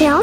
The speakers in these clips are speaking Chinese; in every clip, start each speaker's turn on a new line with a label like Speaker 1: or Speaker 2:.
Speaker 1: 聊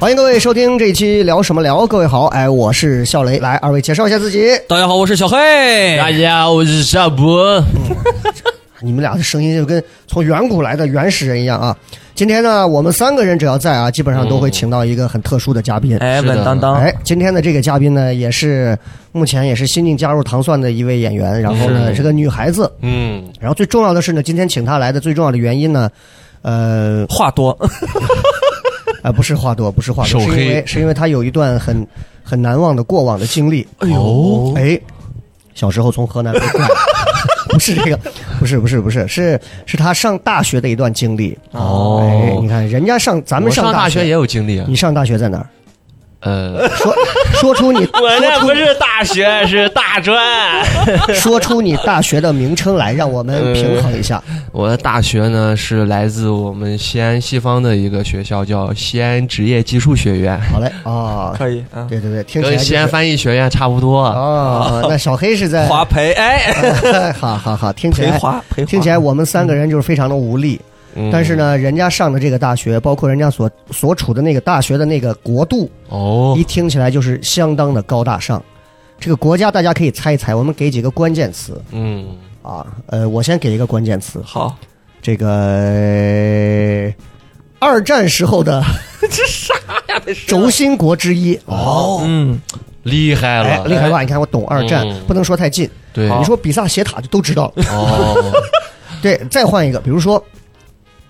Speaker 2: 欢迎各位收听这一期聊什么聊。各位好，哎，我是笑雷，来，二位介绍一下自己。
Speaker 3: 大家好，我是小黑。
Speaker 4: 大家好，我是夏博。
Speaker 2: 你们俩的声音就跟从远古来的原始人一样啊。今天呢，我们三个人只要在啊，基本上都会请到一个很特殊的嘉宾。
Speaker 3: 哎，
Speaker 4: 是的
Speaker 3: 稳当当。
Speaker 2: 哎，今天的这个嘉宾呢，也是目前也是新晋加入糖蒜的一位演员，然后呢
Speaker 4: 是
Speaker 2: 是个女孩子，
Speaker 4: 嗯，
Speaker 2: 然后最重要的是呢，今天请她来的最重要的原因呢，呃，
Speaker 3: 话多，
Speaker 2: 啊，不是话多，不是话多，
Speaker 4: 手
Speaker 2: 是因
Speaker 4: 黑
Speaker 2: 为是因为他有一段很很难忘的过往的经历。哎
Speaker 4: 呦
Speaker 2: 哎，小时候从河南被拐， 不是这个，不是不是不是，是是他上大学的一段经历。
Speaker 4: 哦
Speaker 2: 哎，你看人家上咱们
Speaker 4: 我上
Speaker 2: 大
Speaker 4: 学也有经历啊。
Speaker 2: 你上大学在哪儿？
Speaker 4: 呃，
Speaker 2: 说说出 你
Speaker 5: 我那不是大学，是大专。
Speaker 2: 说出你大学的名称来，让我
Speaker 4: 嗯
Speaker 2: 们平衡一下。
Speaker 4: 我的大学呢是来自我们西安西方的一个学校，叫西安职业技术学院，
Speaker 2: 好嘞啊，
Speaker 3: 可以啊。
Speaker 2: 对对对，听起来
Speaker 4: 跟
Speaker 2: 就
Speaker 4: 西安
Speaker 2: 是。
Speaker 4: 翻译学院差不多。
Speaker 2: 啊，那小黑是在，
Speaker 3: 华培，哎，
Speaker 2: 好好好，听起
Speaker 3: 培
Speaker 2: 来
Speaker 3: 华，培华。
Speaker 2: 听起来我们三个人就是非常的无力。
Speaker 4: 嗯
Speaker 2: 但是，呢，人家上的这个大学，包括人家所所处的那个大学的那个国度，
Speaker 4: 哦
Speaker 2: 一，听起来就是相当的高大上。这个国家大家可以猜一猜，我们给几个关键词
Speaker 4: 嗯，
Speaker 2: 啊？呃，我先给一个关键词，
Speaker 3: 好，
Speaker 2: 这个呃二战时候的 这啥呀？轴心国之一哦，
Speaker 3: 嗯，
Speaker 4: 厉害
Speaker 2: 哎，
Speaker 4: 了，
Speaker 2: 厉害吧？你看我懂二战，
Speaker 4: 嗯
Speaker 2: 不能说太近。
Speaker 4: 对，
Speaker 2: 你说比萨斜塔就都知道了。
Speaker 4: 哦，
Speaker 2: 对，再换一个，比如说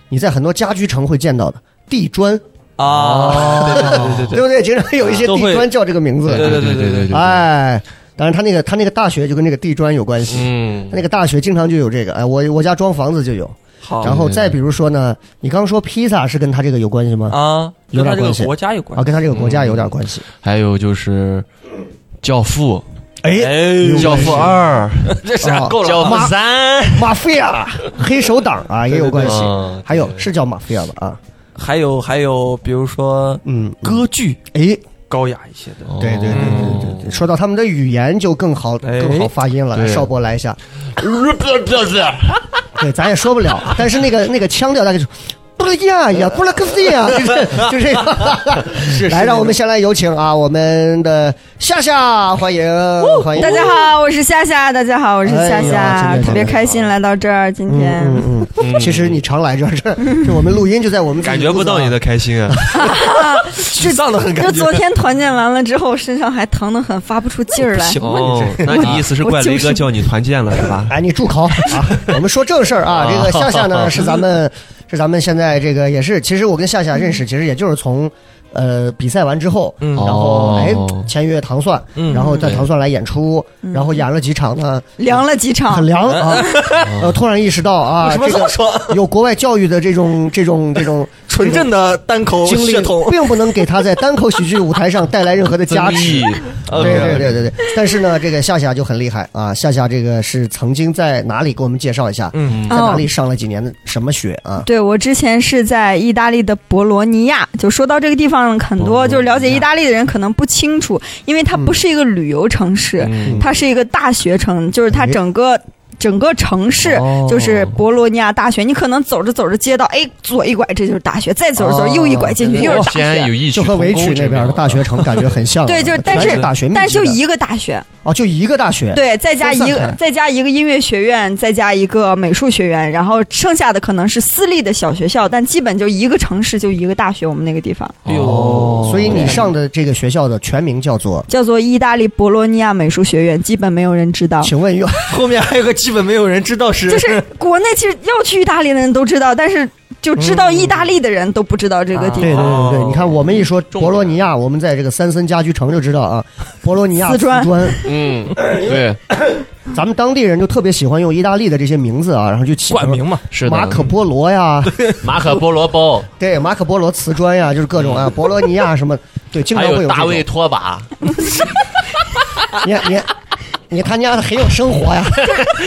Speaker 2: 你在很多家居城会见到的地砖。
Speaker 3: 啊，对对
Speaker 2: 对不对？经常有一些
Speaker 3: 都
Speaker 2: 地
Speaker 3: 会
Speaker 2: 砖叫这个名字，
Speaker 3: 对对对对
Speaker 4: 对对，
Speaker 2: 哎，当然他那个他那个大学就跟那个地砖有关系，
Speaker 4: 嗯
Speaker 2: 他，那个大学经常就有这个，哎，我我家装房子就有。
Speaker 5: 哦
Speaker 3: 好
Speaker 2: 然后
Speaker 4: 对对
Speaker 2: 再比如说呢，你刚刚说披萨是跟他这个有关系吗？
Speaker 3: 啊，
Speaker 2: 有点
Speaker 3: 跟他这
Speaker 2: 关
Speaker 3: 个
Speaker 2: 系
Speaker 3: 国家有
Speaker 2: 啊，
Speaker 3: 关。
Speaker 2: 跟他这个国家有点关系。
Speaker 4: 还有就是教父，
Speaker 5: 嗯
Speaker 2: 哎，
Speaker 3: 哎，
Speaker 4: 教父二，
Speaker 3: 这啥
Speaker 2: 哦
Speaker 3: 够了
Speaker 5: 叫
Speaker 3: 啊？
Speaker 2: 妈
Speaker 5: 三，
Speaker 2: 马菲亚黑手党啊也有关系
Speaker 4: 嗯，
Speaker 2: 还有是叫马菲亚吧啊，
Speaker 3: 还有还有，比如说
Speaker 2: 嗯，
Speaker 3: 歌剧
Speaker 2: 哎，
Speaker 3: 高雅一些的，
Speaker 4: 哦
Speaker 2: 对对对对对对，说到他们的语言就更好
Speaker 3: 哎
Speaker 2: 更好发音了，
Speaker 4: 对
Speaker 2: 邵博来一下，
Speaker 5: 对，
Speaker 2: 对，咱也说不了，但是那个那个腔调大概就。不了呀呀，不了个是呀， 就是就这样。 来，让我们先来有请啊，我们的夏夏，欢迎欢迎。
Speaker 6: 大家好，我是夏夏。大家好，我是夏夏，
Speaker 2: 哎呦
Speaker 6: 特别开心来到这儿。今天、
Speaker 2: 嗯嗯嗯，其实你常来这儿，这这我们录音就在我们自己
Speaker 4: 感觉不
Speaker 2: 屋子啊
Speaker 4: 到你的开 心啊，
Speaker 6: 沮
Speaker 3: 丧得很感
Speaker 6: 就
Speaker 3: 觉
Speaker 6: 昨天团建完了之后，身上还疼得很，发不出劲 儿来。
Speaker 4: 哦，那你意思是怪雷哥叫你团建了是吧？
Speaker 2: 哎，你住 口啊！我们说正事儿啊，
Speaker 4: 啊
Speaker 2: 这个夏夏呢是咱们是咱们现在这个也是，其实我跟夏夏认识，其实也就是从呃比赛完之后，
Speaker 3: 嗯
Speaker 2: 然后哎签约糖蒜，
Speaker 3: 嗯
Speaker 2: 然后在
Speaker 4: 对
Speaker 2: 糖蒜来演出，然后演了几场呢，
Speaker 6: 凉了几场
Speaker 2: 很，凉啊，呃，突然意识到啊，
Speaker 3: 嗯为什么
Speaker 2: 这
Speaker 3: 这么
Speaker 2: 个
Speaker 3: 说？
Speaker 2: 有国外教育的这种这种这种
Speaker 3: 纯正的单口
Speaker 2: 经历
Speaker 3: 哦血统，，
Speaker 2: 并不能给他在单口喜剧舞台上带来任何的加持。对对对对对，但是呢，这个夏夏就很厉害啊！夏夏这个是曾经在哪里给我们介绍一下？
Speaker 3: 嗯
Speaker 2: 在
Speaker 6: 哦
Speaker 2: 哪里上了几年的什么学啊？
Speaker 6: 对我之前是在意大利的博罗尼亚，就说到这个地方，很
Speaker 4: 博罗尼亚
Speaker 6: 多就是了解意大利的人可能不清楚，因为它不是一个旅游城市，
Speaker 4: 嗯
Speaker 6: 它是一个大学城，就是它
Speaker 2: 哎
Speaker 6: 整个。整个城市
Speaker 4: 哦
Speaker 6: 就是博罗尼亚大学，你可能走着走着街道，哎，左一拐这就是大学，再走着走着
Speaker 2: 哦
Speaker 6: 右一拐进去又是大
Speaker 4: 西安有
Speaker 6: 学，
Speaker 4: 异曲
Speaker 2: 就和
Speaker 4: 同
Speaker 2: 维
Speaker 4: 工
Speaker 2: 曲
Speaker 4: 之
Speaker 2: 那边
Speaker 4: 妙
Speaker 2: 的大学城感觉很像啊。
Speaker 6: 对就是但
Speaker 2: 全
Speaker 6: 是
Speaker 2: 大学密集的，
Speaker 6: 但是就一个大学，
Speaker 2: 哦，就一个大学。
Speaker 6: 对，再加
Speaker 2: 分散
Speaker 6: 一
Speaker 2: 开
Speaker 6: 个
Speaker 2: 来
Speaker 6: 再加一个音乐学院，再加一个美术学院，然后剩下的可能是私立的小学校，但基本就一个城市就一个大学，我们那个地方。
Speaker 3: 哎呦
Speaker 4: 哦
Speaker 2: 所以你上的这个学校的全名叫做，
Speaker 6: 叫做意大利博罗尼亚美术学院，基本没有人知道。
Speaker 2: 请 问又
Speaker 3: 后面还有个基本没有人知道 是
Speaker 6: 就是国内其实要去意大利的人都知道，但是就知道意大利的人都不知道这个地
Speaker 2: 对对
Speaker 6: 方。
Speaker 2: 对对，
Speaker 3: 哦
Speaker 2: 你看我们一说
Speaker 5: 重点
Speaker 2: 博洛尼亚，我们在这个三森家居城就知道啊，博洛尼亚
Speaker 6: 四川
Speaker 4: 嗯，对，
Speaker 2: 咱们当地人就特别喜欢用意大利的这些名字啊，然后就起
Speaker 3: 冠名嘛，
Speaker 4: 是的。
Speaker 2: 马可波罗呀，
Speaker 5: 马可波 罗包，
Speaker 2: 对，马可波罗瓷砖呀，就是各种啊，博洛尼亚什么，对，经
Speaker 5: 还
Speaker 2: 常会
Speaker 5: 有
Speaker 2: 有这
Speaker 5: 大
Speaker 2: 种
Speaker 5: 卫拖把，
Speaker 2: 你你你他娘的很有生活呀，啊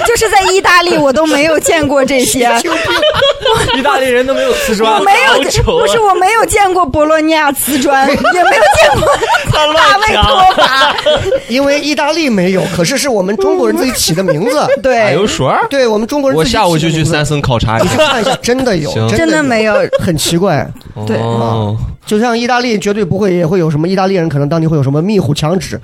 Speaker 6: 就是在意大利，我都没有见过这 些，
Speaker 3: 意大利人都没有瓷
Speaker 6: 我
Speaker 3: 砖，
Speaker 6: 没有
Speaker 5: 好丑啊
Speaker 6: 不是我没有见过博洛尼亚 瓷砖，也没有见过
Speaker 5: 他
Speaker 6: 大
Speaker 5: 乱
Speaker 6: 卫
Speaker 5: 讲。
Speaker 6: 拖把，
Speaker 2: 因为意大利没有，可是是我们中国人自己起的名 字，
Speaker 6: 对，
Speaker 4: 水
Speaker 2: 对我们中国人
Speaker 4: 我
Speaker 2: 自己起的
Speaker 4: 下午就去
Speaker 2: 名字
Speaker 4: 三，森考察一
Speaker 2: 你去
Speaker 4: 下。
Speaker 2: 看一下，真的有，
Speaker 4: 行
Speaker 6: 真的没
Speaker 2: 有，
Speaker 6: 有。
Speaker 2: 很奇怪。
Speaker 6: 对
Speaker 4: 哦，
Speaker 2: 就像意大利绝对不会也会有什么意大利人可能当地会有什么壁虎墙纸，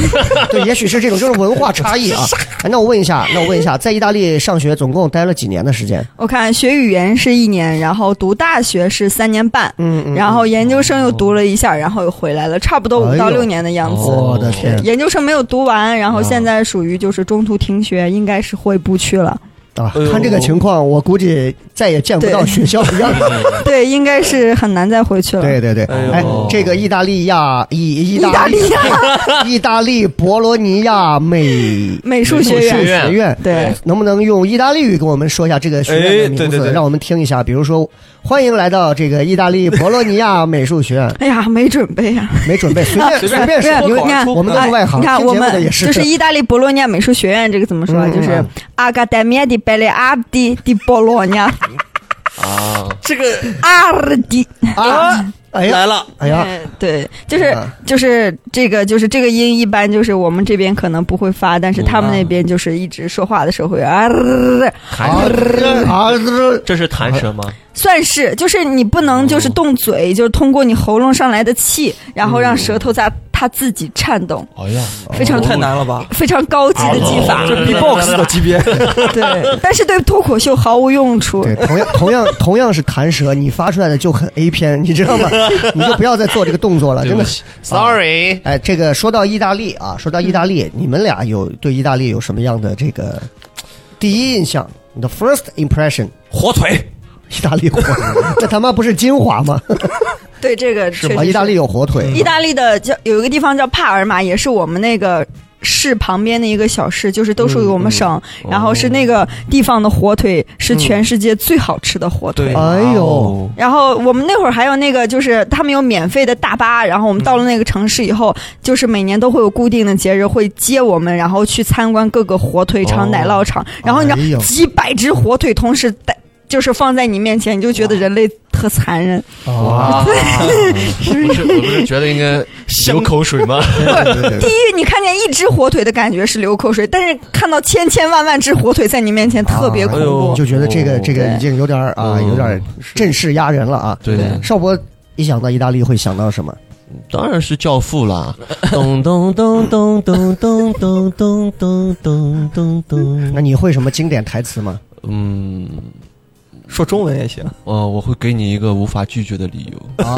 Speaker 2: 对，也许是这种就是文化差异 啊。哎，那我问一下，那我问一下，在意大利上学总共待了几年的时间？
Speaker 6: 我看学语言是一年，然后读大学是三年半，
Speaker 2: 嗯
Speaker 6: 然后研究生又读了一下，然后又回来了，差不多五到
Speaker 2: 哎呦
Speaker 6: 六年的样子。
Speaker 2: 我的天
Speaker 4: 哦
Speaker 6: 研究生没有读完，然后现在属于就是中途停学，应该是回不去了。
Speaker 2: 啊
Speaker 3: 哎！呦
Speaker 2: 看这个情况，我估计再也见不到
Speaker 6: 对
Speaker 2: 学校一样了。
Speaker 6: 对，应该是很难再回去了。
Speaker 2: 对对对，
Speaker 3: 哎呦
Speaker 2: 哎，这个意大利亚意意
Speaker 6: 意
Speaker 2: 大
Speaker 6: 大
Speaker 2: 利
Speaker 6: 利亚
Speaker 2: 意大利博罗尼亚美
Speaker 6: 美术学
Speaker 5: 美术
Speaker 6: 院，
Speaker 5: 院
Speaker 2: 学院，
Speaker 6: 对，
Speaker 2: 能不能用意大利语跟我们说一下这个学院的名字，
Speaker 3: 哎对对对
Speaker 2: 让我们听一下？比如说，欢迎来到这个意大利博洛尼亚美术学院，
Speaker 6: 哎呀，没准备呀、
Speaker 2: 没准 备，随便
Speaker 3: 随
Speaker 2: 随
Speaker 3: 便
Speaker 2: 便
Speaker 6: 随
Speaker 2: 说，
Speaker 6: 便
Speaker 2: 因为
Speaker 3: 口
Speaker 6: 你看
Speaker 3: 啊出
Speaker 2: 我们都是外行，
Speaker 6: 你看
Speaker 2: 听
Speaker 6: 我
Speaker 2: 节目的
Speaker 6: 们
Speaker 2: 也
Speaker 6: 就是意大利博洛尼亚美术学院，这个怎么说啊？
Speaker 2: 嗯
Speaker 6: 就是
Speaker 2: 嗯
Speaker 6: Accademia di Belle Arti di Bologna
Speaker 4: 啊，
Speaker 3: 这个
Speaker 6: Arti。
Speaker 2: 啊，哎呀
Speaker 3: 来，了，
Speaker 2: 哎呀，
Speaker 6: 嗯， 对，就是
Speaker 2: 啊
Speaker 6: 就是这个就是这个音，一般就是我们这边可能不会发，但
Speaker 2: 嗯
Speaker 6: 是他们那边就是一直说话的时候会啊，
Speaker 2: 啊啊，
Speaker 5: 这是弹舌吗？
Speaker 6: 算是就是你不能就是动嘴，就是通过你喉咙上来的气，然后
Speaker 2: 嗯
Speaker 6: 让舌头在它自己颤动，
Speaker 4: 哎呀，
Speaker 2: 哦
Speaker 6: 非常
Speaker 3: 太难了吧？
Speaker 6: 非常高级的技法，
Speaker 3: 这 B-box 的级 别，
Speaker 6: 对，但是对脱口秀毫无用处。
Speaker 2: 对，同样同样同样是弹舌，你发出来的就很 A 片，你知道吗？你就不要再做这个动作 了，
Speaker 4: 对
Speaker 2: 啊真
Speaker 4: 不
Speaker 2: 的。
Speaker 4: 起，sorry，
Speaker 2: 哎，这个说到意大利啊，说到意大利，你们俩有对意大利有什么样的这个第一印象？你的 first impression，
Speaker 3: 火腿，
Speaker 2: 意大利火腿，这他妈不是金华吗？
Speaker 6: 对，这个确实
Speaker 2: 啊，
Speaker 6: 是
Speaker 2: 意大利有火腿，
Speaker 6: 意大利的叫有一个地方叫帕尔马，也是我们那个。市旁边的一个小市，就是都属于我们
Speaker 2: 嗯
Speaker 6: 省，然后是那个地方的火腿是全世界最好吃的火腿。
Speaker 3: 对
Speaker 2: 哎呦，
Speaker 4: 哦
Speaker 6: 然后我们那会儿还有那个，就是他们有免费的大巴，然后我们到了那个城市以后，就是每年都会有固定的节日会接我们，然后去参观各个火腿
Speaker 4: 哦
Speaker 6: 厂、奶酪厂，然后你
Speaker 2: 哎
Speaker 6: 知
Speaker 2: 呦
Speaker 6: 道几百只火腿同时带。就是放在你面前，你就觉得人类特残忍。
Speaker 4: 哦
Speaker 2: 哇，
Speaker 4: 啊不是，我不是觉得应该
Speaker 5: 流口水吗？
Speaker 2: 对对对
Speaker 6: 第一，你看见一只火腿的感觉是流口水，但是看到千千万万只火腿在你面前，特
Speaker 2: 哦
Speaker 6: 别恐
Speaker 3: 哎
Speaker 6: 怖。
Speaker 3: 呦
Speaker 2: 就觉得这个
Speaker 4: 哦
Speaker 2: 这个已经有点儿啊，
Speaker 4: 嗯
Speaker 2: 有点儿阵势压人了啊。
Speaker 4: 对对
Speaker 2: 邵博一想到意大利会想到什么？
Speaker 4: 当然是教父啦！咚咚咚咚咚咚咚咚咚咚咚
Speaker 6: 嗯
Speaker 2: 那
Speaker 4: 咚。
Speaker 2: 你会什么经典台词 吗？
Speaker 4: 嗯，
Speaker 3: 说中文也行，
Speaker 4: 呃，我会给你一个无法拒绝的理由。
Speaker 2: 啊，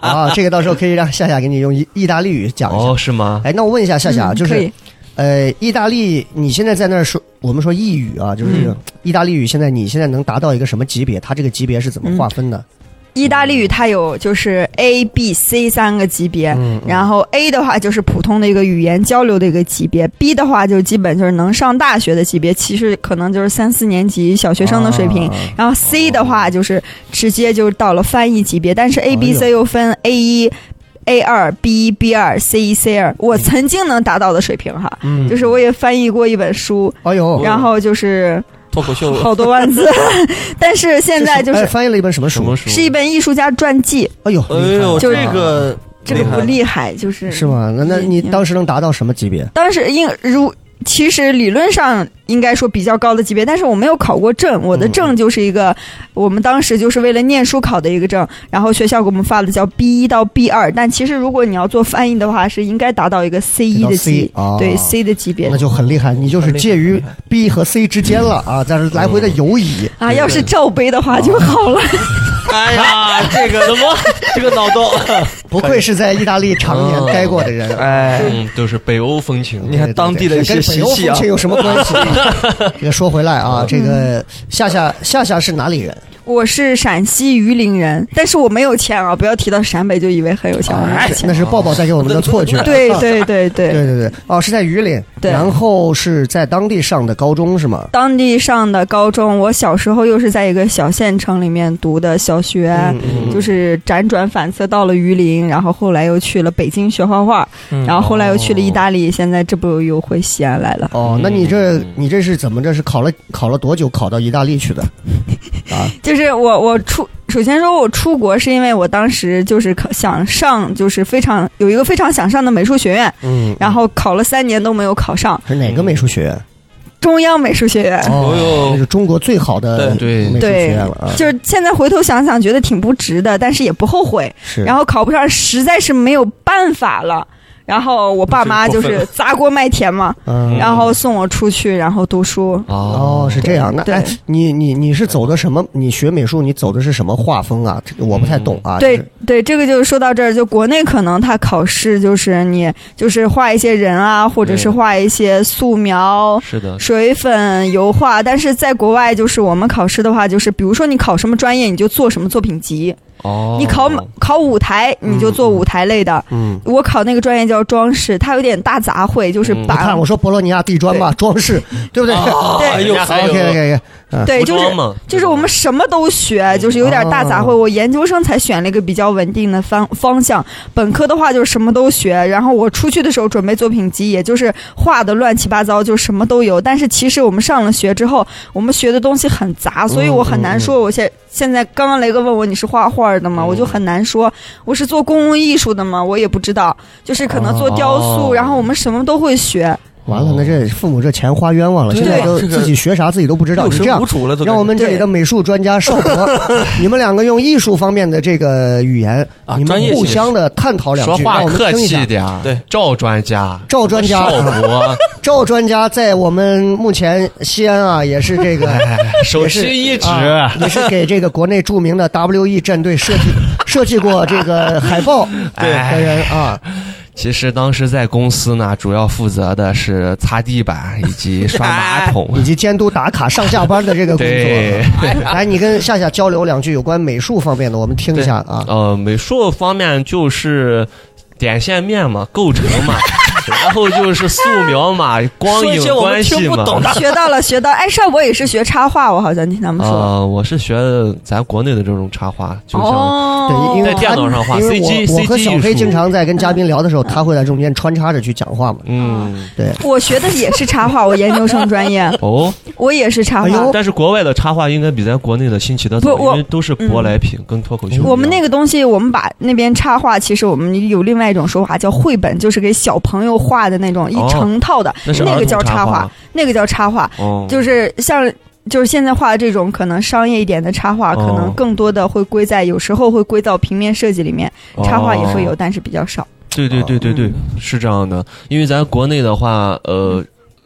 Speaker 2: 啊，这个到时候可以让夏夏给你用意意大利语讲一下
Speaker 4: 哦，。是吗？
Speaker 2: 哎，那我问一下夏夏，
Speaker 6: 嗯
Speaker 2: 就
Speaker 6: 可
Speaker 2: 是
Speaker 6: 以
Speaker 2: 呃，意大利，你现在在那儿说，我们说意语
Speaker 6: 嗯
Speaker 2: 啊，就是这个意大利语，现在你现在能达到一个什么级别？它这个级别是怎么划分
Speaker 6: 嗯
Speaker 2: 的？
Speaker 6: 意大利语它有就是 A、B、C 三个级别，
Speaker 2: 嗯
Speaker 6: 然后 A 的话就是普通的一个语言交流的一个级别，B 的话就基本就是能上大学的级别，其实可能就是三四年级小学生的水平。
Speaker 2: 啊
Speaker 6: 然后 C 的话就是直接就到了翻译级别，但是 A、B、
Speaker 2: 哎
Speaker 6: C 又分 A 一、A 二、B 一、B 二、C 一、C 二。我曾经能达到的水平哈，
Speaker 2: 嗯
Speaker 6: 就是我也翻译过一本书，
Speaker 2: 哎呦，
Speaker 6: 然后就是
Speaker 3: 脱口秀，
Speaker 6: 好多万
Speaker 2: 哦
Speaker 6: 字， 但是现在就
Speaker 2: 哎
Speaker 6: 是
Speaker 2: 翻译了一本什么
Speaker 4: 什
Speaker 2: 书
Speaker 4: 么？书？
Speaker 6: 是一本艺术家传记，
Speaker 2: 哎呦，
Speaker 3: 哎
Speaker 2: 厉害
Speaker 3: 呦，
Speaker 2: 了
Speaker 6: 就
Speaker 3: 这个
Speaker 6: 这个不
Speaker 3: 害，
Speaker 6: 厉害，就是
Speaker 2: 是？吗？那那你当时能达到什么级别？
Speaker 6: 当时应如。其实理论上应该说比较高的级别，但是我没有考过证，我
Speaker 2: 嗯
Speaker 6: 的证就是一个、我们当时就是为了念书考的一个证，然后学校给我们发的叫 B 一到 B 二，但其实如果你要做翻译的话，是应该达到一个 C 一的
Speaker 2: C
Speaker 6: 级，
Speaker 2: 啊，
Speaker 6: 对 C 的级别
Speaker 2: 那就很厉害，你就是介于
Speaker 3: 嗯
Speaker 2: B 和 C 之间了啊，在这来回的游移。
Speaker 6: 啊。要是罩杯的话就好了，
Speaker 5: 哎呀，这个怎么这个脑洞？
Speaker 3: 嗯
Speaker 2: 不愧是在意大利常年待过的人。
Speaker 3: 哎，
Speaker 4: 嗯，都是北欧风情。
Speaker 3: 你看当地的一些
Speaker 2: 跟北
Speaker 3: 习
Speaker 2: 欧
Speaker 3: 气
Speaker 2: 风
Speaker 3: 啊
Speaker 2: 情，有什么关 系？这个说回来啊，这
Speaker 6: 嗯
Speaker 2: 个夏夏夏夏是哪里人？
Speaker 6: 我是陕西榆林人，但是我没有钱啊！不要提到陕北就以为很有钱，我没有钱。
Speaker 2: 哎那是抱抱带给我们的错觉。啊
Speaker 6: 对对对对，
Speaker 2: 对对对，哦，是在榆林，
Speaker 6: 对
Speaker 2: 然后是在当地上的高中是吗？
Speaker 6: 当地上的高中，我小时候又是在一个小县城里面读的小学，哎
Speaker 2: 嗯
Speaker 6: 就是辗转反侧到了榆林，然后后来又去了北京学画画，
Speaker 2: 嗯
Speaker 6: 然后后来又去了意大利，现在这不又回西安来了。
Speaker 2: 哦，那你这你这是怎么着？是考了考了多久？考到意大利去的？
Speaker 6: 就是我我出，首先说我出国是因为我当时就是考想上，就是非常有一个非常想上的美术学院，
Speaker 2: 嗯，
Speaker 6: 然后考了三年都没有考上
Speaker 2: 是哪个美术学院？
Speaker 6: 中央美术学院。
Speaker 2: 哦
Speaker 5: 哦
Speaker 2: 那是中国最好的
Speaker 4: 对对
Speaker 2: 美术学
Speaker 6: 对
Speaker 2: 院了啊！，
Speaker 6: 就是现在回头想想，觉得挺不值的，但是也不后悔。
Speaker 2: 是，
Speaker 6: 然
Speaker 2: 后
Speaker 6: 后考不上，实在是没有办法了。然后我爸妈就是砸锅卖铁嘛，
Speaker 2: 嗯，
Speaker 6: 然后送我出去，然后读书。
Speaker 2: 哦，是这样。那
Speaker 6: 对
Speaker 2: 哎，你你你是走的什么？你学美术，你走的是什么画风啊？这个我不太懂啊。
Speaker 6: 嗯对
Speaker 2: 就是
Speaker 6: 对，这个就是说到这儿，就国内可能他考试就是你就是画一些人啊，或者是
Speaker 2: 嗯
Speaker 6: 画一些素描、
Speaker 4: 是的，
Speaker 6: 水粉、油画，但是在国外就是我们考试的话，就是比如说你考什么专业，你就做什么作品集；
Speaker 4: 哦，
Speaker 6: 你考考舞台，你就做舞台类的。
Speaker 2: 嗯，
Speaker 6: 我考那个专业叫装饰，它有点大杂烩，就是
Speaker 4: 嗯
Speaker 2: 你
Speaker 6: 把、
Speaker 2: 看我说博洛尼亚地砖吧，装饰，对不对？啊
Speaker 6: 对
Speaker 5: 哎呦，还
Speaker 2: OK
Speaker 5: 有
Speaker 2: OK OK，
Speaker 6: 对，
Speaker 5: 服
Speaker 6: 就是
Speaker 5: 装嘛，嗯
Speaker 6: 就是我们什么都学，就是有点大杂烩。
Speaker 2: 哦
Speaker 6: 我研究生才选了一个比较稳定的方方向，本科的话就是什么都学。然后我出去的时候准备作品集，也就是画的乱七八糟，就什么都有。但是其实我们上了学之后，我们学的东西很杂，所以我很难
Speaker 5: 嗯
Speaker 6: 说我现现在刚刚雷哥问我你是画画的吗？我就很难说我是做公共艺术的吗？我也不知道，就是可能做雕塑，
Speaker 4: 哦
Speaker 6: 然后我们什么都会学。
Speaker 2: 完了，那这父母这钱花冤枉了，
Speaker 3: 对
Speaker 2: 现在
Speaker 3: 啊
Speaker 2: 都
Speaker 3: 这个
Speaker 2: 自己学啥自己都不知道。
Speaker 3: 六
Speaker 2: 你这
Speaker 3: 神
Speaker 2: 样
Speaker 3: 无，主了，都
Speaker 2: 让我们这里的美术专家邵博， 你们两个用艺术方面的这个语言，
Speaker 3: 啊
Speaker 2: 你
Speaker 3: 专
Speaker 2: 们
Speaker 3: 业
Speaker 2: 互
Speaker 3: 性
Speaker 2: 相的探讨两
Speaker 4: 说
Speaker 2: 句，
Speaker 4: 话
Speaker 2: 让我们
Speaker 4: 客
Speaker 2: 听一
Speaker 4: 气
Speaker 2: 下。
Speaker 4: 点儿，
Speaker 3: 对
Speaker 4: 赵专家，
Speaker 2: 赵专家，
Speaker 4: 少
Speaker 2: 啊
Speaker 4: 博，
Speaker 2: 赵专家在我们目前西安啊，也是这个
Speaker 3: 哎
Speaker 5: 手持一指，
Speaker 2: 啊，也是给这个国内著名的 WE 战队设计设计过这个海报的人啊，。
Speaker 4: 其实当时在公司呢，主要负责的是擦地板以及刷马桶
Speaker 2: 以及监督打卡上下班的这个工
Speaker 4: 对
Speaker 2: 作啊。来，你跟夏夏交流两句有关美术方面的，我们听一下啊。
Speaker 4: 呃，美术方面就是点线面嘛，构成嘛， 然后就是素描嘛，光
Speaker 5: 说一些
Speaker 4: 影
Speaker 5: 我
Speaker 4: 关
Speaker 5: 们
Speaker 4: 系
Speaker 5: 听不
Speaker 4: 嘛。
Speaker 5: 懂的
Speaker 6: 学到了，学到哎，上我也是学插画，我好像听他们
Speaker 5: 哦
Speaker 6: 说。
Speaker 4: 啊、我是学的咱国内的这种插画，就像
Speaker 6: 哦，
Speaker 2: 对，因为
Speaker 4: 在电脑上画
Speaker 2: 因为
Speaker 4: CG
Speaker 2: 我我和小
Speaker 4: CG
Speaker 2: 黑
Speaker 4: 艺术
Speaker 2: 经常在跟嘉宾聊的时候，他会在中间穿插着去讲话嘛。
Speaker 4: 嗯
Speaker 6: 我学的也是 插画，我研究生专业，
Speaker 4: 哦，
Speaker 6: 我也是插画。
Speaker 2: 哎呦
Speaker 4: 但是国外的插画应该比咱国内的新奇的
Speaker 6: 不
Speaker 4: 多，因
Speaker 6: 我
Speaker 4: 为都是舶来品，跟脱口秀一样。
Speaker 6: 我们那个东西，我们把那边插画，其实我们有另外一种说法叫绘本，就是给小朋友画的那种一
Speaker 4: 哦
Speaker 6: 成套的，
Speaker 4: 那是
Speaker 6: 那
Speaker 4: 儿
Speaker 6: 个
Speaker 4: 童
Speaker 6: 叫
Speaker 4: 插
Speaker 6: 画，，那个叫插画，
Speaker 4: 哦，
Speaker 6: 就是像。就是现在画的这种可能商业一点的插画，
Speaker 4: 哦
Speaker 6: 可能更多的会归在有时候会归到平面设计里面，
Speaker 4: 哦
Speaker 6: 插画也会有，但是比较少。
Speaker 4: 对对对对
Speaker 6: 啊
Speaker 4: 对，
Speaker 6: 嗯
Speaker 4: 是这样的，因为咱国内的话，呃，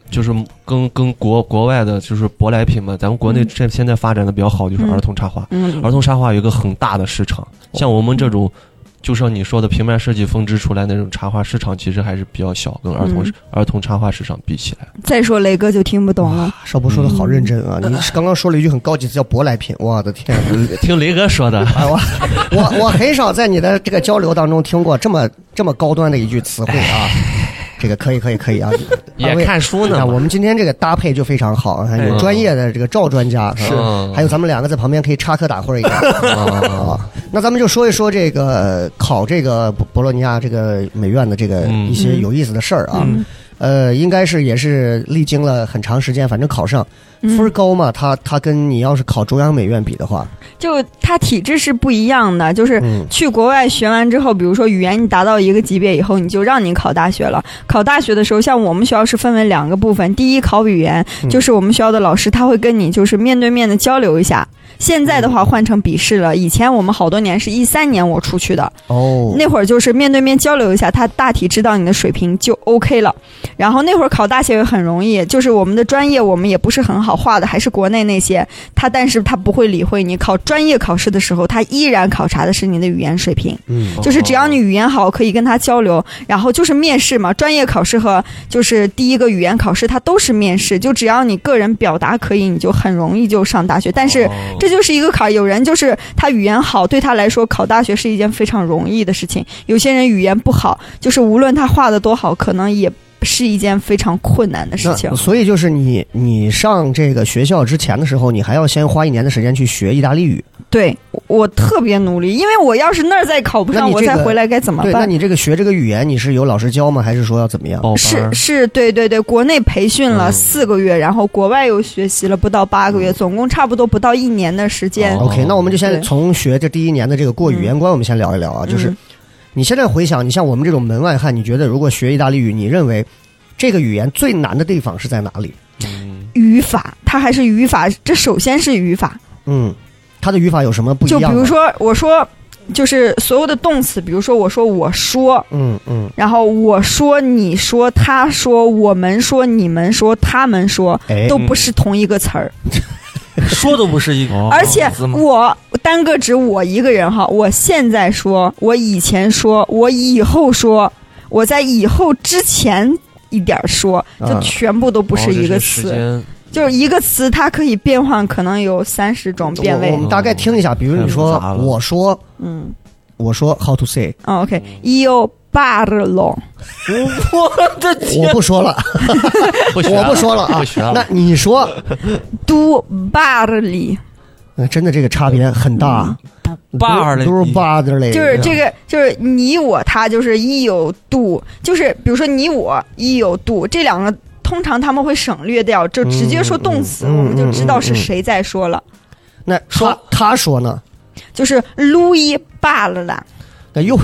Speaker 4: 就是跟跟国国外的就是舶来品嘛，咱们国内
Speaker 6: 嗯
Speaker 4: 这现在发展的比较好就是
Speaker 6: 嗯
Speaker 4: 儿童插画，
Speaker 6: 嗯，哦
Speaker 4: 儿童插画有一个很大的市场，像我们这种。就像你说的，平面设计分支出来那种插画市场其实还是比较小，跟儿童、
Speaker 6: 嗯
Speaker 4: 儿童插画市场比起来，
Speaker 6: 再说雷哥就听不 懂了。
Speaker 2: 少博说的好认真啊！
Speaker 4: 嗯
Speaker 2: 你是刚刚说了一句很高级词，叫舶来品。我的天，啊
Speaker 6: 嗯
Speaker 4: 听雷哥说 的，
Speaker 2: 哎，我我我很少在你的这个交流当中听过这么这么高端的一句词汇 啊！这个可以可以可以啊！
Speaker 4: 也
Speaker 2: 二位
Speaker 4: 看书
Speaker 2: 啊
Speaker 4: 呢嘛。哎
Speaker 2: 我们今天这个搭配就非常好，啊，有专业的这个赵专家，是吧
Speaker 4: 嗯
Speaker 2: 还有咱们两个在旁边可以插科打诨一样 啊。那咱们就说一说这个考这个博洛尼亚这个美院的这个
Speaker 4: 嗯
Speaker 2: 一些有意思的事儿啊。
Speaker 6: 嗯
Speaker 2: 呃，应该是也是历经了很长时间，反正考上
Speaker 6: 嗯
Speaker 2: 分儿高嘛，他他跟你要是考中央美院比的话，
Speaker 6: 就它体制是不一样的，就是
Speaker 2: 嗯
Speaker 6: 去国外学完之后，比如说语言你达到一个级别以后，你就让你考大学了。考大学的时候，像我们学校是分为两个部分，第一考语言，就是我们学校的老师他会跟你就是面对面的交流一下，现在的话换成笔试了，以前我们好多年是一三年我出去的，
Speaker 2: 哦，
Speaker 6: 那会儿就是面对面交流一下，他大体知道你的水平就 OK 了。然后那会儿考大学也很容易，就是我们的专业我们也不是很好画的，还是国内那些他，但是他不会理会你。考专业考试的时候，他依然考察的是你的语言水平，
Speaker 2: 嗯，
Speaker 6: 就是只要你语言好，可以跟他交流。然后就是面试嘛，专业考试和就是第一个语言考试，它都是面试。就只要你个人表达可以，你就很容易就上大学。但是
Speaker 4: 哦
Speaker 2: 嗯
Speaker 6: 这就是一个坎儿。有人就是他语言好，对他来说考大学是一件非常容易的事情；有些人语言不好，就是无论他画的多好，可能也是一件非常困难的事情
Speaker 2: 那。所以就是你你上这个学校之前的时候，你还要先花一年的时间去学意大利语。
Speaker 6: 对我我特别努力，因为我要是那儿再考不
Speaker 2: 那
Speaker 6: 上，
Speaker 2: 你
Speaker 6: 我
Speaker 2: 这
Speaker 6: 再
Speaker 2: 个啊
Speaker 6: 回来该怎么
Speaker 2: 对，那
Speaker 6: 办？
Speaker 2: 你这个学这个语言，你是有老师教吗？还是说要怎么样？
Speaker 4: 报班
Speaker 6: 是
Speaker 4: 儿
Speaker 6: 是，对对对，国内培训
Speaker 2: 嗯
Speaker 6: 了四个月，然后国外又学习了不到八个月，总共差不多不到一年的时间。
Speaker 4: 哦
Speaker 2: OK，那我们就先
Speaker 6: 对
Speaker 2: 从学这第一年的这个过语言关，我们先聊一聊啊。就是
Speaker 6: 嗯
Speaker 2: 你现在回想，你像我们这种门外汉，你觉得如果学意大利语，你认为这个语言最难的地方是在哪里？
Speaker 6: 语法，它还是语法，这首先是语法，
Speaker 2: 嗯，它的语法有什么不一
Speaker 6: 就
Speaker 2: 样？
Speaker 6: 比如，说我说，就是所有的动词，比如说我说我说，
Speaker 2: 嗯嗯，
Speaker 6: 然后我说你说他说我们说你们说他们说，
Speaker 2: 哎，
Speaker 6: 都不是同一个词儿，
Speaker 5: 说都不是一个，
Speaker 2: 嗯
Speaker 4: 哦
Speaker 6: 而且
Speaker 5: 字吗
Speaker 6: 我单个指我一个人哈，我现在说，我以前说，我以后说，我在以后之前。一点儿说，就
Speaker 2: 啊
Speaker 6: 全部都不是一个
Speaker 4: 哦这时
Speaker 6: 词，
Speaker 4: 间
Speaker 6: 就是一个词，它可以变换，可能有三十种
Speaker 2: 我
Speaker 6: 变
Speaker 2: 我
Speaker 6: 位。
Speaker 2: 们大概听一下，比如你说
Speaker 4: 太复杂，了
Speaker 2: 我说，
Speaker 6: 嗯，
Speaker 2: 我说 how to say，
Speaker 6: 哦 OK，io
Speaker 4: 嗯
Speaker 6: parlo，
Speaker 5: 我的天
Speaker 2: 我，不说了，
Speaker 4: 不学
Speaker 2: 我不说了啊
Speaker 4: 不学了
Speaker 2: 那你说，
Speaker 6: tu parli，
Speaker 2: 呃真的这个差别很大，
Speaker 4: 嗯
Speaker 5: 爸嘞
Speaker 2: 都都是爸的嘞，
Speaker 6: 就是这个，就是你我他，就是 io tu，就是比如说你我 io tu 这两个，通常他们会省略掉，就直接说动词，
Speaker 2: 嗯嗯嗯
Speaker 6: 我们就知道是谁在说了，
Speaker 2: 那他
Speaker 5: 说
Speaker 2: 他说呢？
Speaker 6: 就是 lui parla，
Speaker 2: 哎呦，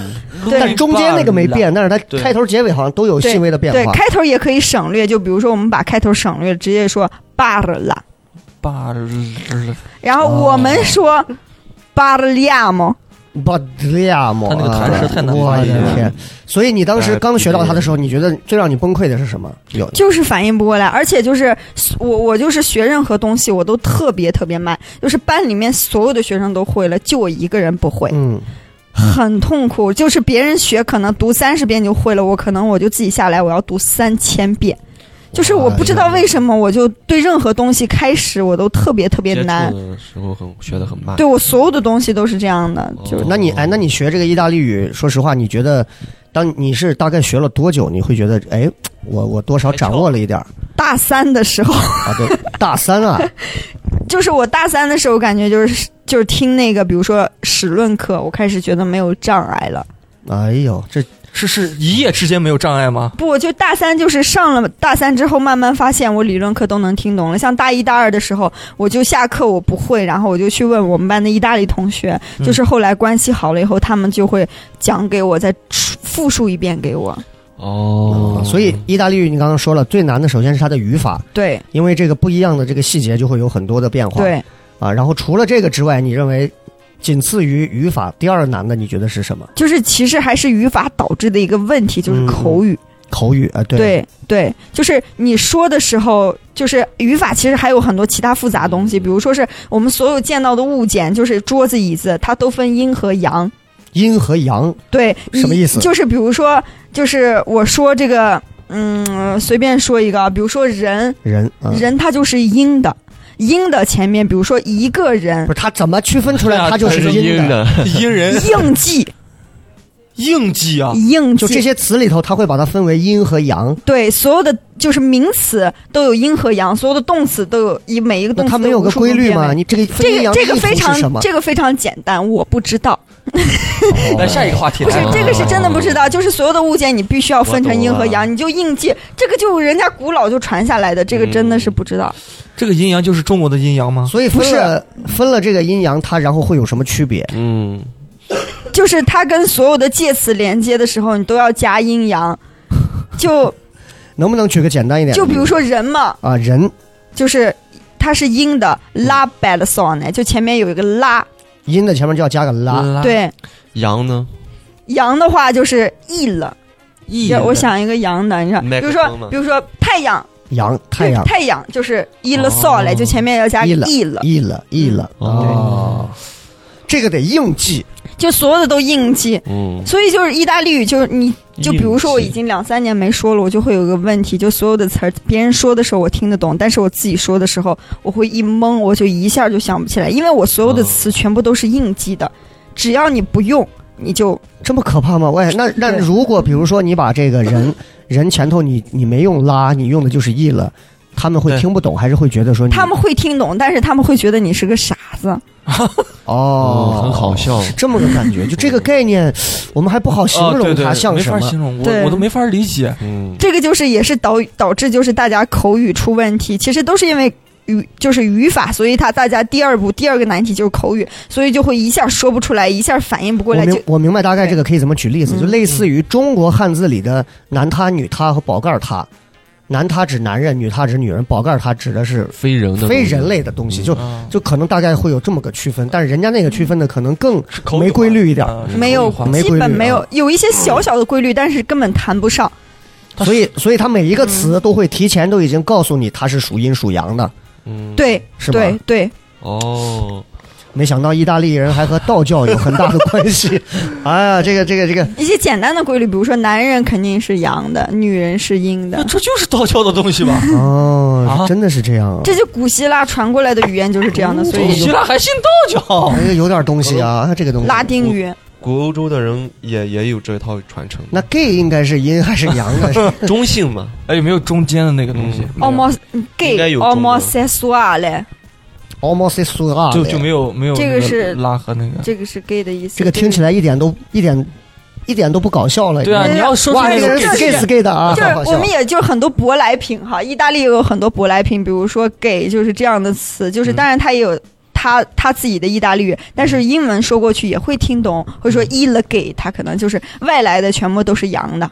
Speaker 2: 但中间那个没变，但是它
Speaker 5: 对
Speaker 2: 开头结尾好像都有
Speaker 6: 对
Speaker 2: 细微的变
Speaker 6: 对，
Speaker 2: 化。
Speaker 6: 开头也可以省略，就比如说我们把开头省略，直接说 parla，
Speaker 5: 爸
Speaker 6: 然后
Speaker 2: 哦
Speaker 6: 我们说 parliamo，
Speaker 2: 巴德利亚莫，
Speaker 5: 他那个弹舌太难
Speaker 2: 啊我
Speaker 5: 发
Speaker 2: 的
Speaker 5: 音了
Speaker 2: 天！所以你当时
Speaker 4: 哎
Speaker 2: 刚学到它的时候，你觉得最让你崩溃的是什么？有
Speaker 6: 就是反应不过来，而且就是我我就是学任何东西我都特别特别慢，就是班里面所有的学生都会了，就我一个人不会，
Speaker 2: 嗯，
Speaker 6: 很痛苦。就是别人学可能读三十遍就会了，我可能我就自己下来我要读三千遍，就是我不知道为什么我就对任何东西开始我都特别特别难，
Speaker 4: 的时候很学的很慢。
Speaker 6: 对我所有的东西都是这样的，就
Speaker 4: 哦
Speaker 2: 那你哎，那你学这个意大利语，说实话，你觉得当你是大概学了多久？你会觉得哎，我我多少掌握了一点儿
Speaker 6: 大三的时候。
Speaker 2: 啊？对，大三啊，
Speaker 6: 就是我大三的时候，感觉就是就是听那个，比如说史论课，我开始觉得没有障碍了。
Speaker 2: 哎呦，这
Speaker 5: 是是一夜之间没有障碍吗？
Speaker 6: 不，就大三就是上了大三之后，慢慢发现我理论课都能听懂了。像大一大二的时候，我就下课我不会，然后我就去问我们班的意大利同学，
Speaker 5: 嗯
Speaker 6: 就是后来关系好了以后，他们就会讲给我，再复述一遍给我。啊
Speaker 4: 哦，
Speaker 2: 所以意大利语你刚刚说了，最难的首先是它的语法，
Speaker 6: 对
Speaker 2: 因为这个不一样的这个细节就会有很多的变化。
Speaker 6: 对，
Speaker 2: 啊，然后除了这个之外，你认为仅次于语法第二难的，你觉得是什么？
Speaker 6: 就是其实还是语法导致的一个问题，就是
Speaker 2: 嗯
Speaker 6: 口语。
Speaker 2: 口语啊，对，
Speaker 6: 对对，就是你说的时候，就是语法其实还有很多其他复杂东西，比如说是我们所有见到的物件，就是桌子、椅子，它都分阴和阳。
Speaker 2: 阴和阳，
Speaker 6: 对，
Speaker 2: 什么
Speaker 6: 你
Speaker 2: 意思
Speaker 6: 就是比如说，就是我说这个，嗯，随便说一个啊，比如说人，
Speaker 2: 人，啊、
Speaker 6: 人它就是阴的，阴的前面，比如说一个
Speaker 2: 不
Speaker 6: 人
Speaker 2: 是，他怎么区分出
Speaker 5: 对
Speaker 2: 来
Speaker 5: 啊
Speaker 2: 他就是阴的？
Speaker 4: 的，
Speaker 5: 阴人
Speaker 6: 应记，
Speaker 5: 应激 啊，
Speaker 6: 应
Speaker 2: 就这
Speaker 6: 记。
Speaker 2: 些词里头，他会把它分为阴和阳，
Speaker 6: 对，所有的就是名词都有阴和阳，所有的动词都有，一每一个动
Speaker 2: 那
Speaker 6: 词
Speaker 2: 它没
Speaker 6: 都
Speaker 2: 有个
Speaker 6: 无数
Speaker 2: 规
Speaker 6: 种
Speaker 2: 律
Speaker 6: 变
Speaker 2: 吗？
Speaker 6: 位
Speaker 2: 你这个分
Speaker 6: 这
Speaker 2: 阴
Speaker 6: 个
Speaker 2: 阳
Speaker 6: 这个
Speaker 2: 意图
Speaker 6: 非
Speaker 2: 是
Speaker 6: 常
Speaker 2: 什么？
Speaker 6: 这个非常简单，我不知道，
Speaker 2: 嗯
Speaker 5: 来下一个话题
Speaker 6: 不是
Speaker 5: 来
Speaker 2: 啊
Speaker 5: 啊了，
Speaker 6: 这个是真的不知道，就是所有的物件你必须要分成阴和阳，你就应记这个就人家古老就传下来的，这个真的
Speaker 2: 嗯
Speaker 6: 是不知道。
Speaker 5: 这个阴阳就是中国的阴阳吗？
Speaker 2: 所以
Speaker 6: 不
Speaker 2: 分
Speaker 6: 是
Speaker 2: 了分了这个阴阳，它然后会有什么区别？
Speaker 4: 嗯，
Speaker 6: 就是它跟所有的介词连接的时候，你都要加阴阳。就
Speaker 2: 能不能举个简单一点的
Speaker 6: 就
Speaker 2: 例子？
Speaker 6: 比如说人嘛，
Speaker 2: 啊，人
Speaker 6: 就是它是音的拉 b 了 song 呢，就前面有一个拉。
Speaker 2: 音的前面就要加个拉，
Speaker 5: 拉
Speaker 6: 对，
Speaker 4: 羊呢？
Speaker 6: 阳的话就是 e 了。
Speaker 5: 意
Speaker 6: 我想一个阳的，你看，比
Speaker 4: 麦
Speaker 6: 如
Speaker 4: 克
Speaker 6: 说
Speaker 4: 风吗
Speaker 6: 比如说太阳，
Speaker 2: 阳太阳
Speaker 6: 太阳就是 e 了 song 嘞，就前面要加
Speaker 2: e 了
Speaker 6: e 了，嗯
Speaker 2: 译了译了
Speaker 6: 啊
Speaker 2: 哦，
Speaker 5: 啊
Speaker 2: 这个得硬记，
Speaker 6: 就所有的都硬记。
Speaker 4: 嗯，
Speaker 6: 所以就是意大利语，就是你就比如说我已
Speaker 4: 硬气
Speaker 6: 经两三年没说了，我就会有一个问题，就所有的词儿别人说的时候我听得懂，但是我自己说的时候我会一懵，我就一下就想不起来，因为我所有的词全部都是硬记的，只要你不用，你就
Speaker 2: 这么可怕吗？喂，那那
Speaker 6: 对
Speaker 2: 如果比如说你把这个 人人前头你你没用拉，你用的就是译了，他们会
Speaker 3: 对
Speaker 2: 听不懂，还是会觉得说你
Speaker 6: 他们会听懂，但是他们会觉得你是个傻子。
Speaker 2: 哦
Speaker 4: 哦，很好笑
Speaker 2: 是这么个感觉。就这个概念，我们还不好形
Speaker 5: 啊，对
Speaker 2: 容
Speaker 5: 对，
Speaker 2: 它像
Speaker 5: 没
Speaker 2: 什
Speaker 5: 法
Speaker 2: 么
Speaker 5: 形。容，
Speaker 6: 对
Speaker 5: 我我都没法理解。
Speaker 4: 嗯，
Speaker 6: 这个就是也是导导致就是大家口语出问题，其实都是因为语就是语法，所以他大家第二步第二个难题就是口语，所以就会一下说不出来，一下反应不过
Speaker 2: 我
Speaker 6: 来，就
Speaker 2: 明我明白大概这个可以怎么举例子，
Speaker 6: 嗯
Speaker 2: 就类似于中国汉字里的男他、女他和宝盖儿他。男他指男人，女他指女人，宝盖儿他指的是
Speaker 4: 非人的
Speaker 2: 非人类的东西，就嗯
Speaker 5: 啊
Speaker 2: 就可能大概会有这么个区分，但是人家那个区分的可能更
Speaker 5: 口语化
Speaker 2: 没规律一点，
Speaker 5: 啊是
Speaker 6: 嗯没有
Speaker 5: 口语化
Speaker 2: 没
Speaker 6: 基
Speaker 2: 规律啊
Speaker 6: 本没有有一些小小的规律，但是根本谈不上。
Speaker 2: 嗯所以所以他每一个词都会提前都已经告诉你它是属阴属阳的，
Speaker 4: 嗯，
Speaker 6: 对
Speaker 2: 是吧？
Speaker 6: 对对，
Speaker 4: 哦，
Speaker 2: 没想到意大利人还和道教有很大的关 系，哎呀，这个这个这个，
Speaker 6: 一些简单的规律，比如说男人肯定是阳的，女人是阴
Speaker 5: 那
Speaker 2: 嗯
Speaker 6: 的，
Speaker 5: 这就是道教的东 西吧？
Speaker 2: 哦，
Speaker 5: 啊
Speaker 2: 真的是这样啊，
Speaker 6: 这就古希腊传过来的语言就是这样
Speaker 2: 嗯
Speaker 6: 的，所以
Speaker 5: 希腊还信 道教？
Speaker 2: 哎有点东西啊，这个东西。
Speaker 6: 哦拉丁语
Speaker 4: 古欧洲的人也也有这套传承，
Speaker 2: 那 gay 应该是阴还是阳 啊？是
Speaker 4: 中性嘛，
Speaker 5: 哎，有没有中间的那个东西？
Speaker 4: 嗯
Speaker 2: 哦
Speaker 6: homo
Speaker 4: 应该
Speaker 6: gay 哎
Speaker 4: 有中文
Speaker 6: homosexual 嘞，
Speaker 2: homosexual
Speaker 5: 就就没有没有
Speaker 6: 这个
Speaker 5: 那个
Speaker 6: 是
Speaker 5: 拉和那个。
Speaker 6: 这个是 gay 的意思。
Speaker 2: 这个听起来一点都一点一点都不搞笑了。
Speaker 5: 对啊，
Speaker 6: 对
Speaker 5: 你要说出
Speaker 2: 哇，
Speaker 5: 那
Speaker 2: 这个
Speaker 5: 个
Speaker 2: 人是
Speaker 6: 这
Speaker 2: gay 是 gay 的啊，
Speaker 6: 就
Speaker 2: 好好
Speaker 6: 是我
Speaker 2: 笑
Speaker 6: 们。也就是很多舶来品哈，意大利也有很多舶来品，比如说“给”就是这样的词，就是
Speaker 5: 嗯
Speaker 6: 当然它也有它它自己的意大利语，但是英文说过去也会听懂，会
Speaker 2: 嗯
Speaker 6: 说 “il gay”，它可能就是外来的全部都是洋的，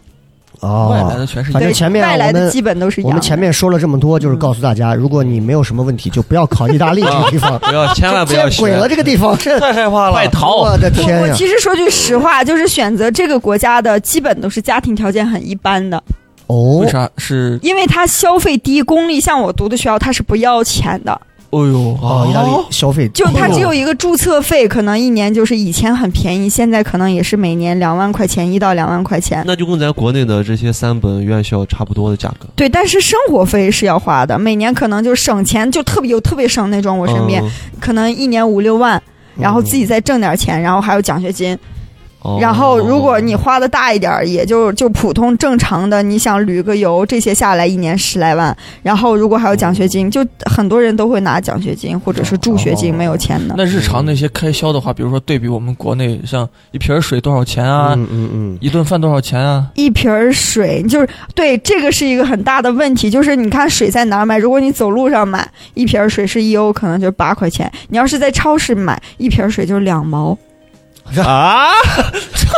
Speaker 5: 外来
Speaker 2: 哦，
Speaker 5: 的全是
Speaker 2: 反正
Speaker 6: 对，
Speaker 2: 前面啊
Speaker 6: 外来
Speaker 2: 我
Speaker 6: 的
Speaker 2: 们
Speaker 6: 基本都是
Speaker 2: 我
Speaker 6: 洋
Speaker 2: 们
Speaker 6: 的。
Speaker 2: 前面说了这么多，就是告诉大家，如果你没有什么问题，就不要考意大利这个地方，
Speaker 4: 不要千万不要
Speaker 2: 见
Speaker 4: 学
Speaker 2: 鬼，了，这个地方这
Speaker 5: 太害怕了，
Speaker 4: 快逃！
Speaker 2: 我的
Speaker 6: 我
Speaker 2: 天
Speaker 6: 我
Speaker 2: 呀！
Speaker 6: 其实说句实话，就是选择这个国家的基本都是家庭条件很一般的，
Speaker 2: 哦
Speaker 5: 为，啥是？
Speaker 6: 因为它消费低，公立像我读的学校它是不要钱的，
Speaker 5: 哎呦
Speaker 2: 哦，意大利消费
Speaker 6: 就它
Speaker 5: 哦
Speaker 6: 只有一个注册费，可能一年就是以前很便宜，现在可能也是每年两万块钱，一到两万块钱。
Speaker 4: 那就跟咱国内的这些三本院校差不多的价格。
Speaker 6: 对，但是生活费是要花的，每年可能就省钱，就特别有特别省那种。我身边、
Speaker 4: 嗯
Speaker 6: 可能一年五六万，然后自己再挣点钱，然后还有奖学金。
Speaker 4: 哦
Speaker 6: 然后如果你花的大一点儿，也就就普通正常的，你想旅个游这些下来一年十来万，然后如果还有奖学金，就很多人都会拿奖学金或者是助学金，没有钱的。
Speaker 5: 那日常那些开销的话，比如说对比我们国内，像一瓶水多少钱啊，
Speaker 2: 嗯嗯嗯，
Speaker 5: 一顿饭多少钱啊？
Speaker 6: 一瓶儿水，就是对这个是一个很大的问题，就是你看水在哪儿买？如果你走路上买一瓶儿水是一欧，可能就八块钱；你要是在超市买一瓶儿水就是两毛。
Speaker 5: 啊，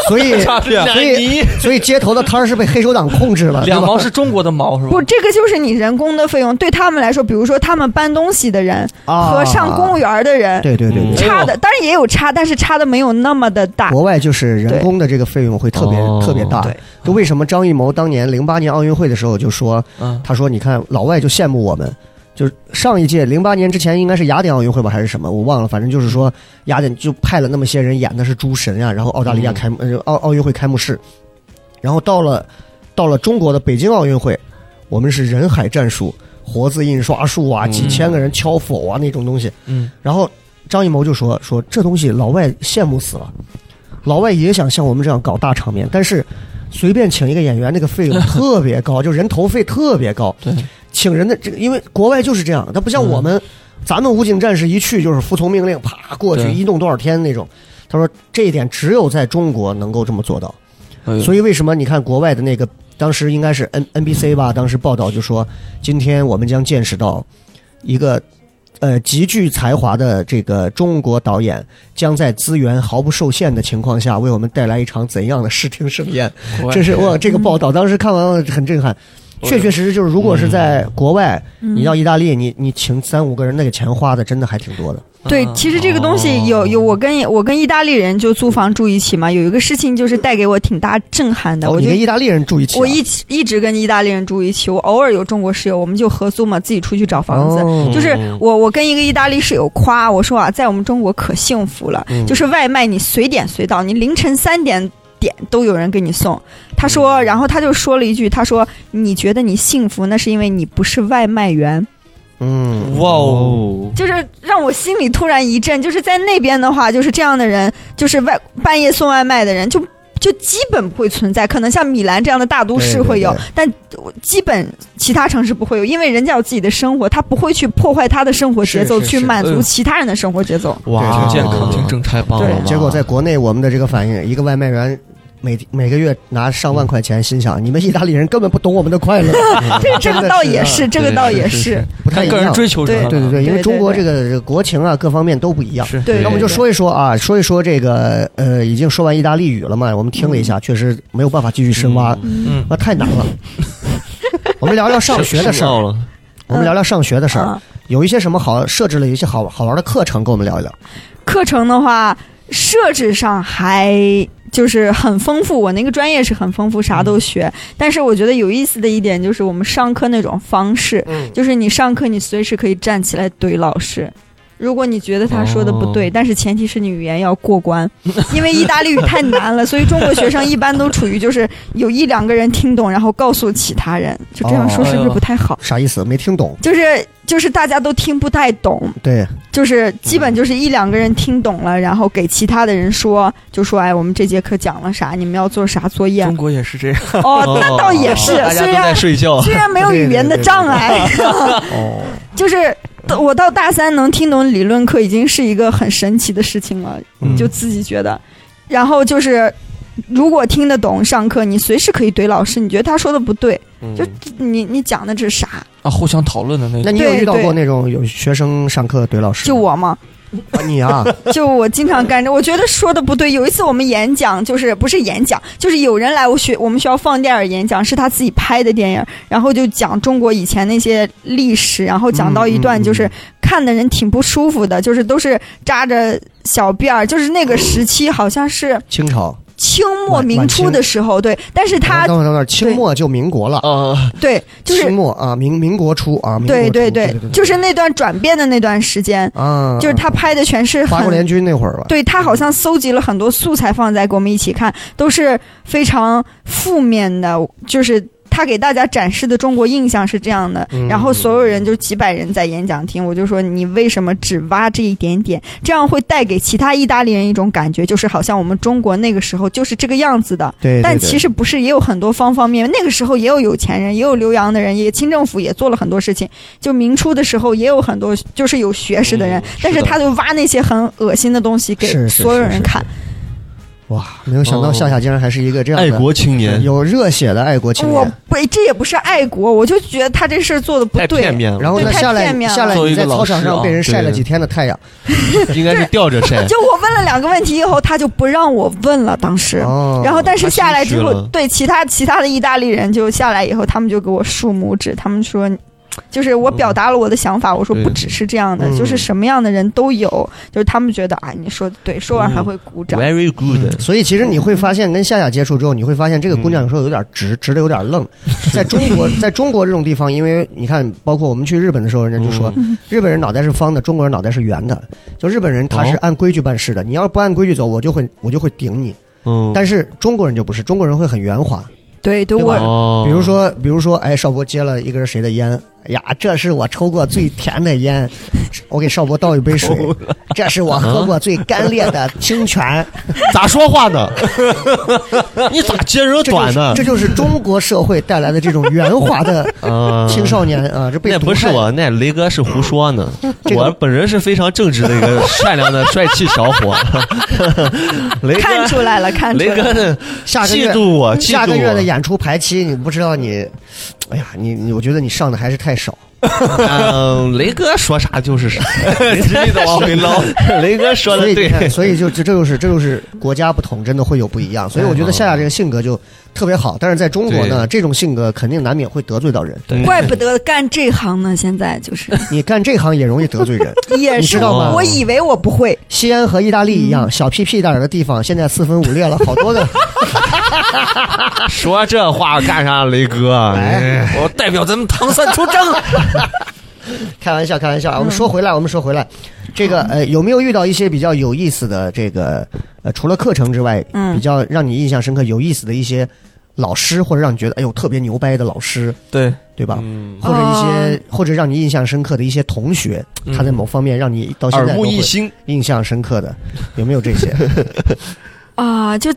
Speaker 2: 所以
Speaker 5: 差别
Speaker 2: 所以所以街头的摊儿是被黑手党控制了，对吧
Speaker 5: 两毛是中国的毛是吧？
Speaker 6: 不，这个就是你人工的费用，对他们来说，比如说他们搬东西的人
Speaker 2: 啊
Speaker 6: 和上公务员儿的人、
Speaker 2: 对对对对哎
Speaker 4: 嗯。
Speaker 6: 差的，当然也有差，但是差的没有那么的大。
Speaker 2: 国外就是人工的这个费用会特别
Speaker 4: 对
Speaker 2: 特别大
Speaker 6: 对。
Speaker 2: 就为什么张艺谋当年零八年奥运会的时候就说，
Speaker 5: 嗯，
Speaker 2: 他说你看老外就羡慕我们，就是上一届零八年之前应该是雅典奥运会吧还是什么，我忘了，反正就是说雅典就派了那么些人演的是诸神啊，然后澳大利亚开幕、呃奥奥运会开幕式，然后到了到了中国的北京奥运会，我们是人海战术。活字印刷术啊，
Speaker 4: 嗯
Speaker 2: 几千个人敲否啊，那种东西，
Speaker 5: 嗯，
Speaker 2: 然后张艺谋就说说这东西老外羡慕死了，老外也想像我们这样搞大场面，但是随便请一个演员，那个费用特别 高，就人头费特别高。
Speaker 5: 对，
Speaker 2: 请人的这个，因为国外就是这样，他不像我们，咱们武警战士一去就是服从命令，啪过去
Speaker 5: 对
Speaker 2: 一弄多少天那种。他说这一点只有在中国能够这么做到。所
Speaker 6: 嗯
Speaker 5: 以
Speaker 2: 以为什么你看国外的那个，当时应该是 N NBC 吧，当时报道就说，今天我们将见识到一个呃极具才华的这个中国导演，将在资源毫不受限的情况下， 为我们带来一场怎样的视听盛宴？这是我这个报道，当时看完了很震撼。确确实实就是，如果是在国外，
Speaker 6: 嗯
Speaker 2: 你到意大利，你你请三五个人，那个钱花的真的还挺多的。
Speaker 6: 对，
Speaker 5: 嗯
Speaker 6: 其实这个东西
Speaker 2: 哦
Speaker 6: 有有，我跟我跟意大利人就租房住一起嘛，有一个事情就是带给我挺大震撼的，
Speaker 2: 哦
Speaker 6: 我
Speaker 2: 你
Speaker 6: 就
Speaker 2: 跟意大利人住一起啊，
Speaker 6: 我一起一直跟意大利人住一起，我偶尔有中国室友，我们就合租嘛，自己出去找房子。
Speaker 2: 哦
Speaker 6: 就是我，我跟一个意大利室友夸我说啊，在我们中国可幸福了，就是外卖你随点随到，你凌晨三点点都有人给你送。他说，然后他就说了一句，他说你觉得你幸福，那是因为你不是外卖员。
Speaker 2: 嗯，
Speaker 5: 哇哦，
Speaker 4: 哦，
Speaker 6: 就是让我心里突然一震，就是在那边的话，就是这样的人，就是外半夜送外卖的人，就就基本不会存在。可能像米兰这样的大都市
Speaker 2: 对对
Speaker 6: 会有，
Speaker 2: 对
Speaker 6: 但我基本其他城市不会有，因为人家有自己的生活，他不会去破坏他的生活节奏，
Speaker 2: 是是
Speaker 6: 去
Speaker 2: 是
Speaker 6: 满
Speaker 5: 哎
Speaker 6: 足
Speaker 5: 呦
Speaker 6: 其他人的生活节奏。
Speaker 4: 哇，哦
Speaker 5: 挺健康，挺正常，
Speaker 4: 棒
Speaker 6: 对
Speaker 4: 了吧
Speaker 2: 哦结果在国内，我们的这个反应，一个外卖员。每每个月拿上万块钱，心想你们意大利人根本不懂我们的快乐，
Speaker 6: 嗯这这
Speaker 2: 真
Speaker 6: 个
Speaker 2: 的
Speaker 6: 倒
Speaker 2: 哎是啊
Speaker 6: 也是，这个
Speaker 4: 对
Speaker 6: 倒也
Speaker 4: 是是是
Speaker 2: 不太一
Speaker 5: 个人
Speaker 2: 样。
Speaker 5: 追求者
Speaker 6: 对
Speaker 5: 了
Speaker 2: 对对对，因为
Speaker 6: 对对
Speaker 2: 中国这
Speaker 6: 对
Speaker 2: 个这个国情啊，各方面都不一样。
Speaker 5: 是
Speaker 6: 对
Speaker 2: 那我们就说一说啊，说一说这个呃，已经说完意大利语了嘛，我们听了一
Speaker 6: 嗯
Speaker 2: 下，确实没有办法继续深挖，
Speaker 5: 嗯
Speaker 2: 那太难了。 我们聊聊上学的事儿，
Speaker 4: 了，
Speaker 2: 我们聊聊上学的事儿，嗯
Speaker 6: 啊。
Speaker 2: 有一些什么好设置了一些好好玩的课程，跟我们聊一聊。
Speaker 6: 课程的话，设置上还就是很丰富，我那个专业是很丰富，啥都学。但是我觉得有意思的一点就是我们上课那种方式，就是你上课你随时可以站起来怼老师。如果你觉得他说的不对，但是前提是你语言要过关，因为意大利语太难了，所以中国学生一般都处于就是有一两个人听懂，然后告诉其他人，就这样说是不是不太好？
Speaker 2: 啥意思？没听懂。
Speaker 6: 就是就是大家都听不太懂，
Speaker 2: 对，
Speaker 6: 就是基本就是一两个人听懂了，然后给其他的人说，就说哎，我们这节课讲了啥，你们要做啥作业
Speaker 5: 中？国也是这样，
Speaker 6: 哦，那倒也是，
Speaker 5: 大家
Speaker 6: 虽
Speaker 5: 都在
Speaker 6: 然
Speaker 5: 睡觉，
Speaker 6: 虽然没有语言的障碍，
Speaker 2: 哦，
Speaker 6: 就是我到大三能听懂理论课，已经是一个很神奇的事情了，
Speaker 2: 嗯
Speaker 6: 就自己觉得。然后就是，如果听得懂上课，你随时可以怼老师，你觉得他说的不对，就你你讲的这是啥？
Speaker 5: 啊，互相讨论的那
Speaker 2: 那
Speaker 5: 种，
Speaker 2: 你有
Speaker 6: 对
Speaker 2: 遇到
Speaker 6: 对
Speaker 2: 过那种有学生上课怼老师？
Speaker 6: 就我吗？
Speaker 2: 啊你 啊，
Speaker 6: 就我经常干着，我觉得说的不对。有一次我们演讲，就是不是演讲，就是有人来我学我们学校放电影演讲，是他自己拍的电影，然后就讲中国以前那些历史，然后讲到一
Speaker 2: 嗯
Speaker 6: 段就是、看的人挺不舒服的，就是都是扎着小辫儿，就是那个时期好像是
Speaker 2: 清朝。
Speaker 6: 清末民初的时候，对，但是他
Speaker 2: 等会儿等会儿，清末就民国了，
Speaker 4: 啊，
Speaker 6: 对就是
Speaker 2: 哦清末啊，民民国初啊，民国初
Speaker 6: 对
Speaker 2: 对
Speaker 6: 对
Speaker 2: 对，
Speaker 6: 就是那段转变的那段时间，
Speaker 2: 啊，
Speaker 6: 就是他拍的全是
Speaker 2: 八国
Speaker 6: 很
Speaker 2: 联军那会儿吧。
Speaker 6: 对他好像搜集了很多素材放在给我们一起看，都是非常负面的，就是。他给大家展示的中国印象是这样的，然后所有人就几百人在演讲厅，我就说你为什么只挖这一点点？这样会带给其他意大利人一种感觉，就是好像我们中国那个时候就是这个样子的，
Speaker 2: 对，对
Speaker 6: 但
Speaker 2: 对
Speaker 6: 其实不是，也有很多方方面面。那个时候也有有钱人，也有留洋的人，也清政府也做了很多事情。就明初的时候也有很多就是有学识的人，但是他就挖那些很恶心的东西给
Speaker 2: 嗯是是
Speaker 6: 所有
Speaker 2: 是
Speaker 6: 人
Speaker 2: 是
Speaker 6: 看。
Speaker 2: 哇，没有
Speaker 5: 哦
Speaker 2: 想到夏夏竟然还是一个这样的
Speaker 4: 爱国青年，
Speaker 6: 嗯
Speaker 2: 有热血的爱国青
Speaker 6: 我
Speaker 2: 年。
Speaker 6: 不，这也不是爱国，我就觉得他这事儿做的不
Speaker 4: 太片
Speaker 6: 对。
Speaker 4: 面了，
Speaker 2: 然后呢，
Speaker 6: 对太
Speaker 2: 下来
Speaker 6: 片面了
Speaker 2: 下来
Speaker 5: 作为
Speaker 2: 你
Speaker 5: 一个
Speaker 2: 在操场
Speaker 5: 老师
Speaker 2: 上
Speaker 5: 啊
Speaker 2: 被人晒了
Speaker 4: 对
Speaker 2: 几天的太阳。
Speaker 4: 应该是吊着晒，
Speaker 6: 就我问了两个问题以后，他就不让我问了。当时，
Speaker 2: 哦，
Speaker 6: 然后但是下来
Speaker 4: 他
Speaker 6: 之
Speaker 4: 心虚
Speaker 6: 后
Speaker 4: 了，
Speaker 6: 对其他其他的意大利人就下来以后，他们就给我竖拇指，他们说。就是我表达了我的想法，我说
Speaker 4: 对
Speaker 6: 不只是这样的，
Speaker 2: 嗯
Speaker 6: 就是什么样的人都有，就是他们觉得啊，你说的对，说完还会鼓掌。
Speaker 4: Very good，
Speaker 2: 所以其实你会发现，跟夏夏接触之后，你会发现这个姑
Speaker 4: 嗯
Speaker 2: 娘有时候有点直，直的有点愣。在中国， 在中国这种地方，因为你看，包括我们去日本的时候，人家就说
Speaker 4: 嗯
Speaker 2: 日本人脑袋是方的，中国人脑袋是圆的。就日本人他是
Speaker 4: 哦
Speaker 2: 按规矩办事的，你要是不按规矩走，我就会我就会顶你。
Speaker 4: 嗯，
Speaker 2: 但是中国人就不是，中国人会很圆滑。
Speaker 6: 对对，
Speaker 2: 对
Speaker 6: 我
Speaker 2: 吧
Speaker 4: 哦
Speaker 2: 比如说，比如说，哎，少博接了一根谁的烟？哎呀，这是我抽过最甜的烟，我给少博倒一杯 水。这是我喝过最干裂的清泉。
Speaker 4: 咋说话呢？你咋接人
Speaker 2: 这就是
Speaker 4: 短呢
Speaker 2: 这？就是中国社会带来的这种圆滑 的
Speaker 4: 啊，
Speaker 2: 青少年啊，这被
Speaker 4: 那
Speaker 2: 毒
Speaker 4: 不是
Speaker 2: 害
Speaker 4: 我，那雷哥是胡说呢。
Speaker 2: 这个
Speaker 4: 我本人是非常正直的一个善良的帅气小伙。雷
Speaker 6: 看
Speaker 4: 哥，
Speaker 6: 出来了，看出
Speaker 4: 雷
Speaker 6: 来
Speaker 4: 哥
Speaker 6: 了。
Speaker 4: 呢？
Speaker 2: 下个
Speaker 4: 嫉
Speaker 2: 月
Speaker 4: 妒我，嫉
Speaker 2: 下个
Speaker 4: 妒
Speaker 2: 月的
Speaker 4: 我。
Speaker 2: 演出排期，你不知道你，哎呀，你你，我觉得你上的还是太少。
Speaker 4: 嗯，雷哥说啥就是啥，直接的往回捞。 雷哥说的
Speaker 2: 所以你
Speaker 4: 对
Speaker 2: 看，，所以就这这就是这就是国家不同，真的会有不一样。所以我觉得夏夏这个性格就特别好，但是在中国呢，这种性格肯定难免会得罪到人。
Speaker 4: 对
Speaker 6: 怪不得干这行呢，现在就是
Speaker 2: 你干这行也容易得罪人。
Speaker 6: 也
Speaker 2: 你
Speaker 6: 是
Speaker 2: 知道吗
Speaker 6: 我，我以为我不会，
Speaker 2: 西安和意大利一样，小屁屁点儿的地方现在四分五裂了，好多的。
Speaker 4: 说这话干啥，雷哥？
Speaker 2: 哎
Speaker 4: 哎
Speaker 5: 我代表咱们唐山出征。
Speaker 2: 开玩笑，开
Speaker 4: 嗯
Speaker 2: 玩笑啊！我们说回来，我们说回来，这个呃，有没有遇到一些比较有意思的这个呃，除了课程之外，
Speaker 6: 嗯
Speaker 2: 比较让你印象深刻、有意思的一些老师，或者让你觉得哎呦特别牛掰的老师，
Speaker 5: 对，
Speaker 2: 对吧？
Speaker 4: 嗯，
Speaker 2: 或者一些、或者让你印象深刻的一些同学，
Speaker 5: 嗯
Speaker 2: 他在某方面让你到现
Speaker 4: 耳
Speaker 2: 在都
Speaker 4: 目一
Speaker 2: 会
Speaker 4: 新，
Speaker 2: 印象深刻的，有没有这 些？
Speaker 6: 啊，就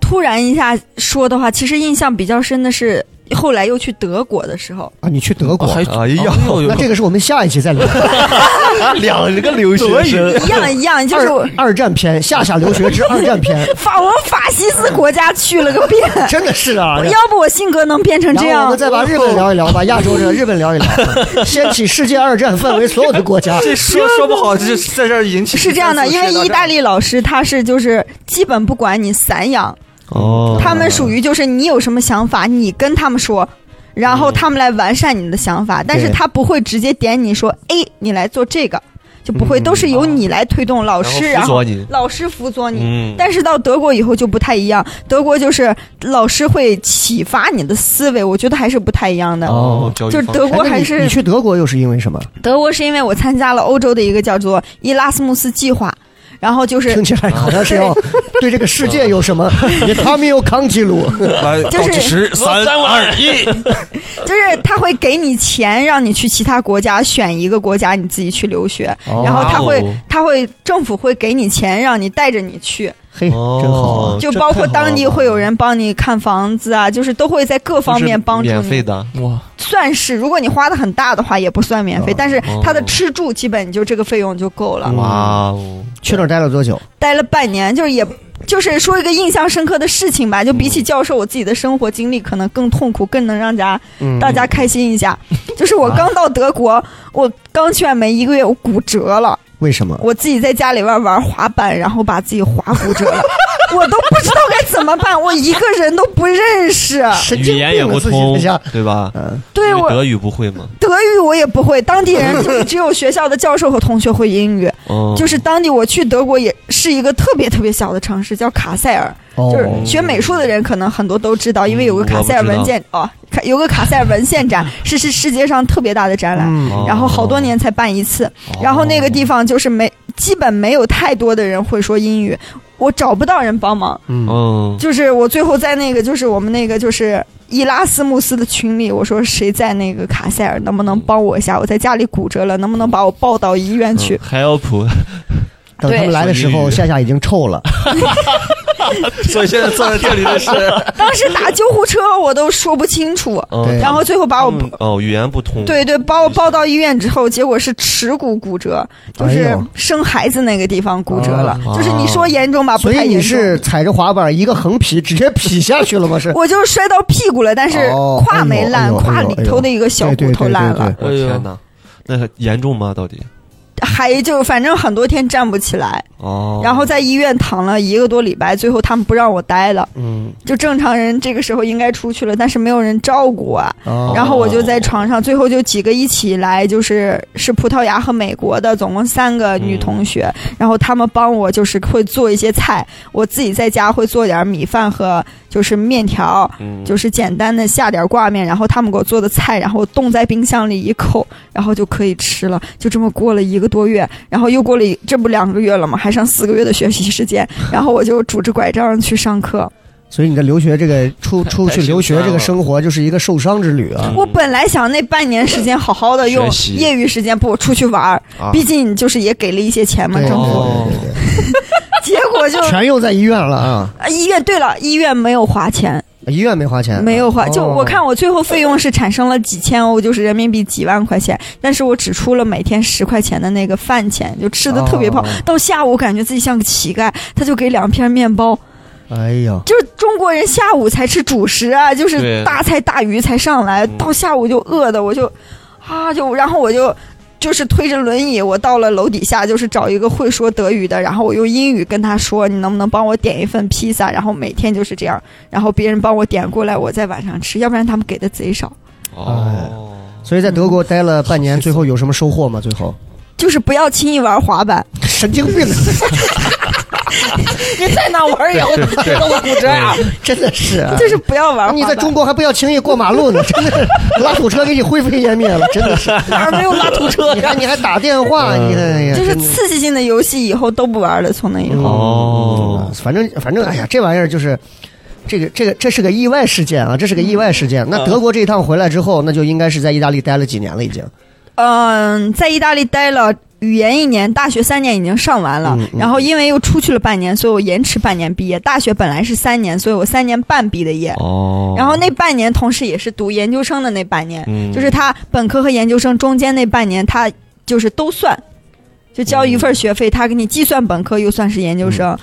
Speaker 6: 突然一下说的话，其实印象比较深的是后来又去德国的 时候，
Speaker 2: 啊，你去德国，
Speaker 5: 还
Speaker 4: 哎呀
Speaker 5: 哦
Speaker 2: 那这个是我们下一期再聊
Speaker 4: 哎两个留学生，
Speaker 6: 一样一样，就是我
Speaker 2: 二二战篇，夏夏留学之二战 篇，
Speaker 6: 法我法西斯国家去了个遍，
Speaker 2: 真的是啊。
Speaker 6: 要不我性格能变成这
Speaker 2: 然后我
Speaker 6: 样
Speaker 2: 们？再把日本聊一聊吧，亚洲的日本聊一 聊，掀起世界二战范围所有的国家。
Speaker 5: 这说说不好，这在这儿引起
Speaker 6: 是这样的，因为意大利老师他是就是基本不管你散养，
Speaker 4: 哦
Speaker 6: 他们属于就是你有什么想法，你跟他们说，然后他们来完善你的想法，但是他不会直接点你说，哎，你来做这个，就不会，都是由你来推动老师，然
Speaker 4: 哦辅佐
Speaker 6: 后
Speaker 4: 你，
Speaker 6: 老师辅佐你。
Speaker 4: 嗯，
Speaker 6: 但是到德国以后就不太一样，德国就是老师会启发你的思维，我觉得还是不太一样的。
Speaker 4: 哦，教育
Speaker 6: 就是
Speaker 4: 方
Speaker 6: 德国
Speaker 2: 哎那
Speaker 6: 还
Speaker 2: 你
Speaker 6: 是
Speaker 2: 你去德国又是因为什么？
Speaker 6: 德国是因为我参加了欧洲的一个叫做伊拉斯穆斯计划，然后就是
Speaker 2: 听起来好像是要对这个世界有 什么？你他们有康吉鲁，
Speaker 5: 来
Speaker 6: 就
Speaker 5: 倒
Speaker 6: 是
Speaker 5: 计时三二一，
Speaker 6: 就是他会给你钱，让你去其他国家选一个国家你自己去留学，然后他会
Speaker 4: 哦
Speaker 6: 他会政府会给你钱，让你带着你去，
Speaker 2: 嘿，真好啊。
Speaker 4: 哦
Speaker 6: 就
Speaker 4: 这
Speaker 6: 包
Speaker 4: 太
Speaker 6: 括
Speaker 4: 好
Speaker 6: 当地
Speaker 4: 了
Speaker 6: 会有人帮你看房子啊，就是都会在各方面帮助
Speaker 4: 就是免费
Speaker 6: 你。
Speaker 4: 的，
Speaker 5: 哇，
Speaker 6: 算是如果你花的很大的话，也不算免费，但是他的
Speaker 4: 哦
Speaker 6: 吃住基本就这个费用就够了。
Speaker 4: 哇哦，
Speaker 2: 去那儿待了多久？
Speaker 6: 待了半年，就是也。就是说一个印象深刻的事情吧，就比起教授，我自己的生活经历可能更痛苦，更能让大家、大家开心一下。就是我刚到德国，我刚去完没一个月，我骨折了，
Speaker 2: 为什么？
Speaker 6: 我自己在家里边玩滑板，然后把自己滑骨折了，我都不知道该怎么办，我一个人都不认识，
Speaker 2: 神
Speaker 4: 语
Speaker 2: 经
Speaker 4: 言也
Speaker 2: 病啊
Speaker 4: 不
Speaker 2: 了，自己
Speaker 4: 通
Speaker 2: 在家。，
Speaker 4: 对吧？
Speaker 2: 嗯，
Speaker 6: 对
Speaker 4: 因为
Speaker 6: 我
Speaker 4: 德语不会嘛，
Speaker 6: 德语我也不会，当地人就是只有学校的教授和同学会英语，
Speaker 4: 哦，
Speaker 6: 就是当地我去德国也是一个特别特别小的城市，叫卡塞尔。
Speaker 2: 哦
Speaker 6: 就是学美术的人可能很多都知道，因为有个卡塞尔文件哦，卡有个卡塞尔文献展是是世界上特别大的
Speaker 2: 嗯
Speaker 6: 展览，
Speaker 4: 哦
Speaker 6: 然后嗯好多年才办一次，然后那个地方就是没基本没有太多的人会说英语，我找不到人帮忙，
Speaker 4: 嗯，
Speaker 6: 就是我最后在那个就是我们那个就是。伊拉斯穆斯的群里，我说谁在那个卡塞尔，能不能帮我一下？我在家里骨折了，能不能把我抱到医院去？
Speaker 4: 嗯 help，
Speaker 2: 等他们来的时
Speaker 4: 说英
Speaker 2: 候，
Speaker 4: 语
Speaker 2: 夏夏已经臭了。
Speaker 5: 所以现在坐在这里的是
Speaker 6: 当时打救护车我都说不清楚，
Speaker 2: 对
Speaker 4: 嗯，
Speaker 6: 然后最后把我
Speaker 4: 哦，语言不
Speaker 2: 嗯
Speaker 4: 通，
Speaker 6: 对对，把我抱到医院之后，结果是耻骨骨折，就
Speaker 2: 哎
Speaker 6: 是
Speaker 2: 呦
Speaker 6: 生孩子那个地方骨折了。
Speaker 4: 哦
Speaker 6: 就是你说严 重吧，啊不
Speaker 2: 所以
Speaker 6: 太严
Speaker 2: 你
Speaker 6: 重。
Speaker 2: 是踩着滑板一个横劈，直接劈下去了吗？是
Speaker 6: 我就是摔到屁股了，但是
Speaker 2: 哦哎
Speaker 6: 胯
Speaker 2: 呦
Speaker 6: 没烂，
Speaker 2: 哎呦
Speaker 6: 胯
Speaker 2: 哎呦
Speaker 6: 里头的一个小
Speaker 2: 对对
Speaker 6: 骨头
Speaker 2: 对对
Speaker 6: 烂了，
Speaker 2: 对
Speaker 4: 我
Speaker 5: 哎呦
Speaker 4: 天哪，那还严重吗？到底？
Speaker 6: 还就反正很多天站不起来，
Speaker 4: 哦，
Speaker 6: 然后在医院躺了一个多礼拜，最后他们不让我待了。
Speaker 2: 嗯，
Speaker 6: 就正常人这个时候应该出去了，但是没有人照顾啊。
Speaker 2: 哦
Speaker 6: 然后我就在床上，最后就几个一起来，就是是葡萄牙和美国的，总共三个女同学，
Speaker 4: 嗯
Speaker 6: 然后她们帮我就是会做一些菜，我自己在家会做点米饭和就是面条，
Speaker 4: 嗯
Speaker 6: 就是简单的下点挂面，然后她们给我做的菜，然后冻在冰箱里一扣，然后就可以吃了，就这么过了一个多月，然后又过了一这不两个月了吗？还剩四个月的学习 时间，然后我就拄着拐杖去上课，
Speaker 2: 所以你的留学这个出出去
Speaker 4: 太心酸
Speaker 2: 留学这个
Speaker 4: 了
Speaker 2: 生活就是一个受伤之旅啊。
Speaker 6: 我本来想那半年时间好好的用
Speaker 4: 嗯学习
Speaker 6: 业余时间不我出去玩儿，
Speaker 4: 啊
Speaker 6: 毕竟就是也给了哦一些钱嘛，
Speaker 2: 对
Speaker 6: 政府。
Speaker 4: 哦
Speaker 2: 对对对
Speaker 6: 结果就
Speaker 2: 对全用在医院了啊！
Speaker 6: 啊医院，对了，医院没有花钱，
Speaker 2: 医院没花钱，
Speaker 6: 没有花。就
Speaker 2: 哦
Speaker 6: 我看我最后费用是产生了几千欧，就是人民币几万块钱，但是我只出了每天十块钱的那个饭钱，就吃的特别胖
Speaker 2: 哦。
Speaker 6: 到下午感觉自己像个乞丐，他就给两片面包，
Speaker 2: 哎呦，
Speaker 6: 就是中国人下午才吃主食啊，就是
Speaker 4: 对
Speaker 6: 大菜大鱼才上来，
Speaker 4: 嗯
Speaker 6: 到下午就饿的，我就啊就，然后我就就是推着轮椅，我到了楼底下，就是找一个会说德语的，然后我用英语跟他说，你能不能帮我点一份披萨？然后每天就是这样，然后别人帮我点过来，我在晚上吃，要不然他们给的贼少。
Speaker 2: 哦，所以在德国待了半年，最后有什么收获吗？最后
Speaker 6: 就是不要轻易玩滑 板，
Speaker 2: 神经病，
Speaker 6: 你在哪玩以后都会骨折呀！
Speaker 2: 真的是啊、
Speaker 6: 就是不要玩滑板。
Speaker 2: 你在 中国还不要轻易过马路呢，真的是拉土车给你灰飞烟灭了，真的是。
Speaker 6: 哪啊儿没有拉土车
Speaker 2: 你
Speaker 6: 呀
Speaker 2: 还？你还打电话，你哎呀，
Speaker 6: 就是
Speaker 2: 真的
Speaker 6: 刺激性的游戏以后都不玩了，从那以后。
Speaker 4: 哦
Speaker 2: 嗯反正反正，哎呀，这玩意儿就是。这个这个这是个意外事件啊，这是个意外事件。
Speaker 6: 嗯
Speaker 2: 那德国这一趟回来之后，那就应该是在意大利待了几年了，已经。
Speaker 6: 嗯，在意大利待了语言一年，大学三年已经上完了，
Speaker 2: 嗯嗯
Speaker 6: 然后因为又出去了半年，所以我延迟半年毕业。大学本来是三年，所以我三年半毕的业。
Speaker 4: 哦，
Speaker 6: 然后那半年，同时也是读研究生的那半年，
Speaker 4: 嗯
Speaker 6: 就是他本科和研究生中间那半年，他就是都算，就交一份学费，他给你计算本科，又算是研究生。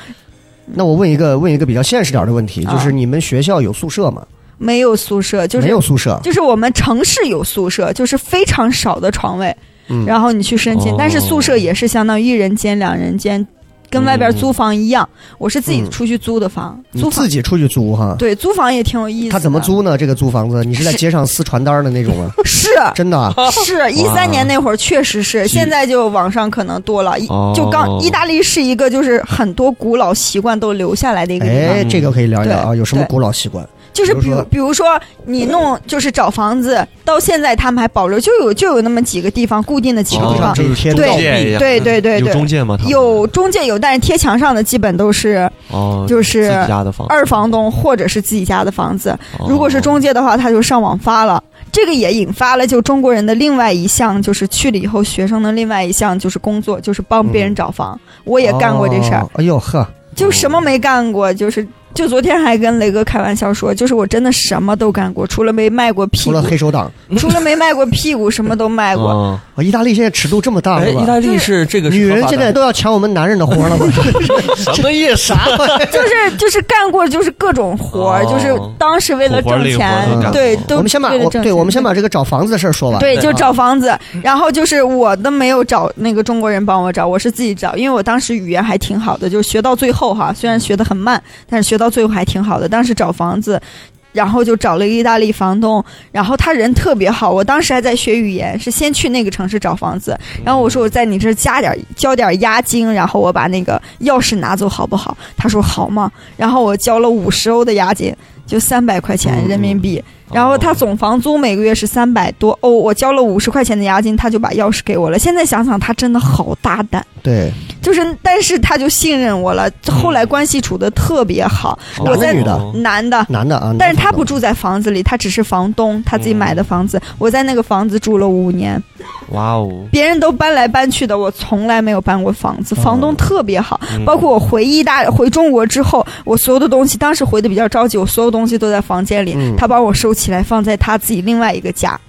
Speaker 2: 那我问一个问一个比较现实点的问题，
Speaker 6: 啊
Speaker 2: 就是你们学校有宿舍吗？
Speaker 6: 没有宿舍，就是
Speaker 2: 没有宿舍。
Speaker 6: 就是我们城市有宿舍，就是非常少的床位，
Speaker 2: 嗯
Speaker 6: 然后你去申请，
Speaker 4: 哦
Speaker 6: 但是宿舍也是相当于一人间、两人间，跟外边租房一样。我是自己出去租的房，
Speaker 2: 嗯你
Speaker 6: 租房
Speaker 2: 自己出去租哈？
Speaker 6: 对租房也挺有意思的。
Speaker 2: 他怎么？租呢？这个租房子，你是在街上撕传单的那种吗？
Speaker 6: 是。
Speaker 2: 真的啊？
Speaker 6: 是一三年那会儿确实是，现在就网上可能多了。一
Speaker 4: 哦
Speaker 6: 就刚意大利是一个就是很多古老习惯都留下来的一个地方，
Speaker 2: 哎，这个可以聊一聊啊，
Speaker 6: 对
Speaker 2: 有什么古老习惯？
Speaker 6: 就是
Speaker 2: 比
Speaker 6: 比
Speaker 2: 如说
Speaker 6: 如比如说你弄就是找房子，到现在他们还保留，就有就有那么几个地方固定的几个
Speaker 4: 哦
Speaker 6: 地方
Speaker 2: 这，嗯一天
Speaker 6: 对
Speaker 2: 到
Speaker 4: 介呀
Speaker 6: 对对对
Speaker 4: 有
Speaker 6: 对，
Speaker 4: 中介吗？他们
Speaker 6: 有中介有，但是贴墙上的基本都是
Speaker 4: 哦，
Speaker 6: 就是
Speaker 4: 自己家的房子，
Speaker 6: 二房东或者是自己家的房子。
Speaker 4: 哦
Speaker 6: 如果是中介的话，他就上网发了。这个也引发了就中国人的另外一项，就是去了以后学生的另外一项就是工作，就是帮别人找房。我
Speaker 2: 我
Speaker 6: 也干过这事儿，。
Speaker 2: 哎呦呵，
Speaker 6: 就什么没干过，就是就昨天还跟雷哥开玩笑说，就是我真的什么都干过，除了没卖过屁
Speaker 2: 除
Speaker 6: 股
Speaker 2: 了，黑手党，
Speaker 6: 除了没卖过屁股，什么都卖 过。
Speaker 4: 哦
Speaker 2: 啊意大利现在尺度这么大
Speaker 5: 哎，
Speaker 2: 了
Speaker 5: 意
Speaker 2: 吧？
Speaker 5: 大利是这个是
Speaker 2: 女
Speaker 5: 合
Speaker 2: 人
Speaker 5: 法
Speaker 2: 现
Speaker 5: 的
Speaker 2: 在都要抢我们男人的活 了吧？
Speaker 4: 什么意思？
Speaker 6: 就是就是干过就是各种活儿，
Speaker 4: 哦
Speaker 6: 就是当时为了挣钱
Speaker 2: 苦活累活都干过，
Speaker 6: 对，都
Speaker 2: 我们先把
Speaker 6: 为了
Speaker 2: 我
Speaker 6: 挣钱
Speaker 2: 对，我们先把这个找房子的事儿说完。啊
Speaker 6: 对，
Speaker 4: 啊
Speaker 6: 就找房子，然后就是我的没有找那个中国人帮我找，我是自己找，因为我当时语言还挺好的，就学到最后哈，虽然学得很慢，但是学到最后还挺好的。当时找房子，然后就找了一个意大利房东，然后他人特别好，我当时还在学语言，是先去那个城市找房子，然后我说我在你这儿加点交点押金，然后我把那个钥匙拿走好不好？他说好嘛，然后我交了五十欧的押金，就三百块钱人民币，
Speaker 2: 哦
Speaker 6: 然后他总房租每个月是三百多欧，我交了五十块钱的押金，他就把钥匙给我了。现在想想，他真的好大胆，
Speaker 2: 对，
Speaker 6: 就是但是他就信任我了，后来关系处的特别好，我
Speaker 2: 嗯哦男的
Speaker 6: 在
Speaker 2: 女的，
Speaker 6: 男的。
Speaker 2: 男的啊，
Speaker 6: 但是他不住在房子里，他只是房东，他自己买的房子。
Speaker 2: 嗯
Speaker 6: 我在那个房子住了五年，
Speaker 4: 哇哦，
Speaker 6: 别人都搬来搬去的，我从来没有搬过房
Speaker 2: 哦
Speaker 6: 子。房东特别好，
Speaker 4: 嗯
Speaker 6: 包括我回意大回中国之后，我所有的东西，当时回的比较着急，我所有东西都在房间里，
Speaker 2: 嗯
Speaker 6: 他帮我收起来，放在他自己另外一个家。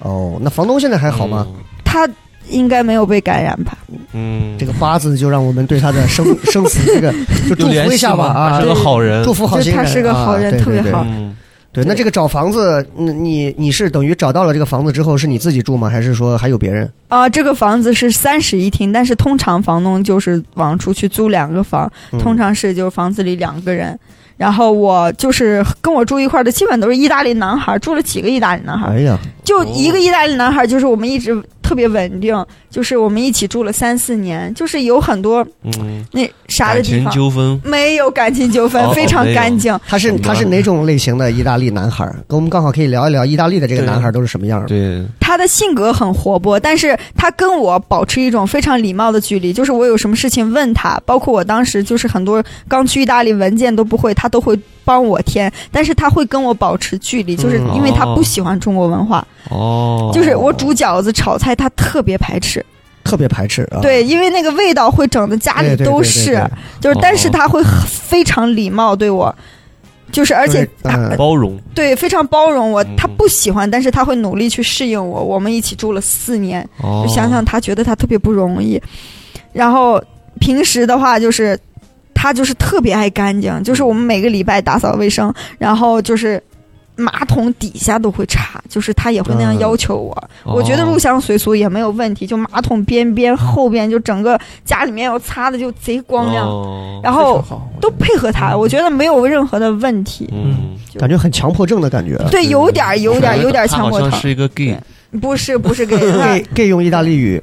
Speaker 2: 哦，那房东现在还好
Speaker 6: 嗯
Speaker 2: 吗？？
Speaker 6: 他应该没有被感染吧？
Speaker 4: 嗯，
Speaker 2: 这个八字就让我们对他的生生死这 个就祝福一下吧
Speaker 4: 他
Speaker 2: 啊
Speaker 4: 是，个好人，
Speaker 2: 祝福好心人，
Speaker 6: 就他是个好人
Speaker 2: 啊对
Speaker 6: 特别
Speaker 2: 对对
Speaker 6: 好
Speaker 4: 嗯，
Speaker 2: 对，那这个找房子，嗯你你是等于找到了这个房子之后，是你自己住吗？还是说还有别人？
Speaker 6: 啊、这个房子是三室一厅，但是通常房东就是往出去租两个房，
Speaker 2: 嗯
Speaker 6: 通常是就是房子里两个人。然后我就是跟我住一块儿的，基本都是意大利男孩儿，住了几个意大利男孩儿，
Speaker 2: 哎呀，
Speaker 4: 哦
Speaker 6: 就一个意大利男孩儿，就是我们一直特别稳定，就是我们一起住了三四年，就是有很多
Speaker 4: 嗯，
Speaker 6: 那啥的
Speaker 4: 感
Speaker 6: 地
Speaker 4: 情
Speaker 6: 方
Speaker 4: 纠纷，
Speaker 6: 没有感情纠纷，
Speaker 4: 哦
Speaker 6: 非常
Speaker 4: 没有
Speaker 6: 干净。
Speaker 2: 他是
Speaker 4: 懂了
Speaker 2: 他是哪种类型的意大利男孩儿？跟我们刚好可以聊一聊意大利的这个
Speaker 4: 对
Speaker 2: 男孩儿都是什么样的。
Speaker 4: 对，
Speaker 6: 他的性格很活泼，但是他跟我保持一种非常礼貌的距离，就是我有什么事情问他，包括我当时就是很多刚去意大利文件都不会，他都会帮我填，但是他会跟我保持距离，就是因为他不喜欢中国文化，
Speaker 4: 哦，
Speaker 6: 就是我煮饺子、炒菜，他特别排斥，
Speaker 2: 特别排斥啊。
Speaker 6: 对，因为那个味道会整的家
Speaker 2: 对，
Speaker 6: 里
Speaker 2: 对
Speaker 6: 都
Speaker 2: 对对
Speaker 6: 是，
Speaker 2: 对
Speaker 6: 就是但是
Speaker 4: 哦
Speaker 6: 他会非常礼貌对我，就是而且
Speaker 2: 就是嗯
Speaker 4: 包容，
Speaker 6: 对，非常包容我
Speaker 4: 嗯。
Speaker 6: 他不喜欢，但是他会努力去适应我。我们一起住了四年，
Speaker 4: 哦
Speaker 6: 就想想他觉得他特别不容易。然后平时的话就是。他就是特别爱干净，就是我们每个礼拜打扫卫生，然后就是马桶底下都会查，就是他也会那样要求我。
Speaker 4: 哦
Speaker 6: 我觉得入乡随俗也没有问题，就马桶边边后边就整个家里面要擦的就贼光亮，
Speaker 4: 哦
Speaker 6: 然
Speaker 5: 非
Speaker 6: 后
Speaker 5: 常好
Speaker 6: 都配合他，我觉得没有任何的问题。
Speaker 4: 嗯，
Speaker 2: 感觉很强迫症的感觉。啊
Speaker 6: 对，有点儿有点儿有点儿
Speaker 4: 啊他
Speaker 6: 强迫
Speaker 4: 好像
Speaker 6: 症，
Speaker 4: 是一个 gay，
Speaker 6: 不是不 是给他
Speaker 2: gay gay 用意大利语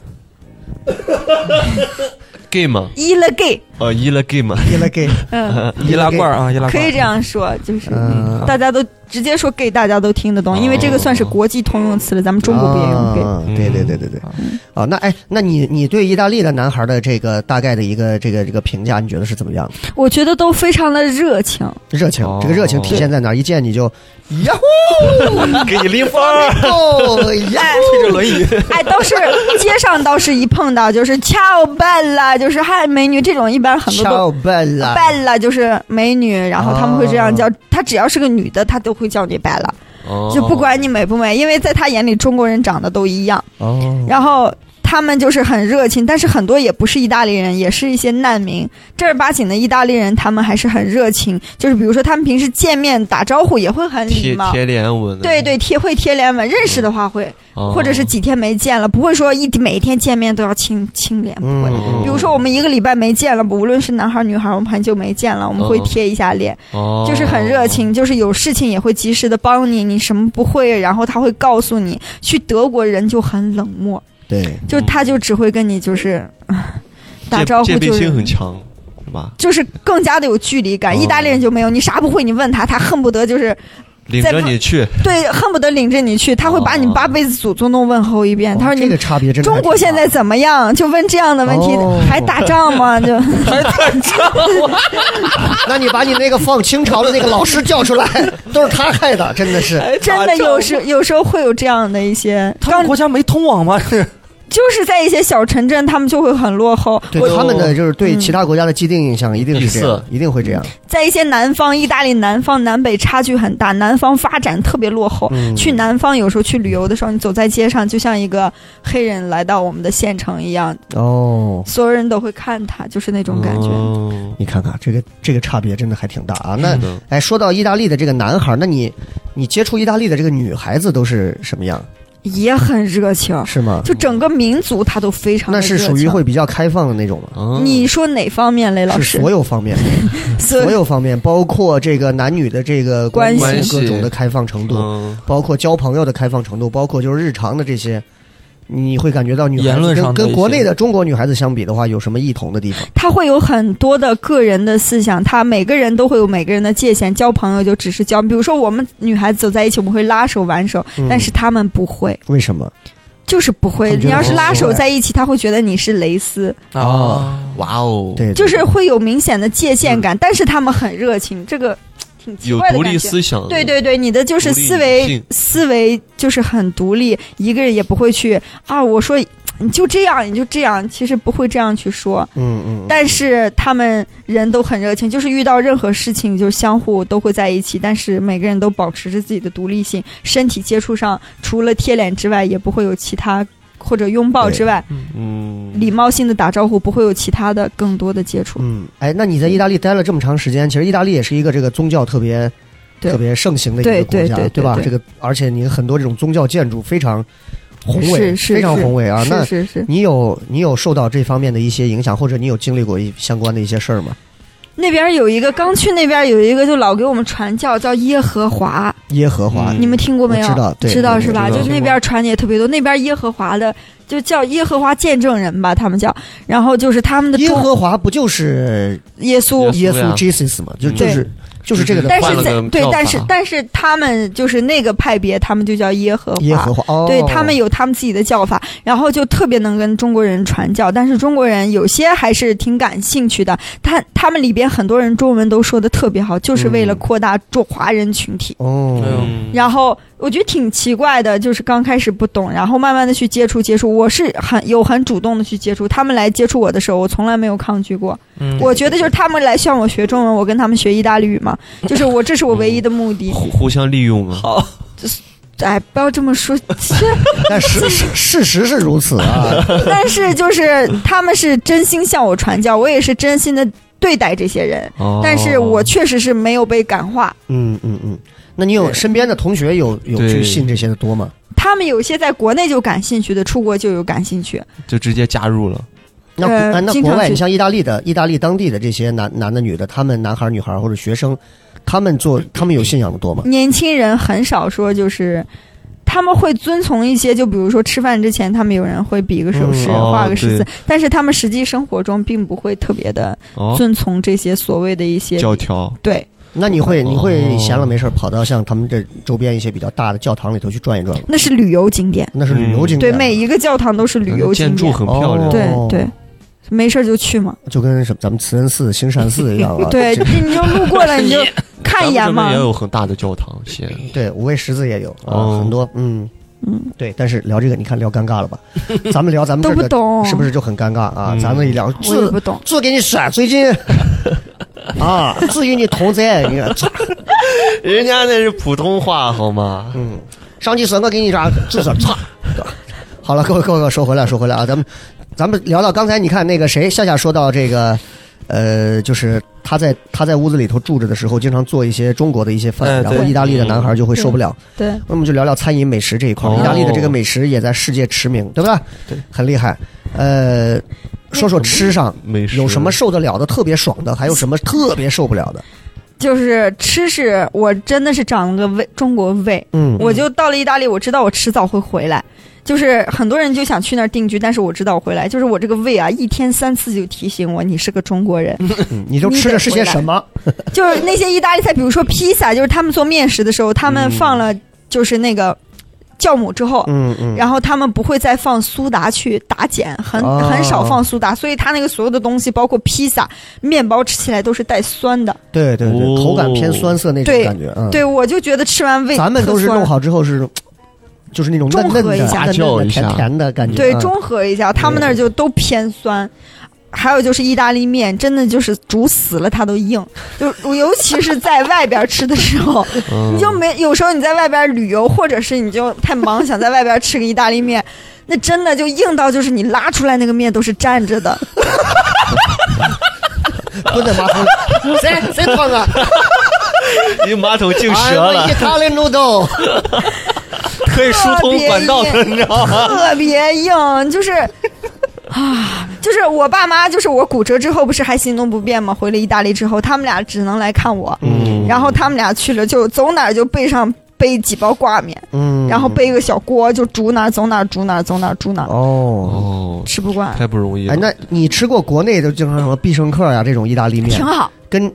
Speaker 4: gay 嘛，
Speaker 6: 一了 gay，
Speaker 4: 哦，一了 gay 嘛，
Speaker 2: ，gay 了 gay，
Speaker 6: 嗯，
Speaker 5: 易拉罐儿啊，易拉罐儿
Speaker 6: 可以这样说，就是。
Speaker 2: 嗯，
Speaker 6: 大家都直接说 gay，大家都听得懂，因为这个算
Speaker 4: 哦
Speaker 6: 是国际通用词了，咱们中国不也用 gay？
Speaker 2: 啊对对对对对，啊，那哎，那你你对意大利的男孩的这个大概的一个这个这个评价，你觉得是怎么样的？
Speaker 6: 我觉得都非常的 热情，
Speaker 2: 热情，这个热情体现在哪儿？一见你就呀
Speaker 4: 给你拎风儿，
Speaker 2: 呼哦呀
Speaker 6: 哎
Speaker 2: 呼，
Speaker 5: 这轮椅，
Speaker 6: 哎，倒是街上倒是一碰到就是 ciao bella，就是嗨美女这种，一般很多都
Speaker 2: 超笨了，
Speaker 6: bella 就是美女，然后他们会
Speaker 2: 啊
Speaker 6: 这样叫，她只要是个女的，她都会叫你 bella，就
Speaker 4: 哦
Speaker 6: 不管你美不美，因为在她眼里中国人长得都一样。
Speaker 2: 哦，
Speaker 6: 然后他们就是很热情，但是很多也不是意大利人，也是一些难民。正儿八经的意大利人，他们还是很热情，就是比如说他们平时见面打招呼也会很礼
Speaker 4: 贴
Speaker 6: 貌。
Speaker 4: 贴脸吻，
Speaker 6: 对，对，贴会贴脸吻，认识的话会，
Speaker 4: 哦
Speaker 6: 或者是几天没见了，不会说一每天见面都要亲亲脸，不会。
Speaker 2: 嗯
Speaker 6: 比如说我们一个礼拜没见了，无论是男孩儿女孩儿，我们很久没见了，我们会
Speaker 4: 哦
Speaker 6: 贴一下脸，
Speaker 4: 哦
Speaker 6: 就是很热，情，就是有事情也会及时的帮你，你什么不会，然后他会告诉你。去德国人就很冷漠，
Speaker 2: 对，
Speaker 6: 就他就只会跟你就是啊打招呼，
Speaker 4: 戒戒备
Speaker 6: 就
Speaker 4: 心
Speaker 6: 是
Speaker 4: 很强，是吧？
Speaker 6: 就是更加的有距离感。
Speaker 4: 哦
Speaker 6: 意大利人就没有，你啥不会，你问他，他恨不得就是
Speaker 4: 领着你去，
Speaker 6: 对，恨不得领着你去，他会把你
Speaker 4: 哦
Speaker 6: 八辈子祖宗都问候一遍。他说
Speaker 2: 哦这
Speaker 6: 你
Speaker 2: 个差别真的还挺
Speaker 6: 中
Speaker 2: 大。
Speaker 6: 国现在怎么样？就问这样的问题
Speaker 2: 哦，
Speaker 6: 还打仗吗？就
Speaker 2: 那你把你那个放清朝的那个老师叫出来，都是他害的，真的是。
Speaker 6: 真的有时有时候会有这样的一些，
Speaker 5: 他们国家没通网吗？
Speaker 6: 就是在一些小城镇，他们就会很落后。
Speaker 2: 对
Speaker 5: 我
Speaker 2: 他们的就是对其他国家的既定印象一定是这
Speaker 4: 嗯
Speaker 2: 样，一定会这样。
Speaker 6: 在一些南方，意大利南方南北差距很大，南方发展特别落后。
Speaker 2: 嗯
Speaker 6: 去南方有时候去旅游的时候，你走在街上，就像一个黑人来到我们的县城一样，
Speaker 2: 哦，
Speaker 6: 所有人都会看他，就是那种感觉。
Speaker 4: 哦
Speaker 2: 你看看这个这个差别真的还挺大啊。那
Speaker 4: 是的
Speaker 2: 哎，说到意大利的这个男孩，那你你接触意大利的这个女孩子都是什么样？
Speaker 6: 也很热情，
Speaker 2: 是吗？
Speaker 6: 啊就整个民族他都非常的
Speaker 2: 那是
Speaker 6: 热
Speaker 2: 属于
Speaker 6: 情
Speaker 2: 会比较开放的那种吗？
Speaker 4: 哦
Speaker 6: 你说哪方面，雷老
Speaker 2: 嗯是
Speaker 6: 师？
Speaker 2: 所有方面，
Speaker 6: 所
Speaker 2: 所有方面，包括这个男女的这个
Speaker 6: 关系
Speaker 2: 系各种的开放程度，
Speaker 4: 嗯
Speaker 2: 包括交朋友的开放程度，包括就是日常的这些，你会感觉到女孩
Speaker 5: 言
Speaker 2: 子
Speaker 5: 论
Speaker 2: 跟
Speaker 5: 上的
Speaker 2: 跟
Speaker 5: 一
Speaker 2: 国
Speaker 5: 些
Speaker 2: 内的中国女孩子相比的话，有什么异同的地方？
Speaker 6: 他会有很多的个人的思想，他每个人都会有每个人的界限。交朋友就只是交，比如说我们女孩子走在一起，我们会拉手挽手，
Speaker 2: 嗯
Speaker 6: 但是他们不会。
Speaker 2: 为什么？
Speaker 6: 就是不会。
Speaker 2: 他们觉
Speaker 6: 你
Speaker 2: 得
Speaker 6: 要是
Speaker 2: 无
Speaker 6: 拉
Speaker 2: 所
Speaker 6: 手
Speaker 2: 谓
Speaker 6: 在一起，他会觉得你是蕾丝，
Speaker 5: 啊，
Speaker 4: 哇哦，
Speaker 2: 对，嗯
Speaker 6: 就是会有明显的界限感。但是他们很热情，这个挺
Speaker 4: 嗯
Speaker 6: 奇
Speaker 4: 有
Speaker 6: 怪的
Speaker 4: 独
Speaker 6: 感
Speaker 4: 立
Speaker 6: 觉。
Speaker 4: 思想，
Speaker 6: 对，对对，你的就是
Speaker 4: 独立
Speaker 6: 思
Speaker 4: 女
Speaker 6: 维
Speaker 4: 性
Speaker 6: 思维就是很独立，一个人也不会去啊。我说你就这样，你就这样，其实不会这样去说。
Speaker 2: 嗯嗯，
Speaker 6: 但是他们人都很热情，就是遇到任何事情就相互都会在一起，但是每个人都保持着自己的独立性。身体接触上，除了贴脸之外，也不会有其他或者拥抱之
Speaker 2: 对
Speaker 6: 外，
Speaker 4: 嗯，
Speaker 6: 礼貌性的打招呼，不会有其他的更多的接触。
Speaker 2: 嗯，哎，那你在意大利待了这么长时间，其实意大利也是一个这个宗教特别
Speaker 6: 对
Speaker 2: 特别盛行的一个
Speaker 6: 对
Speaker 2: 国家，
Speaker 6: 对对
Speaker 2: 吧？
Speaker 6: 对
Speaker 2: 这个而且你很多这种宗教建筑非常宏伟，
Speaker 6: 是是
Speaker 2: 非常宏伟啊。那
Speaker 6: 是是是，
Speaker 2: 你有你有受到这方面的一些影响，或者你有经历过一相关的一些事儿吗？
Speaker 6: 那边有一个，刚去那边有一个，就老给我们传教，叫耶和华，
Speaker 2: 耶和华，
Speaker 4: 嗯
Speaker 6: 你们听过没有？
Speaker 2: 我知道对我
Speaker 6: 是吧？
Speaker 2: 知
Speaker 6: 就
Speaker 2: 道
Speaker 6: 那边传的也特别多，那边耶和华的就叫耶和华见证人吧，他们叫，然后就是他们的
Speaker 2: 耶
Speaker 6: 中
Speaker 2: 和华不就是
Speaker 6: 耶稣，
Speaker 2: 耶
Speaker 4: 耶
Speaker 2: 稣
Speaker 4: 稣呀
Speaker 2: Jesus 吗？就
Speaker 4: 嗯
Speaker 2: 就是就是这个的
Speaker 6: 但
Speaker 4: 换
Speaker 6: 是
Speaker 4: 了
Speaker 6: 在
Speaker 4: 个
Speaker 6: 对
Speaker 4: 叫，
Speaker 6: 但是
Speaker 4: 法
Speaker 6: 但是他们就是那个派别，他们就叫耶和华。
Speaker 2: 耶和华哦，
Speaker 6: 对他们有他们自己的叫法，然后就特别能跟中国人传教，但是中国人有些还是挺感兴趣的。他他们里边很多人中文都说的特别好，就是为了
Speaker 2: 嗯
Speaker 6: 扩大中华人群体。
Speaker 2: 哦，
Speaker 4: 嗯，
Speaker 6: 然后我觉得挺奇怪的，就是刚开始不懂，然后慢慢的去接触接触。我是很有很主动的去接触，他们来接触我的时候，我从来没有抗拒过。
Speaker 5: 嗯
Speaker 6: 我觉得就是他们来向我学中文，我跟他们学意大利语嘛，就是我这是我唯一的目的。
Speaker 2: 嗯
Speaker 4: 互互相利用嘛，
Speaker 5: 好，
Speaker 6: 哎，不要这么说，
Speaker 2: 但事事 事实是如此啊，
Speaker 6: 但是就是他们是真心向我传教，我也是真心的对待这些人，
Speaker 4: 哦
Speaker 6: 但是我确实是没有被感化。
Speaker 2: 嗯嗯嗯。那你有身边的同学有有
Speaker 4: 对
Speaker 2: 去信这些的多吗？
Speaker 6: 他们有些在国内就感兴趣的，出国就有感兴趣。
Speaker 4: 就直接加入了。
Speaker 2: 那
Speaker 6: 呃
Speaker 2: 国啊那
Speaker 6: 经
Speaker 2: 国
Speaker 6: 常
Speaker 2: 外，
Speaker 6: 去
Speaker 2: 你像意大利的意大利当地的这些男男的女的，他们男孩儿女孩儿或者学生，他们做他们有信仰的多吗？
Speaker 6: 年轻人很少说就是。他们会遵从一些，就比如说吃饭之前，他们有人会比一个手势，
Speaker 4: 嗯哦
Speaker 6: 画个十字
Speaker 4: 对，
Speaker 6: 但是他们实际生活中并不会特别的
Speaker 4: 哦，
Speaker 6: 遵从这些所谓的一些
Speaker 4: 教条
Speaker 6: 对。
Speaker 2: 那你会你会
Speaker 4: 哦
Speaker 2: 闲了没事儿跑到像他们这周边一些比较大的教堂里头去转一转吗？
Speaker 6: 那是旅游景点，
Speaker 2: 那是旅游景
Speaker 6: 嗯对，
Speaker 2: 点，
Speaker 6: 每一个教堂都是旅游景
Speaker 4: 嗯建筑
Speaker 6: 点，
Speaker 4: 很漂亮，
Speaker 2: 哦
Speaker 6: 对对，没事儿就去嘛，。
Speaker 2: 就跟什么咱们慈恩寺、兴善寺一样啊
Speaker 6: 对，
Speaker 2: 这
Speaker 6: 你就路过 了你就看一眼
Speaker 4: 咱们这边
Speaker 6: 嘛
Speaker 4: 也，有很大的教堂，先
Speaker 2: 对，五味十字也有啊，
Speaker 4: 哦
Speaker 2: 很多嗯
Speaker 6: 嗯，
Speaker 2: 对。但是聊这个，你看聊尴尬了 吧？咱们聊咱们这
Speaker 6: 都
Speaker 2: 儿
Speaker 6: 不
Speaker 2: 的
Speaker 6: 懂，
Speaker 2: 是不是就很尴尬啊？
Speaker 4: 嗯
Speaker 2: 咱们一聊
Speaker 6: 我也
Speaker 2: 字
Speaker 6: 不懂，
Speaker 2: 字给你甩，最近啊，至于你同在，你看
Speaker 4: 人家那是普通话好吗？
Speaker 2: 嗯，上期神哥给你啥治损差。好了，各位各位各位，说回来说回来啊，咱们咱们聊到刚才，你看那个谁夏夏说到这个，呃，就是他在他在屋子里头住着的时候，经常做一些中国的一些饭，
Speaker 5: 哎
Speaker 2: 然后
Speaker 6: 对嗯
Speaker 2: 意大利的男孩就会受不了。
Speaker 6: 对，
Speaker 2: 那我们就聊聊餐饮美食这一块儿，
Speaker 4: 哦
Speaker 2: 意大利的这个美食也在世界驰名，对不对？
Speaker 5: 对，
Speaker 2: 很厉害。呃，说说吃上。
Speaker 4: 美食
Speaker 2: 有什么？受得了的，特别爽的，还有什么特别受不了的？
Speaker 6: 就是吃是我真的是长了个胃，中国胃，
Speaker 2: 嗯，
Speaker 6: 我就到了意大利，我知道我迟早会回来。就是很多人就想去那儿定居，但是我知道我回来，就是我这个胃啊，一天三次就提醒我，你是个中国人。
Speaker 2: 嗯你就吃的是些什么？
Speaker 6: 就是那些意大利菜，比如说披萨，就是他们做面食的时候，他们放了就是那个酵母之后，
Speaker 2: 嗯嗯，
Speaker 6: 然后他们不会再放苏打去打碱，很、
Speaker 2: 哦
Speaker 6: 很少放苏打，所以它那个所有的东西，包括披萨、面包，吃起来都是带酸的。
Speaker 2: 对对对，
Speaker 4: 哦
Speaker 2: 口感偏酸涩那种
Speaker 6: 对
Speaker 2: 感觉。嗯，
Speaker 6: 对，我就觉得吃完胃
Speaker 2: 咱们都是
Speaker 6: 特酸
Speaker 2: 弄好之后是，就是那种嫩
Speaker 6: 中和
Speaker 2: 嫩的、
Speaker 6: 一
Speaker 2: 嫩
Speaker 6: 下
Speaker 2: 嫩
Speaker 4: 调
Speaker 2: 的、
Speaker 4: 一下
Speaker 2: 甜甜的感觉。
Speaker 6: 对
Speaker 2: 嗯
Speaker 6: 中和一下，他们那儿就都偏酸。还有就是意大利面，真的就是煮死了它都硬，就尤其是在外边吃的时 候，
Speaker 4: 嗯
Speaker 6: 你就没有时候你在外边旅游，或者是你就太忙想在外边吃个意大利面，那真的就硬到就是你拉出来那个面都是蘸着的，
Speaker 2: 蹲在马 桶里，谁谁烫啊？哎
Speaker 4: 你马桶进舌
Speaker 2: 我意
Speaker 4: 了，
Speaker 2: 大利 noodle，
Speaker 4: 可以 疏通管道的，你知道吗？
Speaker 6: 特别硬，就是啊，就是我爸妈，就是我骨折之后不是还行动不便吗？回了意大利之后，他们俩只能来看我，
Speaker 4: 嗯
Speaker 6: 然后他们俩去了就走哪儿就背上背几包挂面，
Speaker 2: 嗯
Speaker 6: 然后背个小锅就煮哪儿走哪儿煮哪儿走哪儿煮哪儿，
Speaker 2: 哦。
Speaker 4: 哦，
Speaker 6: 吃不惯，
Speaker 4: 太不容易了
Speaker 2: 哎，。那你吃过国内的经常什么必胜客呀、这种意大利面
Speaker 6: 挺，好，
Speaker 2: 跟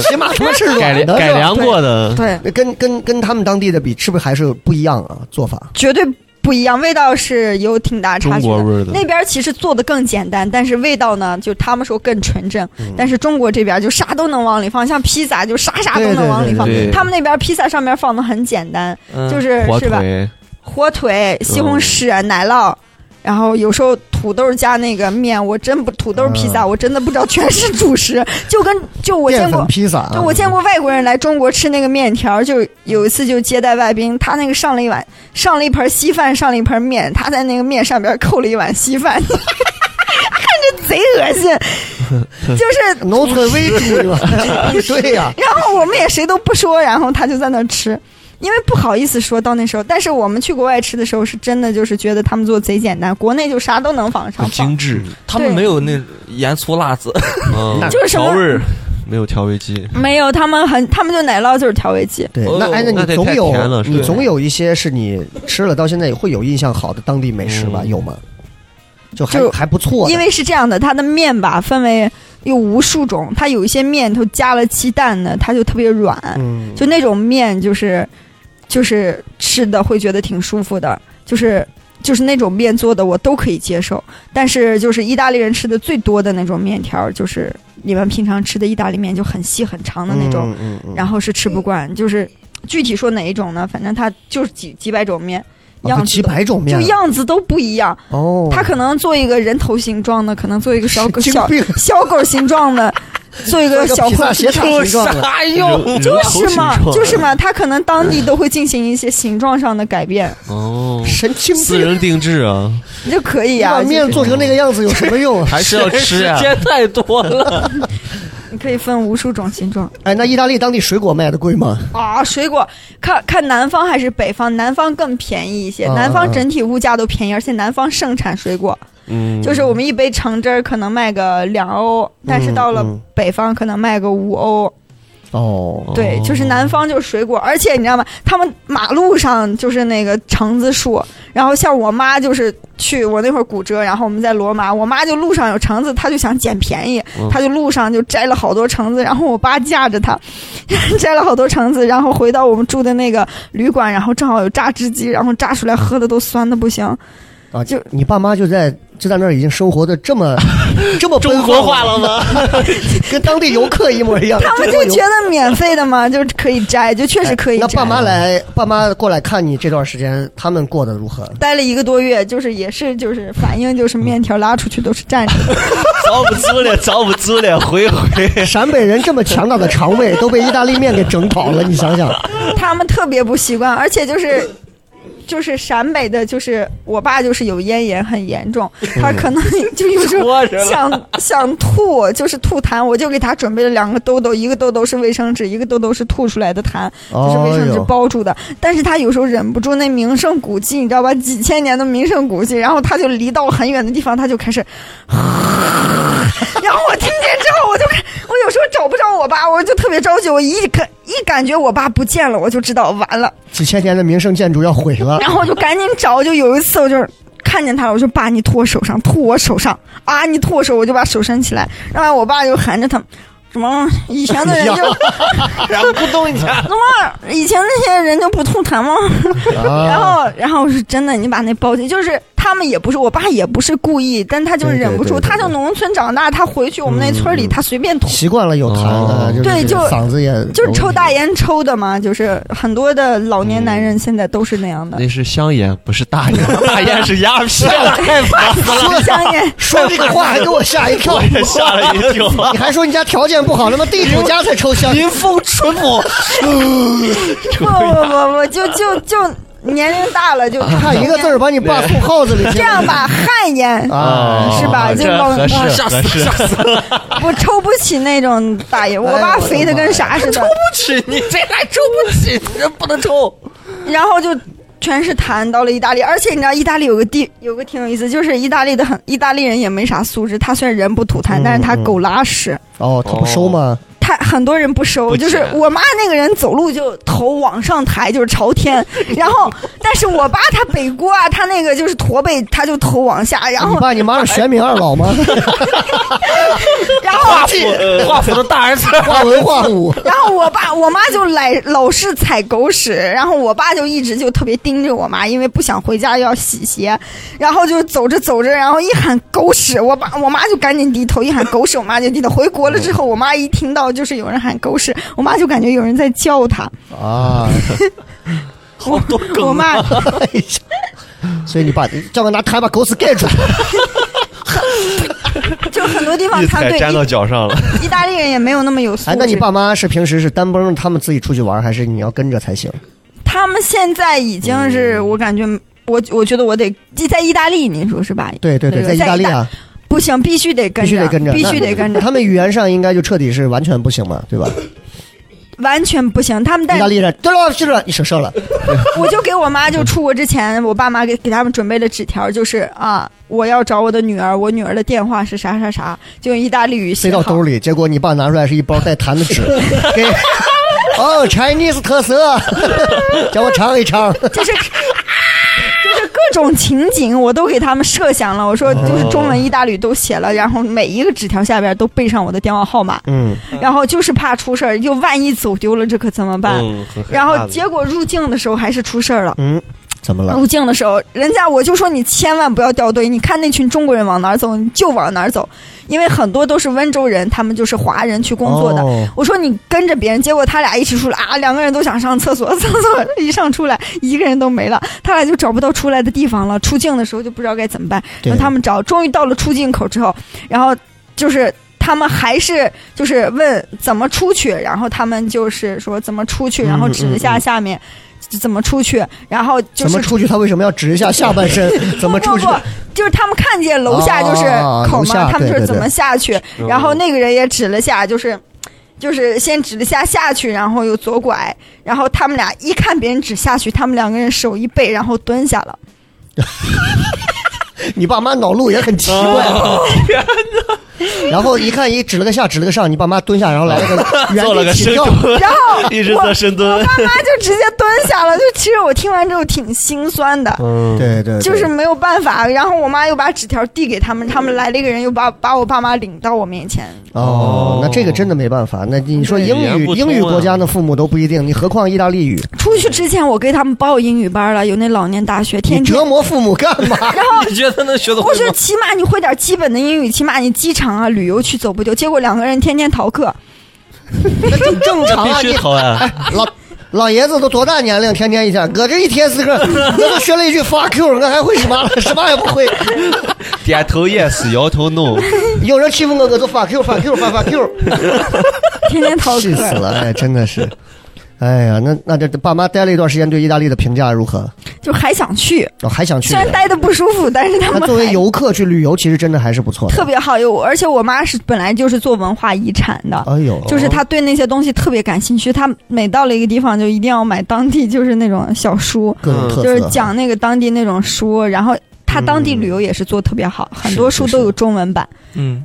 Speaker 2: 起码他妈是软的，
Speaker 4: 改
Speaker 2: 是吧
Speaker 4: 良过的，
Speaker 6: 对，
Speaker 2: 跟跟跟他们当地的比，是不是还是有不一样啊？做法
Speaker 6: 绝对不一样，味道是有挺大
Speaker 4: 中
Speaker 6: 差距
Speaker 4: 国
Speaker 6: 的。
Speaker 4: 味儿的，
Speaker 6: 那边其实做的更简单，但是味道呢，就他们说更纯正。
Speaker 4: 嗯
Speaker 6: 但是中国这边就啥都能往里放，像披萨就啥啥都能往里放。
Speaker 4: 对对对对
Speaker 6: 他们那边披萨上面放的很简单，
Speaker 5: 嗯
Speaker 6: 就是
Speaker 4: 火
Speaker 6: 是吧？
Speaker 4: 腿，
Speaker 6: 火腿、西红柿、奶酪，然后有时候土豆加那个面，我真不土豆披萨，
Speaker 2: 嗯
Speaker 6: 我真的不知道全是主食，就跟就我见
Speaker 2: 淀
Speaker 6: 过
Speaker 2: 粉披萨啊，
Speaker 6: 就我见过外国人来中国吃那个面条，就有一次就接待外宾，他那个上了一碗，上了一盆稀饭，上了一盆面，他在那个面上边扣了一碗稀饭， 看着贼恶 心，就是。
Speaker 2: 农村为主嘛，对呀、
Speaker 6: 然后我们也谁都不说，然后他就在那吃，因为不好意思说到那时候。但是我们去国外吃的时候，是真的就是觉得他们做贼简单，国内就啥都能往上
Speaker 4: 很
Speaker 6: 放，
Speaker 4: 精致，
Speaker 5: 他们没有那盐醋辣 子，
Speaker 4: 嗯
Speaker 2: 那
Speaker 6: 就是什
Speaker 5: 调味
Speaker 6: 么
Speaker 5: 儿，
Speaker 4: 没有调味剂，
Speaker 6: 没有，他们很，他们就奶酪就是调味剂。
Speaker 2: 对，
Speaker 5: 哦
Speaker 2: 那哎，
Speaker 4: 那
Speaker 2: 你
Speaker 4: 得
Speaker 2: 总
Speaker 4: 太甜
Speaker 2: 有
Speaker 4: 了是
Speaker 2: 你
Speaker 4: 吧
Speaker 2: 总有一些是你吃了到现在会有印象好的当地美食吧？
Speaker 4: 嗯
Speaker 2: 有吗？就还
Speaker 6: 就
Speaker 2: 还不错的，
Speaker 6: 因为是这样的，它的面吧分为有无数种，它有一些面头加了鸡蛋的，它就特别软，
Speaker 2: 嗯，
Speaker 6: 就那种面就是就是吃的会觉得挺舒服的，就是就是那种面做的我都可以接受，但是就是意大利人吃的最多的那种面条，就是你们平常吃的意大利面就很细很长的那种，
Speaker 2: 嗯，嗯嗯
Speaker 6: 然后是吃不惯，就是具体说哪一种呢？反正它就是几几百种面，
Speaker 2: 哦
Speaker 6: 样
Speaker 2: 它
Speaker 6: 子
Speaker 2: 几
Speaker 6: 都
Speaker 2: 百种面
Speaker 6: 就
Speaker 2: 啊，
Speaker 6: 样子都不一样。
Speaker 2: 哦，
Speaker 6: 他可能做一个人头形状的，可能做一个小狗
Speaker 2: 精
Speaker 6: 小
Speaker 2: 病
Speaker 6: 小狗形状 的，做一个小
Speaker 2: 披萨
Speaker 6: 朋
Speaker 2: 斜塔形状的，
Speaker 5: 啥用？
Speaker 6: 就是嘛，就是嘛，他可能当地都会进行一些形状上的改变，
Speaker 4: 哦，
Speaker 2: 神经
Speaker 4: 私
Speaker 2: 病，
Speaker 4: 人定制啊，
Speaker 6: 你就可以
Speaker 2: 你
Speaker 6: 啊
Speaker 2: 把。面
Speaker 6: 就是
Speaker 2: 做成那个样子有什么用啊？
Speaker 4: 还是要吃
Speaker 5: 时
Speaker 4: 啊，
Speaker 5: 间太多了，
Speaker 6: 你可以分无数种形状
Speaker 2: 哎，那意大利当地水果卖的贵吗？
Speaker 6: 啊。水果看看南方还是北方，南方更便宜一些，
Speaker 2: 啊
Speaker 6: 南方整体物价都便宜，而且南方盛产水果，
Speaker 4: 嗯，
Speaker 6: 就是我们一杯橙汁儿可能卖个两欧，但是到了
Speaker 2: 嗯
Speaker 6: 北方可能卖个五欧。
Speaker 2: 哦，
Speaker 6: 对，就是南方就是水果，而且你知道吗？他们马路上就是那个橙子树，然后像我妈就是去我那会儿骨折，然后我们在罗马，我妈就路上有橙子，她就想捡便宜，她就路上就摘了好多橙子，然后我爸架着她摘了好多橙子，然后回到我们住的那个旅馆，然后正好有榨汁机，然后榨出来喝的都酸的不行。
Speaker 2: 啊，
Speaker 6: 就
Speaker 2: 就你爸妈就在就在那儿已经生活的这么这么中国化了 吗？跟当地游客一模一样。
Speaker 6: 他们
Speaker 2: 中国
Speaker 6: 就
Speaker 2: 游哎
Speaker 6: 觉得免费的嘛，就可以摘，就确实可以摘。
Speaker 2: 那爸妈来，爸妈过来看你这段时间，他们过得如何？
Speaker 6: 待了一个多月，就是也是就是反应就是面条拉出去都是站着的。
Speaker 4: 找不出来，找不出来，回回。
Speaker 2: 陕北人这么强大的肠胃都被意大利面给整跑了，你想想，
Speaker 6: 他们特别不习惯，而且就是。就是陕北的，就是我爸就是有咽炎很严重，他可能就有时候想想吐，就是吐痰，我就给他准备了两个兜兜，一个兜兜是卫生纸，一个兜兜是吐出来的痰，就是卫生纸
Speaker 2: 哦
Speaker 6: 包住的。但是他有时候忍不住那名胜古迹，你知道吧？几千年的名胜古迹，然后他就离到很远的地方，他就开始，然后我听见之后，我就开我有时候找不着我爸，我就特别着急，我一感一感觉我爸不见了，我就知道完了，
Speaker 2: 几千年的名胜建筑要毁了。
Speaker 6: 然后我就赶紧找。就有一次，我就是看见他了，我说爸，你吐我手上，吐我手上啊！你吐我手，我就把手伸起来，然后我爸就喊着他。什么？以前的人 就
Speaker 2: 然后不动一下，
Speaker 6: 那么以前那些人就不吐痰吗？
Speaker 2: 啊
Speaker 6: 然后，然后我说真的，你把那包起，就是他们也不是，我爸也不是故意，但他就是
Speaker 2: 对对
Speaker 6: 忍不
Speaker 2: 对
Speaker 6: 住，
Speaker 2: 对嗯
Speaker 6: 他就农村长大，他回去我们那村里，他随便吐，
Speaker 2: 习惯了有痰啊，就是
Speaker 6: 对就
Speaker 2: 嗓子也
Speaker 6: 就是抽大烟抽的嘛，就是很多的老年男人现在都是那
Speaker 2: 嗯
Speaker 6: 样的，
Speaker 4: 那是香烟，不是大烟，大烟是鸦片，
Speaker 6: 说香烟。
Speaker 2: 说这个话还给我吓一跳，
Speaker 4: 吓了一 跳。
Speaker 2: 你还说你家条件不好，他妈地主家才抽香。
Speaker 5: 民风淳朴，
Speaker 6: 不不不不，就就就年龄大了就
Speaker 2: 看啊一个字儿把你爸送耗子里去
Speaker 6: 这样吧，汗烟
Speaker 2: 啊！
Speaker 6: 是吧？就
Speaker 4: 这
Speaker 6: 老
Speaker 4: 合适
Speaker 5: 吓死吓死！
Speaker 6: 我抽不起那种大爷，我
Speaker 2: 哎
Speaker 6: 爸肥的跟啥似的，
Speaker 5: 去你这还抽不起，你这不能抽。
Speaker 6: 然后就全是痰到了意大利，而且你知道意大利有个地有个挺有意思，就是意大利的很意大利人也没啥素质，他虽然人不吐
Speaker 2: 嗯
Speaker 6: 痰，但是他狗拉屎，
Speaker 2: 哦，他不收吗？
Speaker 6: 他很多人不收，
Speaker 4: 不捡
Speaker 6: 就是我妈那个人走路就头往上抬，就是朝 天，然后但是我爸他北锅啊，他那个就是驼背，他就头往下，然
Speaker 2: 你
Speaker 6: 后
Speaker 2: 爸你妈是玄冥二老吗？
Speaker 6: 然后。
Speaker 5: 华府的大儿子，
Speaker 2: 画文化舞，
Speaker 6: 然后我爸我妈就来老是踩狗屎，然后我爸就一直就特别盯着我妈，因为不想回家要洗鞋，然后就走着走着，然后一喊狗屎，我爸我妈就赶紧低头，一喊狗屎，我妈就低头。回国了之后，我妈一听到就是有人喊狗屎，我妈就感觉有人在叫 她，
Speaker 2: 啊！
Speaker 5: 好 多
Speaker 6: 我
Speaker 5: 梗。
Speaker 6: 妈
Speaker 2: 所以你把叫我拿痰把狗屎盖住。
Speaker 6: 就很多地方
Speaker 4: 一
Speaker 6: 她
Speaker 4: 踩
Speaker 6: 对
Speaker 4: 粘到脚上了，
Speaker 6: 意意大利人也没有那么有素质。
Speaker 2: 哎，那你爸妈是平时是单蹦他们自己出去玩，还是你要跟着才行？
Speaker 6: 他们现在已经是我感觉。我我觉得我得在意大利，您说是吧？
Speaker 2: 对对对，
Speaker 6: 那
Speaker 2: 在
Speaker 6: 个
Speaker 2: 意大利
Speaker 6: 在意
Speaker 2: 啊，
Speaker 6: 不行，必须得跟
Speaker 2: 必须得跟着，
Speaker 6: 必须得
Speaker 2: 那
Speaker 6: 跟着。
Speaker 2: 他们语言上应该就彻底是完全不行嘛，对吧？
Speaker 6: 完全不行。他们但
Speaker 2: 意大利人，对了，是了，你说说了，
Speaker 6: 我就给我妈就出国之前，我爸妈给给他们准备了纸条，就是啊，我要找我的女儿，我女儿的电话是啥啥啥，就用意大利语
Speaker 2: 塞
Speaker 6: 写
Speaker 2: 到兜
Speaker 6: 好。
Speaker 2: 里，结果你爸拿出来是一包带痰的纸，给。哦、c h i n e s e 特色， 叫我尝一尝。
Speaker 6: 就是 就是各种情景，我都给他们设想了。我说
Speaker 2: 哦
Speaker 6: 就是中文、意大利都写了，然后每一个纸条下边都备上我的电话号码，
Speaker 2: 嗯，
Speaker 6: 然后就是怕出事儿，又万一走丢了，这可怎么办？
Speaker 2: 嗯
Speaker 4: 嗯
Speaker 6: 然后结果入境的时候还是出事儿了。
Speaker 2: 怎么了？
Speaker 6: 入境的时候，人家我就说你千万不要掉队，你看那群中国人往哪儿走，你就往哪儿走，因为很多都是温州人，他们就是华人去工作的。
Speaker 2: 哦
Speaker 6: 我说你跟着别人，结果他俩一起出来啊，两个人都想上厕所，厕所一上出来，一个人都没了，他俩就找不到出来的地方了。出境的时候就不知道该怎么办，
Speaker 2: 对
Speaker 6: 然后他们找，终于到了出境口之后，然后就是。他们还是
Speaker 2: 嗯
Speaker 6: 就是问怎么出去，然后他们就是说怎么出去，然后指一下下面，怎么出去，然后就
Speaker 2: 怎么
Speaker 6: 是
Speaker 2: 出去？他为什么要指一下下半身？怎么
Speaker 6: 不
Speaker 2: 出去
Speaker 6: 不？不，就是他们看见楼下就是
Speaker 2: 哦
Speaker 6: 口
Speaker 2: 楼
Speaker 6: 嘛，
Speaker 2: 下
Speaker 6: 他们就
Speaker 2: 对对
Speaker 6: 是怎么下去，
Speaker 4: 嗯
Speaker 6: 然后那个人也指了下，就是就是先指了下下去，然后又左拐，然后他们俩一看别人指下去，他们两个人手一背，然后蹲下了。
Speaker 2: 你爸妈脑路也很奇怪。然后一看，一指了个下，指了个上，你爸妈蹲下，然后来了个
Speaker 4: 做
Speaker 2: 原
Speaker 4: 了个
Speaker 2: 地起
Speaker 4: 深
Speaker 2: 跳。
Speaker 4: 蹲，
Speaker 6: 然后
Speaker 4: 一直
Speaker 6: 我
Speaker 4: 做深
Speaker 6: 我
Speaker 4: 蹲，
Speaker 6: 爸妈就直接蹲下了，就其实我听完之后挺心酸的。
Speaker 4: 嗯，
Speaker 2: 对对对，
Speaker 6: 就是没有办法，然后我妈又把纸条递给他们，他们来了一个人又把把我爸妈领到我面前，
Speaker 2: 哦，那这个真的没办法。那你说
Speaker 4: 对
Speaker 2: 英
Speaker 4: 语言
Speaker 2: 语
Speaker 4: 不通
Speaker 2: 英语国
Speaker 4: 啊
Speaker 2: 家的父母都不一定，你何况意大利语？
Speaker 6: 出去之前，我给他们报英语班了，有那老年大学，
Speaker 2: 你
Speaker 6: 天天
Speaker 2: 折。磨父母干嘛？
Speaker 6: 然后
Speaker 5: 你觉得能 学得
Speaker 6: 不
Speaker 5: 会
Speaker 6: 是
Speaker 5: 吗？
Speaker 6: 起码你会点基本的英语，起码你机场啊、旅游区走不丢。结果两个人天天逃课，
Speaker 2: 那挺正常啊，
Speaker 4: 必
Speaker 2: 你
Speaker 4: 须投啊！
Speaker 2: 老老爷子都多大年龄，天天一天，搁这一天四个，我都学了一句 fuck you，我还会什么了？ 什么也不会。
Speaker 4: 点头 yes，摇头 no，
Speaker 2: 有人欺负我，我就 fuck you，fuck you，fuck you。
Speaker 6: 天天逃
Speaker 2: 气死
Speaker 6: 课。
Speaker 2: 了，哎，真的是。哎呀，那那这爸妈待了一段时间，对意大利的评价如何？
Speaker 6: 就还想去，
Speaker 2: 哦，还想去
Speaker 6: 虽。然待的不舒服，但是他
Speaker 2: 那
Speaker 6: 们
Speaker 2: 作为
Speaker 6: 还
Speaker 2: 游客去旅游，其实真的还是不错的。
Speaker 6: 特别好有，而且我妈是本来就是做文化遗产的。
Speaker 2: 哎呦，
Speaker 6: 就是她对那些东西特别感兴趣，她每到了一个地方就一定要买当地就是那种小书，
Speaker 2: 各种特色，
Speaker 6: 就是讲那个当地那种书，然后她当地旅游也是做得特别好，很多
Speaker 2: 嗯是
Speaker 6: 书
Speaker 2: 是
Speaker 6: 都有中文版。
Speaker 5: 嗯，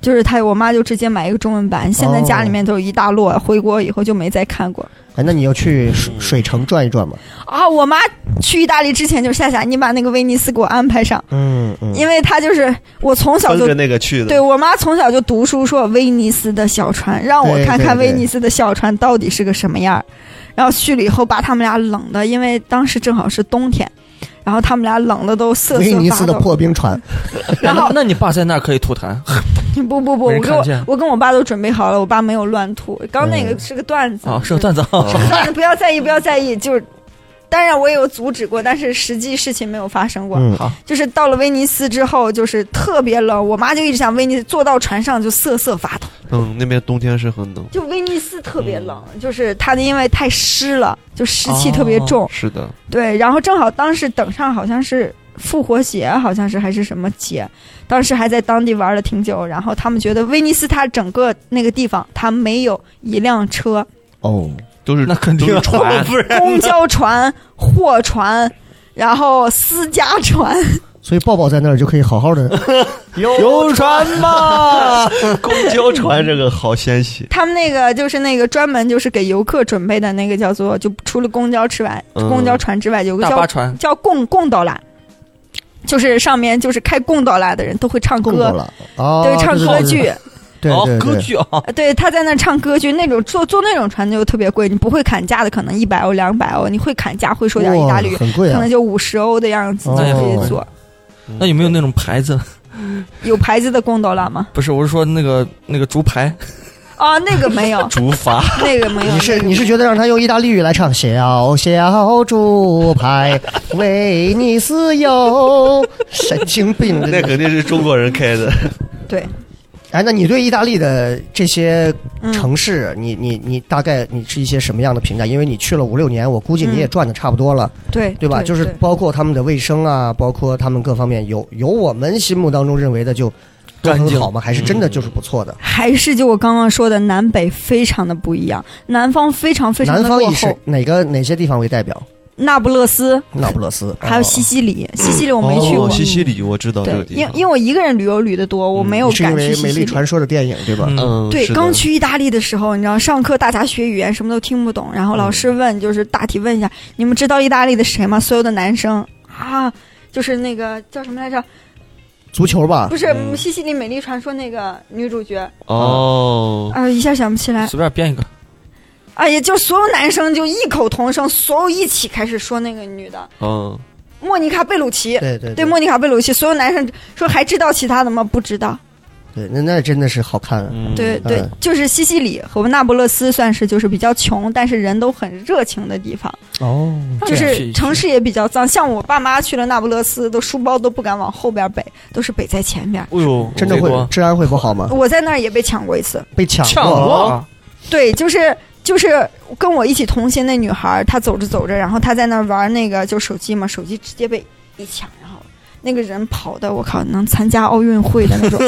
Speaker 6: 就是他，我妈就直接买一个中文版，现在
Speaker 2: 哦
Speaker 6: 家里面都有一大摞，回国以后就没再看过。
Speaker 2: 哎，那你要去水
Speaker 6: 嗯
Speaker 2: 水城转一转嘛？
Speaker 6: 啊，我妈去意大利之前就是夏夏，你把那个威尼斯给我安排上，
Speaker 2: 嗯嗯，
Speaker 6: 因为她就是我从小
Speaker 4: 奔
Speaker 6: 就
Speaker 4: 着那个去
Speaker 6: 对
Speaker 4: 的，
Speaker 6: 我妈从小就读书说威尼斯的小船，让我
Speaker 2: 对
Speaker 6: 看
Speaker 2: 对
Speaker 6: 看
Speaker 2: 对
Speaker 6: 威尼斯的小船到底是个什么样儿。然后去了以后把他们俩冷的，因为当时正好是冬天，然后他们俩冷的都瑟
Speaker 2: 威
Speaker 6: 瑟
Speaker 2: 尼
Speaker 6: 发
Speaker 2: 斯
Speaker 6: 抖
Speaker 2: 的。破冰船，
Speaker 6: 然后
Speaker 5: 那你爸在那儿可以吐痰，
Speaker 6: 不不不，
Speaker 5: 没
Speaker 6: 我
Speaker 5: 人
Speaker 6: 跟
Speaker 5: 看见哦
Speaker 6: 我我跟我爸都准备好了，我爸没有乱吐。刚那个
Speaker 2: 嗯
Speaker 6: 是个段子
Speaker 5: 啊，是个段子啊，
Speaker 6: 算了，不要在意，不要在意。就是，当然我也有阻止过，但是实际事情没有发生过。
Speaker 2: 嗯，
Speaker 5: 好
Speaker 6: 就是到了威尼斯之后，就是特别冷，我妈就一直想威尼斯，坐到船上就瑟瑟发抖。
Speaker 4: 嗯，那边冬天是很冷，
Speaker 6: 就威尼斯特别冷，就是它的因为太湿了，就湿气特别重。
Speaker 4: 是的，
Speaker 6: 对，然后正好当时等上好像是。复活节好像是还是什么节，当时还在当地玩了挺久，然后他们觉得威尼斯它整个那个地方它没有一辆车，
Speaker 2: 哦，
Speaker 4: 都是
Speaker 5: 那肯定啊
Speaker 4: 都是船，
Speaker 5: 不然
Speaker 6: 公交船、货船，然后私家船，
Speaker 2: 所以抱抱在那儿就可以好好 的。
Speaker 5: 游船 嘛，
Speaker 4: 公交 船这个好先行，
Speaker 6: 他们那个就是那个专门就是给游客准备的那个叫做，就除了公交之外，
Speaker 4: 嗯，
Speaker 6: 公交船之外，有个
Speaker 5: 大
Speaker 6: 叫
Speaker 5: 巴船，
Speaker 6: 叫贡贡导览，就是上面就是开贡导览的人都会唱
Speaker 2: 够够
Speaker 6: 歌，
Speaker 2: 了啊，
Speaker 6: 对，唱歌剧，
Speaker 2: 对，
Speaker 5: 哦
Speaker 2: 对，对
Speaker 5: 歌，
Speaker 2: 对
Speaker 5: 剧啊，
Speaker 6: 呃对，他在那唱歌剧，那种坐坐那种船就特别贵，你不会砍价的，可能一百欧、两百欧，你会砍价会说点意大利
Speaker 2: 哇
Speaker 6: 语，
Speaker 2: 很贵
Speaker 6: 可
Speaker 2: 啊
Speaker 6: 能，就五十欧的样子
Speaker 2: 哦
Speaker 6: 就可以坐。
Speaker 5: 那有没有那种牌子？
Speaker 6: 有牌子的贡导览吗？
Speaker 5: 不是，我是说那个那个竹牌，
Speaker 6: 哦，那个没有
Speaker 4: 竹筏？
Speaker 6: 那个没
Speaker 2: 你
Speaker 6: 有。那
Speaker 2: 是
Speaker 6: 个
Speaker 2: 你是觉得让他用意大利语来唱小小猪排威尼斯哟，神经病！真
Speaker 4: 那
Speaker 2: 的
Speaker 4: 肯定是中国人开的，
Speaker 6: 对，
Speaker 2: 哎，那你对意大利的这些
Speaker 6: 嗯
Speaker 2: 城市，你你你大概你是一些什么样的评价？因为你去了五六年，我估计你也
Speaker 6: 嗯
Speaker 2: 转的差不多了，
Speaker 6: 对
Speaker 2: 对吧？就是
Speaker 6: 对
Speaker 2: 包括他们的卫生啊，包括他们各方面，有有我们心目当中认为的就都
Speaker 5: 干
Speaker 2: 很
Speaker 5: 净
Speaker 2: 好吗？还是真的就是不错的？
Speaker 6: 还是就我刚刚说的，南北非常的不一样，南方非常非常
Speaker 2: 南
Speaker 6: 的
Speaker 2: 方
Speaker 6: 落
Speaker 2: 以是
Speaker 6: 后，
Speaker 2: 哪个哪些地方为代表？
Speaker 6: 那不勒斯
Speaker 2: 那不勒斯，
Speaker 6: 还有
Speaker 2: 哦
Speaker 6: 西西里，西西里 我没去过
Speaker 4: 哦，西西里我知道这
Speaker 6: 对
Speaker 4: 个，地
Speaker 6: 因
Speaker 4: 方，
Speaker 6: 因为我一个人旅游旅的多，我没有
Speaker 2: 嗯是因
Speaker 6: 敢
Speaker 2: 为
Speaker 6: 去
Speaker 2: 《美
Speaker 6: 西西
Speaker 2: 丽
Speaker 6: 里。
Speaker 2: 传说》的电影对吧？
Speaker 5: 嗯，
Speaker 4: 嗯，
Speaker 6: 对
Speaker 4: 是，的
Speaker 6: 刚去意大利的时候，你知道，上课大家学语言，什么都听不懂。然后老师问，就是大体问一下，你们知道意大利的谁吗？所有的男生啊，就是那个叫什么来着？
Speaker 2: 足球吧
Speaker 6: 不，是
Speaker 2: 嗯
Speaker 6: 《西西里美丽传说》那个女主角
Speaker 4: 哦，
Speaker 6: 啊，一下想不起来。
Speaker 5: 随便编一个，
Speaker 6: 啊，也就所有男生就异口同声，所有一起开始说那个女的
Speaker 4: 嗯，
Speaker 6: 莫妮卡贝鲁奇，
Speaker 2: 对对
Speaker 6: 对莫妮卡贝鲁奇，所有男生说还知道其他的吗？不知道，
Speaker 2: 对，那那真的是好看啊。
Speaker 4: 嗯
Speaker 6: 对
Speaker 2: 嗯
Speaker 6: 对
Speaker 2: 嗯，
Speaker 6: 就是西西里和那不勒斯算是就是比较穷，但是人都很热情的地方，
Speaker 2: 哦，
Speaker 6: 就
Speaker 5: 这样
Speaker 6: 是城市也比较脏，像我爸妈去了那不勒斯，都书包都不敢往后边背，都是背在前边。
Speaker 5: 哎呦，
Speaker 2: 真的
Speaker 5: 美
Speaker 2: 会
Speaker 5: 国
Speaker 2: 治安会不好吗？
Speaker 6: 我在那儿也被抢过一次，
Speaker 2: 被抢
Speaker 5: 抢
Speaker 2: 过，啊
Speaker 5: 过，
Speaker 6: 对，就是。就是跟我一起同行那女孩儿，她走着走着，然后她在那儿玩那个就手机嘛，手机直接被一抢，然后那个人跑的，我靠，能参加奥运会的 那种。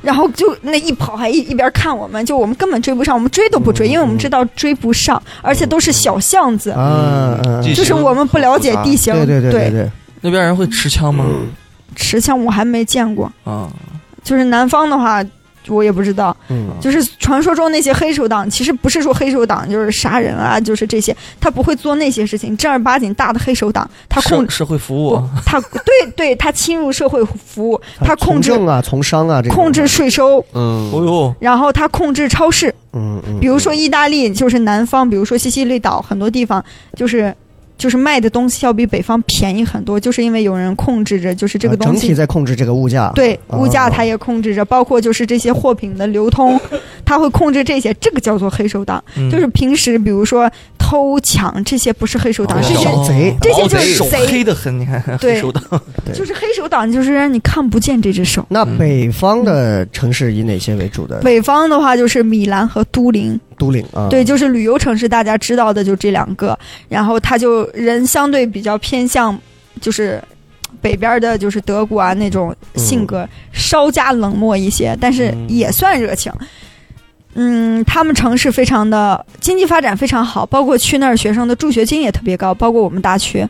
Speaker 6: 然后就那一跑还一一边看我们，就我们根本追不上，我们追都不追，因为我们知道追不上，而且都是小巷子，
Speaker 2: 嗯啊，嗯
Speaker 4: 地
Speaker 2: 嗯
Speaker 4: 形
Speaker 6: 就是我们不了解地形。
Speaker 2: 对对对对
Speaker 6: 对，
Speaker 2: 对，
Speaker 5: 那边人会持枪吗？
Speaker 6: 持枪我还没见过，
Speaker 5: 啊，
Speaker 6: 就是南方的话，我也不知道。
Speaker 2: 嗯
Speaker 6: 就是传说中那些黑手党，其实不是说黑手党就是杀人啊，就是这些，他不会做那些事情。正儿八经大的黑手党，他控
Speaker 5: 社社会服务啊，
Speaker 6: 他对对，他侵入社会服务，他控制
Speaker 2: 从政啊，从商啊，这种
Speaker 6: 控制，税收，
Speaker 4: 嗯，
Speaker 5: 哦呦，
Speaker 6: 然后他控制超市。
Speaker 2: 嗯嗯，
Speaker 6: 比如说意大利就是南方，比如说西西里岛很多地方就是。就是卖的东西要比北方便宜很多，就是因为有人控制着，就是这个
Speaker 2: 啊
Speaker 6: 东
Speaker 2: 整体
Speaker 6: 西
Speaker 2: 在控制这个物价，
Speaker 6: 对
Speaker 5: 哦
Speaker 6: 物价
Speaker 2: 啊
Speaker 6: 它也控制着，包括就是这些货品的流通，它会控制这些，这个叫做黑手党。
Speaker 5: 嗯
Speaker 6: 就是平时比如说偷抢这些不啊是黑手党，
Speaker 2: 哦
Speaker 6: 这些
Speaker 2: 小贼
Speaker 6: 这些就是
Speaker 5: 手
Speaker 6: 贼
Speaker 5: 哦黑的很， 你看
Speaker 6: 对
Speaker 5: 黑手党
Speaker 2: 对
Speaker 6: 就是黑手党，就是让你看不见这只手。
Speaker 2: 那北方的城市以哪些为主的
Speaker 6: 北方的话就是米兰和都灵，
Speaker 2: 都领啊？
Speaker 6: 对，，就是旅游城市，大家知道的就这两个。然后它就人相对比较偏向，就是北边的，就是德国啊那种
Speaker 2: 嗯
Speaker 6: 性格，稍加冷漠一些，但是也算热情。嗯，他们城市非常的经济发展非常好，包括去那儿学生的助学金也特别高，包括我们大学，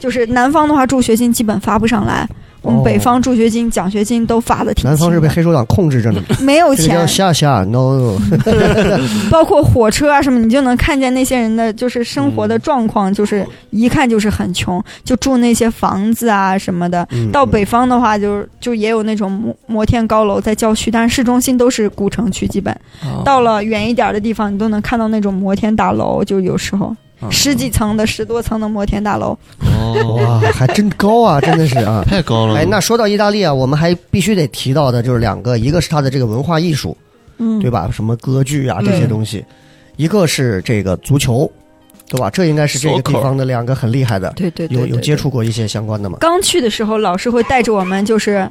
Speaker 6: 就是南方的话助学金基本发不上来，我们
Speaker 2: 哦
Speaker 6: 北方助学金、奖学金都发的挺
Speaker 2: 南方是
Speaker 6: 清
Speaker 2: 被
Speaker 6: 的
Speaker 2: 黑手党控制着呢，
Speaker 6: 没有
Speaker 2: 这个
Speaker 6: 钱
Speaker 2: 叫，下下 no，
Speaker 6: 包括火车啊什么，你就能看见那些人的就是生活
Speaker 2: 嗯
Speaker 6: 的状况，就是一看就是很穷，就住那些房子啊什么的。
Speaker 2: 嗯
Speaker 6: 到北方的话就，就也有那种摩摩天高楼在郊区，但是市中心都是古城区，基本
Speaker 2: 哦
Speaker 5: 啊
Speaker 6: 到了远一点的地方，你都能看到那种摩天大楼，就有时候
Speaker 2: 嗯
Speaker 5: 啊
Speaker 6: 十几层的、十多层的摩天大楼。
Speaker 4: 哦，
Speaker 2: 哇，还真高啊，真的是啊。
Speaker 4: 太高了。
Speaker 2: 哎，那说到意大利啊，我们还必须得提到的就是两个，一个是它的这个文化艺术，
Speaker 6: 嗯，
Speaker 2: 对吧？什么歌剧啊
Speaker 6: 嗯
Speaker 2: 这些东西，一个是这个足球，对吧？这应该是这个地方的两个很厉害的，
Speaker 6: 对对对
Speaker 2: 有
Speaker 6: 对
Speaker 2: 有
Speaker 6: 对
Speaker 2: 接触过一些相关的吗？
Speaker 6: 刚去的时候，老师会带着我们，就是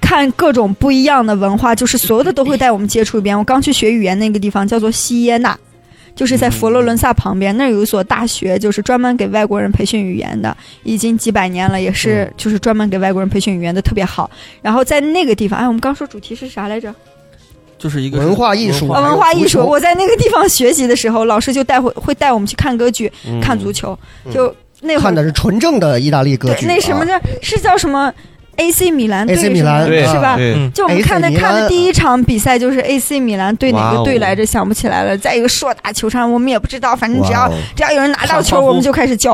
Speaker 6: 看各种不一样的文化，就是所有的都会带我们接触一遍。我刚去学语言那个地方叫做西耶纳，就是在佛罗伦萨旁边，那儿有一所大学，就是专门给外国人培训语言的，已经几百年了，也是就是专门给外国人培训语言的，特别好。然后在那个地方，哎，我们刚说主题是啥来着？
Speaker 5: 就是一个
Speaker 2: 文化艺术
Speaker 5: 文
Speaker 6: 啊，文化艺
Speaker 2: 足
Speaker 6: 术。
Speaker 2: 球
Speaker 6: 我在那个地方学习的时候，老师就带会会带我们去看歌剧、
Speaker 4: 嗯
Speaker 6: 看足球，就那会
Speaker 2: 看
Speaker 6: 儿
Speaker 2: 的是纯正的意大利歌
Speaker 6: 对
Speaker 2: 剧，
Speaker 6: 那什么
Speaker 2: 啊
Speaker 6: 叫是叫什么 AC 米兰
Speaker 2: AC
Speaker 6: 对
Speaker 2: 米兰
Speaker 6: 什么
Speaker 4: 对啊
Speaker 6: 是吧？
Speaker 4: 对，
Speaker 5: 嗯
Speaker 6: 就我们
Speaker 2: AC
Speaker 6: 看的
Speaker 2: 米兰
Speaker 6: 看的第一场比赛就是 AC 米兰对哪
Speaker 4: 哇
Speaker 6: 个
Speaker 4: 哦
Speaker 6: 队来着，想不起来了，在一个硕大球场，我们也不知道，反正只要
Speaker 2: 哇哦
Speaker 6: 只要有人拿到球，
Speaker 5: 欢呼
Speaker 6: 我们就开始叫，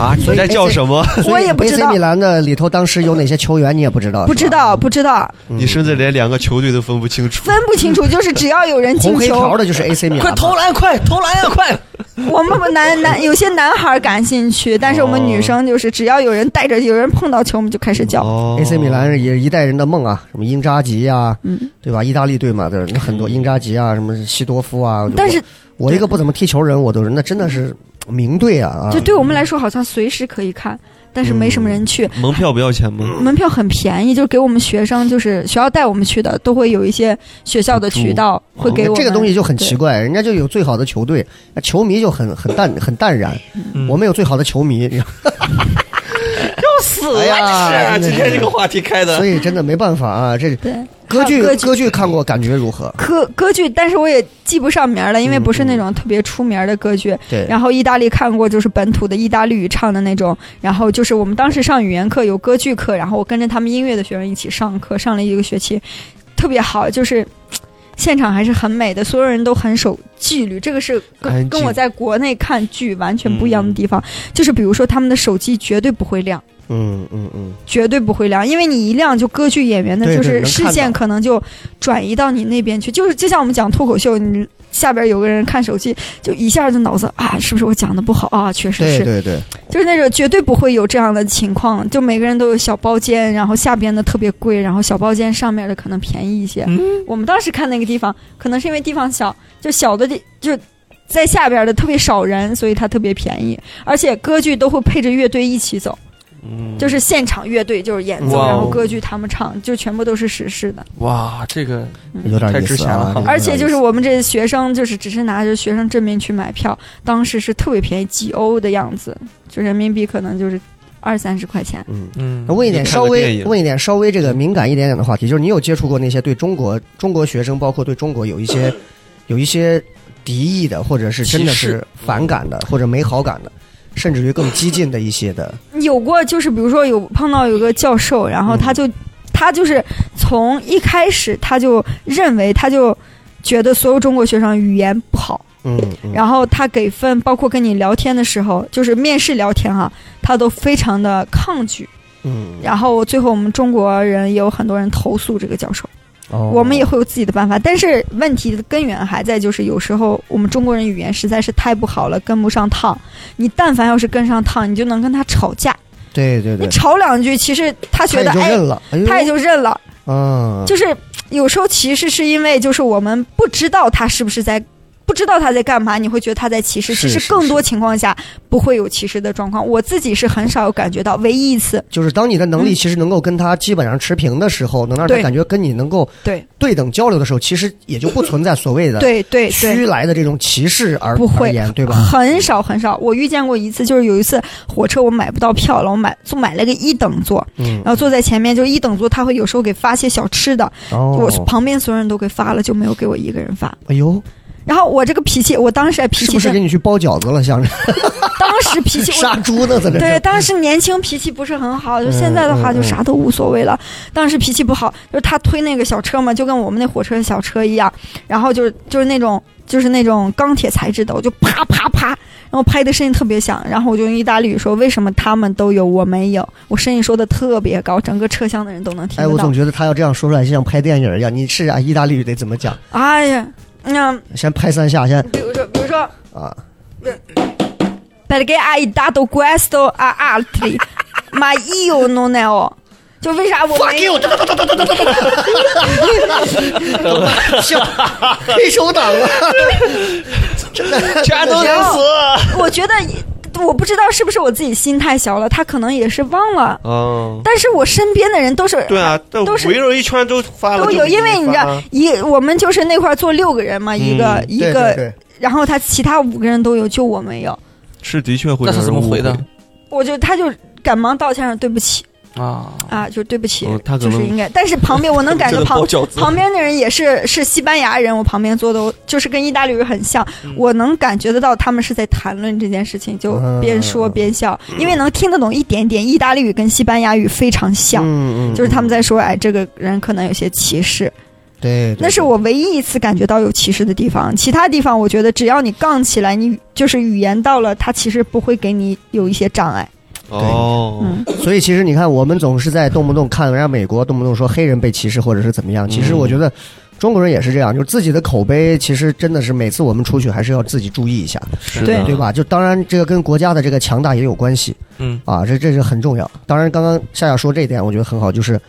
Speaker 4: 啊，你在叫什么？
Speaker 2: 所以
Speaker 6: 我也不知道
Speaker 2: AC 米兰的里头当时有哪些球员，你也不知道，
Speaker 6: 不知
Speaker 2: 是吧
Speaker 6: 道不知道，
Speaker 4: 你甚至连两个球队都分不清楚。
Speaker 6: 分不清楚，就是只要有人进
Speaker 2: 红黑
Speaker 6: 球
Speaker 2: 条，的就是 AC 米兰嘛，
Speaker 5: 快投篮，快投篮呀，快！
Speaker 6: 我们男男有些男孩感兴趣，但是我们女生就是只要有人带着有人碰到球，我们就开始叫。
Speaker 4: 哦
Speaker 2: AC 米兰也是一代人的梦啊，什么英扎吉呀、
Speaker 6: 嗯
Speaker 2: 对吧？意大利队嘛，对，那很多英扎吉啊，什么西多夫啊。
Speaker 6: 但是
Speaker 2: 我我一个不怎么踢球人，我都是那真的是名队啊啊
Speaker 6: 就！对我们来说，好像随时可以看，但是没什么人去。
Speaker 4: 门票不要钱吗？
Speaker 6: 门票很便宜，就是给我们学生，就是学校带我们去的，都会有一些学校的渠道会给
Speaker 2: 嗯
Speaker 6: 我们。
Speaker 2: 哦这个东西就很奇
Speaker 6: 怪，
Speaker 2: 怪，人家就有最好的球队，那球迷就很很淡很淡然。
Speaker 6: 嗯
Speaker 2: 我们有最好的球迷，要 死了！哎
Speaker 6: 啊
Speaker 2: 呀，
Speaker 5: 啊今天这个话题开的
Speaker 2: 所，以真的没办法啊。这
Speaker 6: 对
Speaker 2: 歌剧
Speaker 6: 还有歌剧
Speaker 2: 歌剧看过，感觉如何？
Speaker 6: 歌歌剧，但是我也记不上名儿了，因为不是那种特别出名儿的歌剧。
Speaker 2: 对，
Speaker 6: 然后意大利看过，就是本土的意大利语唱的那种。然后就是我们当时上语言课有歌剧课，然后我跟着他们音乐的学生一起上课，上了一个学期，特别好，就是。现场还是很美的，所有人都很守纪律，这个是
Speaker 4: 安
Speaker 6: 跟
Speaker 4: 静
Speaker 6: 跟我在国内看剧完全不一样的地方。就是比如说，他们的手机绝对不会亮，
Speaker 2: 嗯嗯嗯，
Speaker 6: 绝对不会亮，因为你一亮就歌剧演员的
Speaker 2: 对
Speaker 6: 就
Speaker 2: 对
Speaker 6: 是
Speaker 2: 能
Speaker 6: 视
Speaker 2: 看
Speaker 6: 线
Speaker 2: 到
Speaker 6: 可能就转移到你那边去，就是就像我们讲脱口秀，你下边有个人看手机，就一下就脑子啊，是不是我讲的不好啊？确实
Speaker 2: 对
Speaker 6: 是，
Speaker 2: 对对，
Speaker 6: 就是那种绝对不会有这样的情况，就每个人都有小包间，然后下边的特别贵，然后小包间上面的可能便宜一些。
Speaker 2: 嗯
Speaker 6: 我们当时看那个地方，可能是因为地方小，就小的地就。在下边的特别少人，所以它特别便宜，而且歌剧都会配着乐队一起走，
Speaker 3: 嗯
Speaker 6: 就是现场乐队就是演奏，
Speaker 5: 哇哦
Speaker 6: 然后歌剧他们唱，就全部都是实事的。
Speaker 5: 哇，这个
Speaker 2: 有点意
Speaker 5: 太值
Speaker 2: 思
Speaker 5: 钱
Speaker 2: 啊
Speaker 5: 了！
Speaker 2: 这个
Speaker 6: 而且
Speaker 5: 哦
Speaker 6: 就是我们这学生，就是只是拿着学生证明去买票，当时是特别便宜，几欧的样子，就人民币可能就是二三十块钱。
Speaker 2: 嗯。
Speaker 5: 嗯，
Speaker 2: 问一点
Speaker 4: 你看
Speaker 2: 稍
Speaker 4: 个电
Speaker 2: 微
Speaker 4: 影
Speaker 2: 问一点稍微这
Speaker 6: 嗯
Speaker 2: 个敏感一点点的话题，就是你有接触过那些对中国中国学生，包括对中国有一些 有一些敌意的，或者是真的
Speaker 5: 歧
Speaker 2: 是反感
Speaker 6: 嗯
Speaker 2: 的，或者没好感的，甚至于更激进的一些的，
Speaker 6: 有过就是比如说有碰到有个教授，然后他
Speaker 5: 嗯
Speaker 6: 就、他就是从一开始他就认为他就觉得所有中国学生语言不好。
Speaker 2: 嗯，嗯
Speaker 6: 然后他给分，包括跟你聊天的时候，就是面试聊天哈、他都非常的抗拒。
Speaker 2: 嗯，
Speaker 6: 然后最后我们中国人也有很多人投诉这个教授，
Speaker 2: 哦
Speaker 6: 我们也会有自己的办法。但是问题的根源还在，就是有时候我们中国人语言实在是太不好了，跟不上趟。你但凡要是跟上趟，你就能跟他吵架。
Speaker 2: 对对对
Speaker 6: 你，吵两句，其实他觉
Speaker 2: 他也
Speaker 6: 得
Speaker 2: 就
Speaker 6: 哎，
Speaker 2: 认了，哎呦
Speaker 6: 他也就认了。
Speaker 2: 嗯，
Speaker 6: 就是有时候其实是因为就是我们不知道他是不是在。不知道他在干嘛，你会觉得他在歧视。
Speaker 2: 是
Speaker 6: 其实
Speaker 2: 是
Speaker 6: 更多情况下不会有歧视的状况。我自己是很少有感觉到，唯一一次
Speaker 2: 就是当你的能力其实能够跟他基本上持平的时候，能让他
Speaker 6: 嗯对
Speaker 2: 感觉跟你能够
Speaker 6: 对
Speaker 2: 对等交流的时候，其实也就不存在所谓的
Speaker 6: 对对对
Speaker 2: 虚，来的这种歧视而
Speaker 6: 不会
Speaker 2: 而言，对吧？
Speaker 6: 很少很少。我遇见过一次，就是有一次火车我买不到票了，我买就买了个一等座，
Speaker 2: 嗯，
Speaker 6: 然后坐在前面，就一等座他会有时候给发些小吃的，
Speaker 2: 哦
Speaker 6: 我，旁边所有人都给发了，就没有给我一个人发。
Speaker 2: 哎呦，
Speaker 6: 然后我这个脾气，我当时还脾
Speaker 2: 是
Speaker 6: 气
Speaker 2: 不是
Speaker 6: 真
Speaker 2: 给，你去包饺子了？想着
Speaker 6: 当时脾气我
Speaker 2: 杀猪呢，在这
Speaker 6: 对，
Speaker 2: 是
Speaker 6: 当时年轻脾气不是很好，就
Speaker 2: 嗯
Speaker 6: 现在的话
Speaker 2: 嗯
Speaker 6: 就
Speaker 2: 嗯
Speaker 6: 啥都无所谓了。当时脾气不好，就是他推那个小车嘛，就跟我们那火车小车一样，然后就是就是那种就是那种钢铁材质的，我就啪啪啪，然后拍的声音特别响，然后我就用意大利语说为什么他们都有我没有，我声音说的特别高，整个车厢的人都能听
Speaker 2: 哎，
Speaker 6: 得
Speaker 2: 我
Speaker 6: 到
Speaker 2: 总。觉得他要这样说出来，就像拍电影一样。你试一下意大利语得怎么讲？
Speaker 6: 哎呀，那、
Speaker 2: 先拍三下，先
Speaker 6: 比如说比如说。
Speaker 2: 啊，
Speaker 6: perché hai dato questo a altri, ma io non ne ho。就哦为啥我没有？
Speaker 2: 笑，黑手党 啊，真的全
Speaker 6: 都能死 我觉得我不知道是不是我自己心太小了，他可能也是忘了。
Speaker 4: 哦
Speaker 3: 啊，
Speaker 6: 但是我身边的人都是
Speaker 3: 对啊，都
Speaker 6: 都是
Speaker 3: 围绕一圈都发了，
Speaker 6: 都有，因为你知道，一我们就是那块儿坐六个人嘛，一个一
Speaker 2: 嗯对对
Speaker 6: 个，
Speaker 2: 对，
Speaker 6: 然后他其他五个人都有，就我没有。
Speaker 4: 是的确会
Speaker 5: 那
Speaker 4: 让人误会。
Speaker 5: 他怎么回的
Speaker 6: 我就他就赶忙道歉，对不起
Speaker 5: 啊，
Speaker 6: 啊，就对不起
Speaker 4: 哦，他可
Speaker 6: 就
Speaker 4: 能
Speaker 6: 是应该。但是旁边我能感 觉旁
Speaker 5: 饺子
Speaker 6: 旁边的人也是是西班牙人，我旁边坐的我就是跟意大利人很像，
Speaker 4: 嗯
Speaker 6: 我能感觉得到他们是在谈论这件事情，就
Speaker 2: 嗯
Speaker 6: 边说边笑，因为能听得懂一点点意大利语跟西班牙语非常像，
Speaker 2: 嗯嗯，
Speaker 6: 就是他们在说，哎，这个人可能有些歧视，
Speaker 2: 对，对
Speaker 6: 那是我唯一一次感觉到有歧视的地方，其他地方我觉得只要你杠起来，你就是语言到了，他其实不会给你有一些障碍，
Speaker 3: 哦，
Speaker 6: 嗯，
Speaker 2: 所以其实你看，我们总是在动不动看人家美国，动不动说黑人被歧视或者是怎么
Speaker 6: 嗯
Speaker 2: 样。其实我觉得中国人也是这样，就是自己的口碑，其实真的是每次我们出去还是要自己注意一下，
Speaker 5: 是
Speaker 6: 对
Speaker 5: 的
Speaker 2: 对？吧？就当然这个跟国家的这个强大也有关系
Speaker 5: 嗯，
Speaker 2: 啊，这这是很重要。当然，刚刚夏夏说这一点，我觉得很好，就是。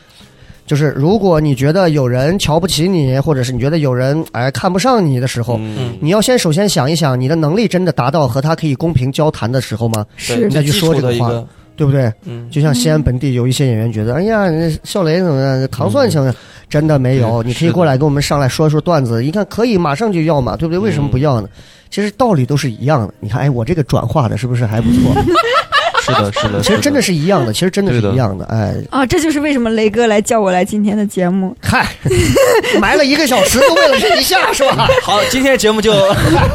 Speaker 2: 就是如果你觉得有人瞧不起你，或者是你觉得有人哎看不上你的时候，
Speaker 4: 嗯，
Speaker 2: 你要先首先想一想，你的能力真的达到和他可以公平交谈的时候吗？
Speaker 6: 是
Speaker 2: 那就说这个
Speaker 5: 基础
Speaker 2: 话
Speaker 5: 的一个，
Speaker 2: 对不对？
Speaker 5: 嗯，
Speaker 2: 就像西安本地有一些演员觉得，哎呀，笑雷怎么样？糖蒜怎么样？真的没有，
Speaker 4: 嗯对
Speaker 2: 你可以
Speaker 4: 是
Speaker 2: 过
Speaker 4: 的
Speaker 2: 来跟我们上来说说段子，一看可以，马上就要嘛，对不对？为什么
Speaker 4: 嗯
Speaker 2: 不要呢？其实道理都是一样的。你看，哎，我这个转化的是不是还不错？
Speaker 4: 是的，是 的，
Speaker 2: 其实真的是一样的，其实真的是
Speaker 4: 对的
Speaker 2: 一样的。哎，
Speaker 6: 啊，这就是为什么雷哥来叫我来今天的节目，
Speaker 2: 嗨， 埋了一个小时都为了这一下是 吧？
Speaker 5: 好，今天节目就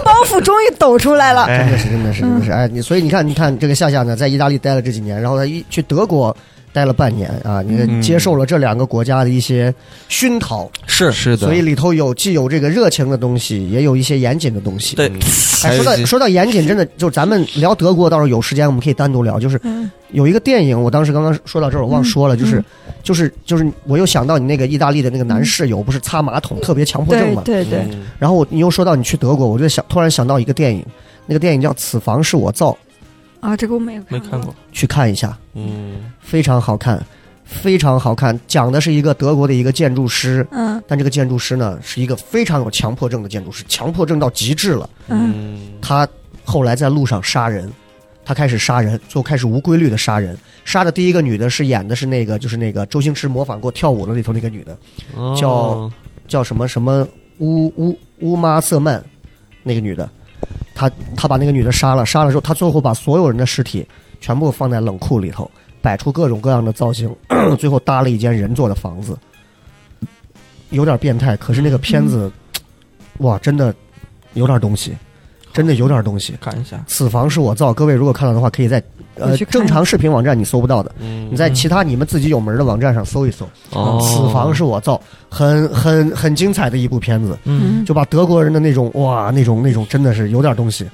Speaker 6: 包袱终于抖出来了。
Speaker 5: 哎
Speaker 2: 真的是，真的是，真的是。哎，你所以你看，你看这个夏夏呢，在意大利待了这几年，然后他一去德国待了半年啊，
Speaker 5: 嗯
Speaker 2: 你接受了这两个国家的一些熏陶。
Speaker 5: 是
Speaker 4: 是的，
Speaker 2: 所以里头有既有这个热情的东西，也有一些严谨的东西。
Speaker 5: 对
Speaker 4: 嗯，
Speaker 2: 哎，说到
Speaker 5: 还有一些
Speaker 2: 说到严谨，真的就咱们聊德国，到时候有时间我们可以单独聊。就是
Speaker 6: 嗯
Speaker 2: 有一个电影，我当时刚刚说到这儿，我忘说了，就是就是就是，我又想到你那个意大利的那个男室友，不是擦马桶特别强迫症
Speaker 6: 对
Speaker 2: 嘛？
Speaker 6: 对对，
Speaker 2: 然后我你又说到你去德国，我就想突然想到一个电影，那个电影叫《此房是我造》，
Speaker 6: 啊，这个我没有
Speaker 5: 没看过，
Speaker 2: 去看一下。
Speaker 4: 嗯，
Speaker 2: 非常好看，非常好看。讲的是一个德国的一个建筑师，
Speaker 6: 嗯
Speaker 2: 但这个建筑师呢是一个非常有强迫症的建筑师，强迫症到极致了。
Speaker 6: 嗯，
Speaker 2: 他后来在路上杀人，他开始杀人，就开始无规律的杀人。杀的第一个女的是演的是那个，就是那个周星驰模仿过跳舞的里头那个女的，
Speaker 4: 哦
Speaker 2: 叫叫什么什么乌乌乌妈瑟曼，那个女的，她她把那个女的杀了，杀了之后，她最后把所有人的尸体全部放在冷库里头，摆出各种各样的造型， 最后搭了一间人做的房子，有点变态。可是那个片子，哇，真的有点东西，真的有点东西。
Speaker 5: 看一下，
Speaker 2: 此房是我造，各位如果看到的话，可以在
Speaker 6: 我
Speaker 2: 呃
Speaker 6: 去看
Speaker 2: 正常视频网站你搜不到的，
Speaker 4: 嗯
Speaker 2: 你在其他你们自己有门的网站上搜一搜。
Speaker 4: 哦
Speaker 2: 啊此房是我造，很很很精彩的一部片子，
Speaker 5: 嗯，
Speaker 2: 就把德国人的那种哇，那种那种真的是有点东西。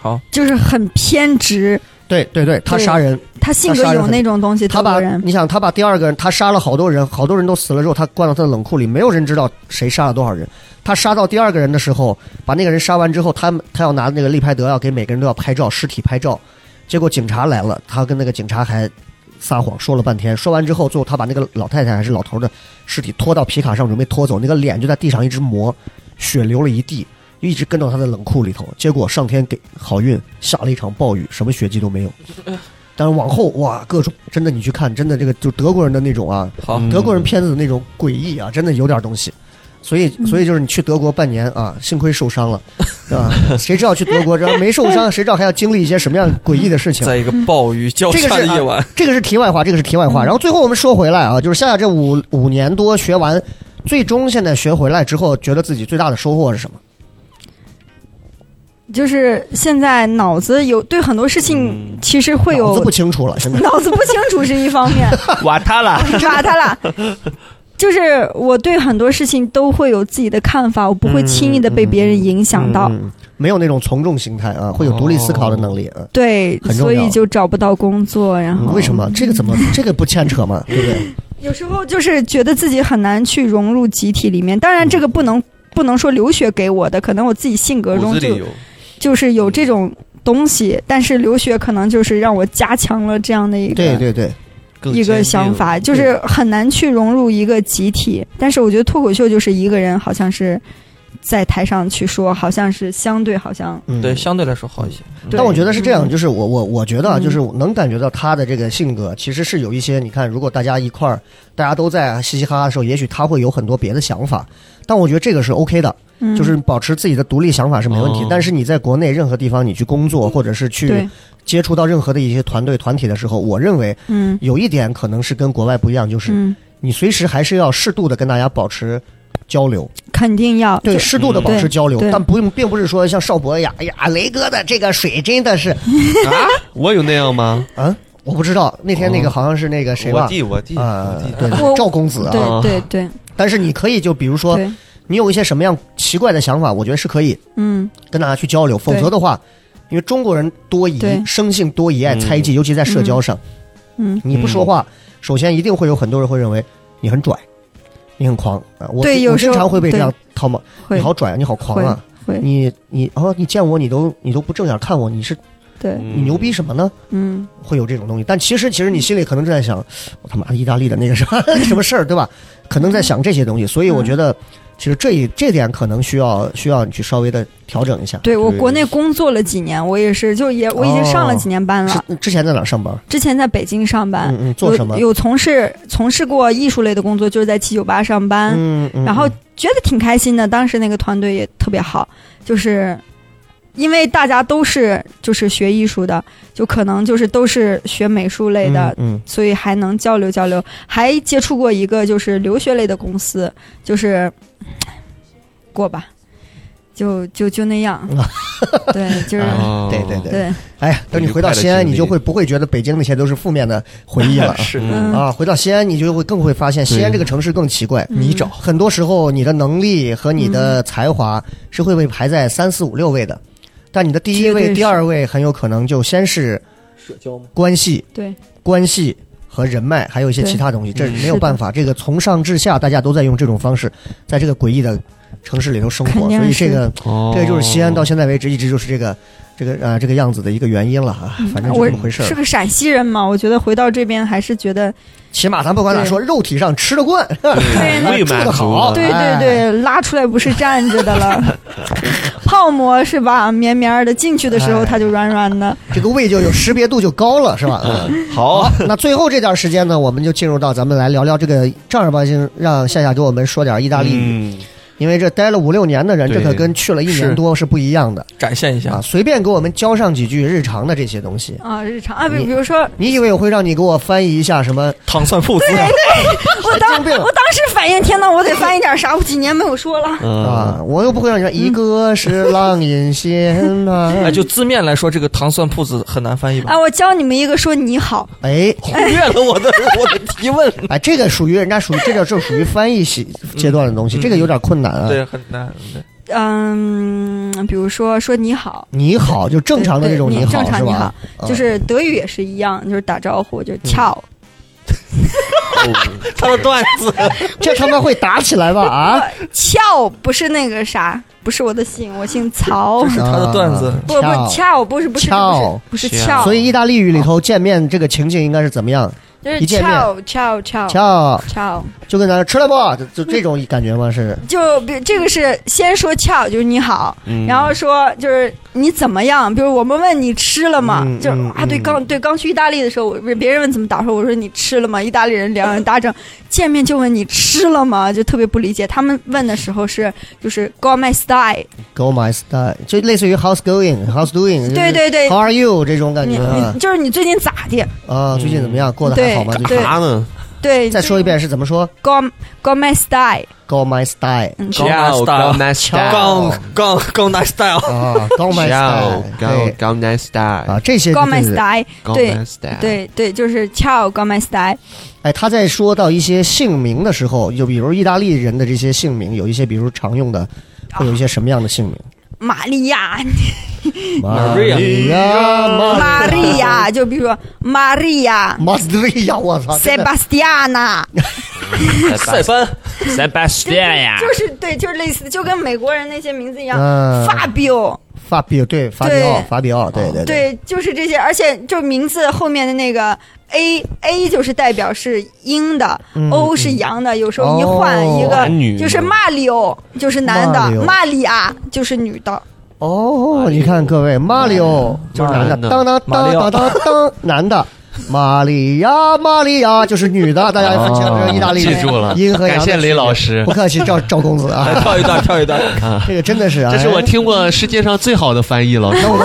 Speaker 5: 好，
Speaker 6: 就是很偏执，
Speaker 2: 对对对，他
Speaker 6: 对
Speaker 2: 杀人，
Speaker 6: 他性
Speaker 2: 他杀
Speaker 6: 格
Speaker 2: 人
Speaker 6: 有
Speaker 2: 很
Speaker 6: 那种东西。
Speaker 2: 他
Speaker 6: 德
Speaker 2: 把
Speaker 6: 国人
Speaker 2: 你想，他把第二个人，他杀了好多人，好多人都死了之后，他关到他的冷库里，没有人知道谁杀了多少人。他杀到第二个人的时候，把那个人杀完之后，他们他要拿那个利拍德要给每个人都要拍照，尸体拍照。结果警察来了，他跟那个警察还撒谎说了半天，说完之后，最后他把那个老太太还是老头的尸体拖到皮卡上准备拖走，那个脸就在地上一直磨，血流了一地，一直跟到他的冷库里头。结果上天给好运下了一场暴雨，什么血迹都没有。但是往后哇，各种真的你去看，真的这个就德国人的那种啊，
Speaker 5: 好，
Speaker 2: 德国人片子的那种诡异啊，真的有点东西。所以，
Speaker 6: 嗯
Speaker 2: 所以就是你去德国半年啊，幸亏受伤了，啊，谁知道去德国这没受伤，谁知道还要经历一些什么样诡异的事 情？
Speaker 5: 在一个
Speaker 6: 嗯
Speaker 5: 暴雨交
Speaker 2: 这个
Speaker 5: 加
Speaker 2: 是
Speaker 5: 的夜晚，
Speaker 2: 这个是题外话，这个是题外话。然后最后我们说回来啊，就是夏夏这五五年多学完，最终现在学回来之后，觉得自己最大的收获是什么？
Speaker 6: 就是现在脑子有对很多事情其实会
Speaker 2: 嗯脑
Speaker 6: 有
Speaker 2: 子不清楚了，现在
Speaker 6: 脑子不清楚是一方面，哎
Speaker 3: 瓦塔拉，
Speaker 6: 抓 他了。就是我对很多事情都会有自己的看法，我不会轻易的被别人影响到。
Speaker 2: 嗯没有那种从众心态啊，会有独立思考的能力。嗯
Speaker 6: 对，
Speaker 2: 很重
Speaker 6: 所
Speaker 2: 要嗯
Speaker 6: 以就找不到工作，然后
Speaker 2: 为什么这个怎么这个不牵扯嘛？对不对？
Speaker 6: 有时候就是觉得自己很难去融入集体里面。当
Speaker 2: 嗯
Speaker 6: 然，这个不能不能说留学给我的，可能我自己性格
Speaker 4: 骨
Speaker 6: 中
Speaker 4: 子里
Speaker 6: 就
Speaker 4: 有，
Speaker 6: 就是有这种东西，但是留学可能就是让我加强了这样的一个
Speaker 2: 对对对，
Speaker 4: 更
Speaker 6: 一
Speaker 4: 坚
Speaker 6: 个
Speaker 4: 定
Speaker 6: 想，法，就是很难去融入一个集体。但是我觉得脱口秀就是一个人，好像是在台上去说，好像是相对好像
Speaker 2: 嗯
Speaker 5: 对，相对来说好一些。？
Speaker 4: 嗯
Speaker 6: 对
Speaker 2: 但我觉得是这样，
Speaker 6: 嗯
Speaker 2: 就是我我我觉得啊，
Speaker 6: 嗯
Speaker 2: 就是能感觉到他的这个性格其实是有一些，你看，如果大家一块儿，大家都在嘻嘻哈哈的时候，也许他会有很多别的想法，但我觉得这个是 OK 的，
Speaker 6: 嗯
Speaker 2: 就是保持自己的独立想法是没问题
Speaker 4: 哦。
Speaker 2: 但是你在国内任何地方你去工作，或者是去
Speaker 6: 对，
Speaker 2: 接触到任何的一些团队团体的时候，我认为
Speaker 6: 嗯
Speaker 2: 有一点可能是跟国外不一样，就是
Speaker 6: 嗯，
Speaker 2: 你随时还是要适度的跟大家保持交流。
Speaker 6: 肯定要
Speaker 2: 对，
Speaker 6: 就嗯
Speaker 2: 适度的保持交流，
Speaker 6: 对对
Speaker 2: 但不用，并不是说像邵博呀，哎呀，雷哥的这个水真的是，
Speaker 4: 我有那样吗？
Speaker 2: 啊，我不知道，那天那个好像是那个谁
Speaker 4: 哦我
Speaker 2: 吧，
Speaker 4: 弟，我弟，
Speaker 2: 啊
Speaker 4: 我，弟，
Speaker 2: 对，
Speaker 6: 我
Speaker 2: 对赵公子啊。
Speaker 6: 对
Speaker 4: 啊
Speaker 6: 对对
Speaker 2: 但是你可以就比如说，
Speaker 6: 对，
Speaker 2: 你有一些什么样奇怪的想法，我觉得是可以
Speaker 6: 嗯
Speaker 2: 跟大家去交流，否
Speaker 6: 对
Speaker 2: 则的话，因为中国人多疑
Speaker 6: 对，
Speaker 2: 生性多疑，爱
Speaker 4: 嗯
Speaker 2: 猜忌，尤其在社交上，
Speaker 6: 嗯，
Speaker 2: 你不说话，首先一定会有很多人会认为你很拽，你很狂啊。我
Speaker 6: 对
Speaker 2: 经
Speaker 6: 有
Speaker 2: 我
Speaker 6: 时
Speaker 2: 经
Speaker 6: 候
Speaker 2: 常会被这样套骂，
Speaker 6: 会
Speaker 2: 你好拽啊，你好狂啊，
Speaker 6: 会会
Speaker 2: 你你哦，你见我你都你都不正眼看我，你是
Speaker 6: 对，
Speaker 2: 你
Speaker 4: 嗯
Speaker 2: 牛逼什么呢？
Speaker 6: 嗯
Speaker 2: 会有这种东西。但其实，其实你心里可能正在想，我他妈的意大利的那个什么 什么事儿，对吧？可能在想这些东西。所以我觉得，其实这一这点可能需要需要你去稍微的调整一下。
Speaker 6: 对我
Speaker 4: 对
Speaker 6: 国内工作了几年，我也是，就也我已经上了
Speaker 2: 哦
Speaker 6: 几年班了。
Speaker 2: 是之前在哪儿上班？
Speaker 6: 之前在北京上班
Speaker 2: 嗯，嗯，做什么？
Speaker 6: 有有从事从事过艺术类的工作，就是在七九八上班，
Speaker 2: 嗯，嗯
Speaker 6: 然后
Speaker 2: 嗯
Speaker 6: 觉得挺开心的。当时那个团队也特别好，就是因为大家都是就是学艺术的，就可能就是都是学美术类的，
Speaker 2: 嗯，
Speaker 6: 所以还能交流交流。还接触过一个就是留学类的公司，就是唉过吧，就就就那 样。对，就是
Speaker 2: 哎
Speaker 4: 哦
Speaker 2: 对对对
Speaker 6: 对，
Speaker 2: 哎呀，等你回到西安，你就会不会觉得北京那些都是负面的回忆 了
Speaker 5: 是
Speaker 4: 嗯
Speaker 6: 嗯，
Speaker 2: 啊，回到西安，你就会更会发现西安这个城市更奇怪。
Speaker 6: 嗯泥沼
Speaker 2: 很多时候你的能力和你的才华是会被排在三四五六位的，但你的第一
Speaker 6: 绝对
Speaker 2: 位、
Speaker 6: 是
Speaker 2: 第二位很有可能就先是
Speaker 5: 社交吗？
Speaker 2: 关系、
Speaker 6: 对
Speaker 2: 关系和人脉，还有一些
Speaker 6: 对
Speaker 2: 其他东西，这
Speaker 5: 嗯
Speaker 2: 没有办法。这个从上至下，大家都在用这种方式，在这个诡异的城市里头生
Speaker 6: 肯
Speaker 2: 活，
Speaker 6: 定
Speaker 2: 所以
Speaker 6: 是
Speaker 2: 这个
Speaker 4: 哦
Speaker 2: 这个就是西安到现在为止一直就是这个这个啊这个样子的一个原因了啊，反正就
Speaker 6: 嗯我
Speaker 2: 这么回事儿
Speaker 6: 是。个陕西人嘛，我觉得回到这边还是觉得，
Speaker 2: 起码咱不管咋说，肉体上吃得惯， 哎
Speaker 6: 对那
Speaker 3: 胃满
Speaker 2: 住得
Speaker 3: 足
Speaker 2: 好
Speaker 3: 了
Speaker 6: 对对
Speaker 2: 哎
Speaker 6: 对，拉出来不是站着的 了，泡馍是吧？绵绵儿的，进去的时候
Speaker 2: 哎
Speaker 6: 它就软软的。
Speaker 2: 这个胃就有识别度就高了，是吧？
Speaker 4: 哦
Speaker 2: 嗯
Speaker 3: 好，
Speaker 2: 那最后这段时间呢，我们就进入到咱们来聊聊这个正儿八经，让夏夏给我们说点意大利语，
Speaker 3: 嗯，
Speaker 2: 因为这待了五六年的人，这
Speaker 4: 对
Speaker 2: 可跟去了一年多是不一样的
Speaker 5: 展现一下
Speaker 2: 啊！。随便给我们教上几句日常的这些东西。
Speaker 6: 啊，日常啊，比
Speaker 2: 你
Speaker 6: 比如说，
Speaker 2: 你以为我会让你给我翻译一下什么？
Speaker 5: 糖蒜铺子，
Speaker 6: 我当
Speaker 2: 神经病
Speaker 6: 我当时反应，天呐，我得翻译点啥？我几年没有说了。
Speaker 4: 嗯
Speaker 3: 嗯
Speaker 2: 啊，我又不会让你说一个是浪引仙啊呐、
Speaker 5: 哎，就字面来说，这个糖蒜铺子很难翻译吧
Speaker 6: 啊，？我教你们一个说你好，
Speaker 2: 哎
Speaker 5: 忽略了我的我的提问，
Speaker 2: 哎，这个属于人家属于这个就属于翻译系
Speaker 3: 嗯
Speaker 2: 阶段的东西，这个有点困难啊。
Speaker 5: 对，很难。对
Speaker 6: 嗯，比如说说你好，
Speaker 2: 你好，就正常的那种
Speaker 6: 对对
Speaker 2: 你好，
Speaker 6: 正常
Speaker 2: 是
Speaker 6: 你
Speaker 2: 吧？啊
Speaker 6: 就是德语也是一样，就是打招呼，就是
Speaker 2: 嗯
Speaker 6: 俏。
Speaker 4: 哦
Speaker 5: 他的段子，
Speaker 2: 这他妈会打起来吧？ 啊，
Speaker 6: 俏不是那个啥，不是我的姓，我姓曹
Speaker 5: 这。是他
Speaker 2: 嗯
Speaker 5: 的段子。
Speaker 6: 不不，
Speaker 2: 翘
Speaker 6: 俏不是不是
Speaker 2: 俏
Speaker 6: 不是不是
Speaker 3: 俏
Speaker 6: 俏，
Speaker 2: 所以意大利语里头见面这个情景应该是怎么样？
Speaker 6: 就是
Speaker 2: 一见面
Speaker 6: 俏俏俏
Speaker 2: 翘，
Speaker 6: 俏，
Speaker 2: 就跟咱说吃了不？就就这种感觉吗？是
Speaker 6: 就比这个是先说俏，就是你好，
Speaker 4: 嗯
Speaker 2: 嗯
Speaker 6: 然后说就是你怎么样？比如我们问你吃了吗？
Speaker 2: 嗯
Speaker 6: 就是
Speaker 2: 嗯
Speaker 6: 啊，对，
Speaker 2: 嗯
Speaker 6: 刚对刚去意大利的时候，我别人问怎么打呼，我说你吃了吗？意大利人两眼打正，见面就问你吃了吗？就特别不理解。他们问的时候是就是 go my style，
Speaker 2: go my style，就类似于 how's going，how's doing，
Speaker 6: 对对对
Speaker 2: ，how are you 这种感
Speaker 6: 你
Speaker 2: 觉啊
Speaker 6: 你就是你最近咋的？
Speaker 2: 啊，最近怎么样？过得还
Speaker 6: 对
Speaker 2: 好吗？就
Speaker 6: 对
Speaker 2: 是
Speaker 3: 啥呢？
Speaker 6: 对，
Speaker 2: 再说一遍是怎么说
Speaker 6: go go my style，
Speaker 2: ？go my style
Speaker 6: 嗯，
Speaker 5: Ciao 刚刚刚拿 style，
Speaker 2: 啊，go my style，对啊，这些
Speaker 6: go
Speaker 2: 对
Speaker 6: my
Speaker 2: 对对
Speaker 6: style，对
Speaker 2: 啊
Speaker 6: 对对，就是俏 go my style，
Speaker 2: 哎，他在说到一些姓名的时候，就比如意大利人的这些姓名，有一些比如常用的，
Speaker 4: 啊
Speaker 2: 会有一些什么样的姓名？
Speaker 6: 玛利亚，
Speaker 2: 玛
Speaker 5: Maria
Speaker 2: 利亚，
Speaker 6: 玛利亚，就比如说玛利亚
Speaker 2: 玛利亚，我操！啊真的
Speaker 6: ，Sebastiana。
Speaker 4: 哎
Speaker 5: 塞班，
Speaker 6: 就是对，就是类似，就跟美国人那些名字一样，
Speaker 2: 嗯
Speaker 6: 发 Fabio，
Speaker 2: 法比奥对法比奥法比奥对对
Speaker 6: 对，就是这些，而且就名字后面的那个 A A 就是代表是阴的、
Speaker 2: 嗯
Speaker 6: o 是阳的，有时候一换
Speaker 2: 哦
Speaker 6: 一
Speaker 4: 男女
Speaker 6: 个就是马里奥就是男的，
Speaker 2: Mario
Speaker 6: 玛利亚就是女的，
Speaker 2: 哦，你看各位，马里奥就是男的，当当当当当当，男的。玛利亚，玛利亚就是女 的，大家分清这是意大利人
Speaker 4: 哦记住了
Speaker 2: 阴和阳的
Speaker 4: 感谢雷老师
Speaker 2: 不客气，赵赵公子
Speaker 5: 来
Speaker 4: 哎
Speaker 2: 啊，
Speaker 5: 哎跳一段，跳一段。
Speaker 2: 这个真的是啊，
Speaker 4: 这是我听过世界上最好的翻译了。
Speaker 2: 那我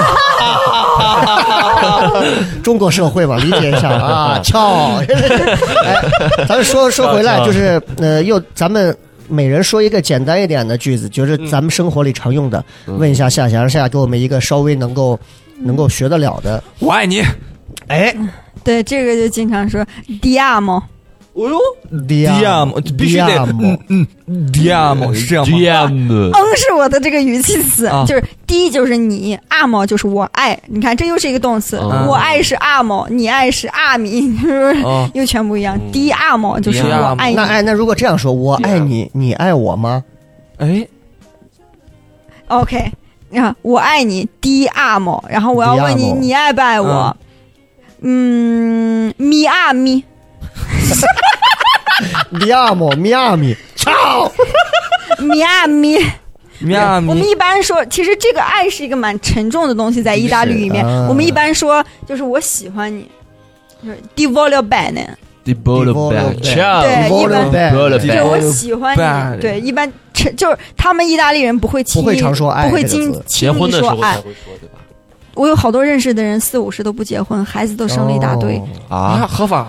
Speaker 2: 们中国社会嘛，理解一 下啊，翘。哎，咱们说说回来，就是呃，又咱们每人说一个简单一点的句子，就是咱们生活里常用的。
Speaker 6: 嗯
Speaker 2: 问一下夏夏，让夏夏给我们一个稍微能够能够学得了的。
Speaker 5: 我爱你，
Speaker 2: 哎
Speaker 6: 对，这个就经常说 Diamo，
Speaker 5: 哦呦
Speaker 2: ，diam，
Speaker 5: ，Diam，必须得，嗯嗯，Diam 是这样吗？
Speaker 6: 嗯是我的这个语气词，
Speaker 5: 啊
Speaker 6: 就是 D 就是你，am 就是我爱，你看这又是一个动词，
Speaker 4: 嗯
Speaker 6: 我爱是 am，你爱是阿米， 你是不是
Speaker 5: 哦
Speaker 6: 又全不一
Speaker 4: 嗯
Speaker 6: 样？D am 就是我爱你
Speaker 2: 那。哎，那如果这样说，我爱你，你爱我吗？
Speaker 5: 哎，
Speaker 6: OK，你看我爱你 D am，然后我要问你
Speaker 2: Diamo
Speaker 6: 你爱不爱我？嗯，咪啊 咪，
Speaker 2: 迪亚莫米亚米，操！
Speaker 6: 咪啊咪。
Speaker 5: 米亚
Speaker 6: 我们
Speaker 5: 米，
Speaker 6: 一般说，其实这个爱是一个蛮沉重的东西，在意大利里面
Speaker 2: 是啊，
Speaker 6: 我们一般说就是我喜欢你，就是 Di voglio bene，就是我喜欢你。
Speaker 5: bene
Speaker 6: 对，一般沉就是他们意大利人不会轻易
Speaker 2: 不会常说爱
Speaker 6: 不会
Speaker 2: 这个
Speaker 6: 轻
Speaker 2: 词
Speaker 4: 结
Speaker 6: 轻
Speaker 4: 婚
Speaker 6: 易
Speaker 4: 的时
Speaker 6: 说
Speaker 4: 候才
Speaker 6: 爱。
Speaker 4: 会说，对吧？
Speaker 6: 我有好多认识的人四五十都不结婚，孩子都生了一大堆
Speaker 2: 哦，
Speaker 5: 啊，
Speaker 4: 啊，
Speaker 5: 合法。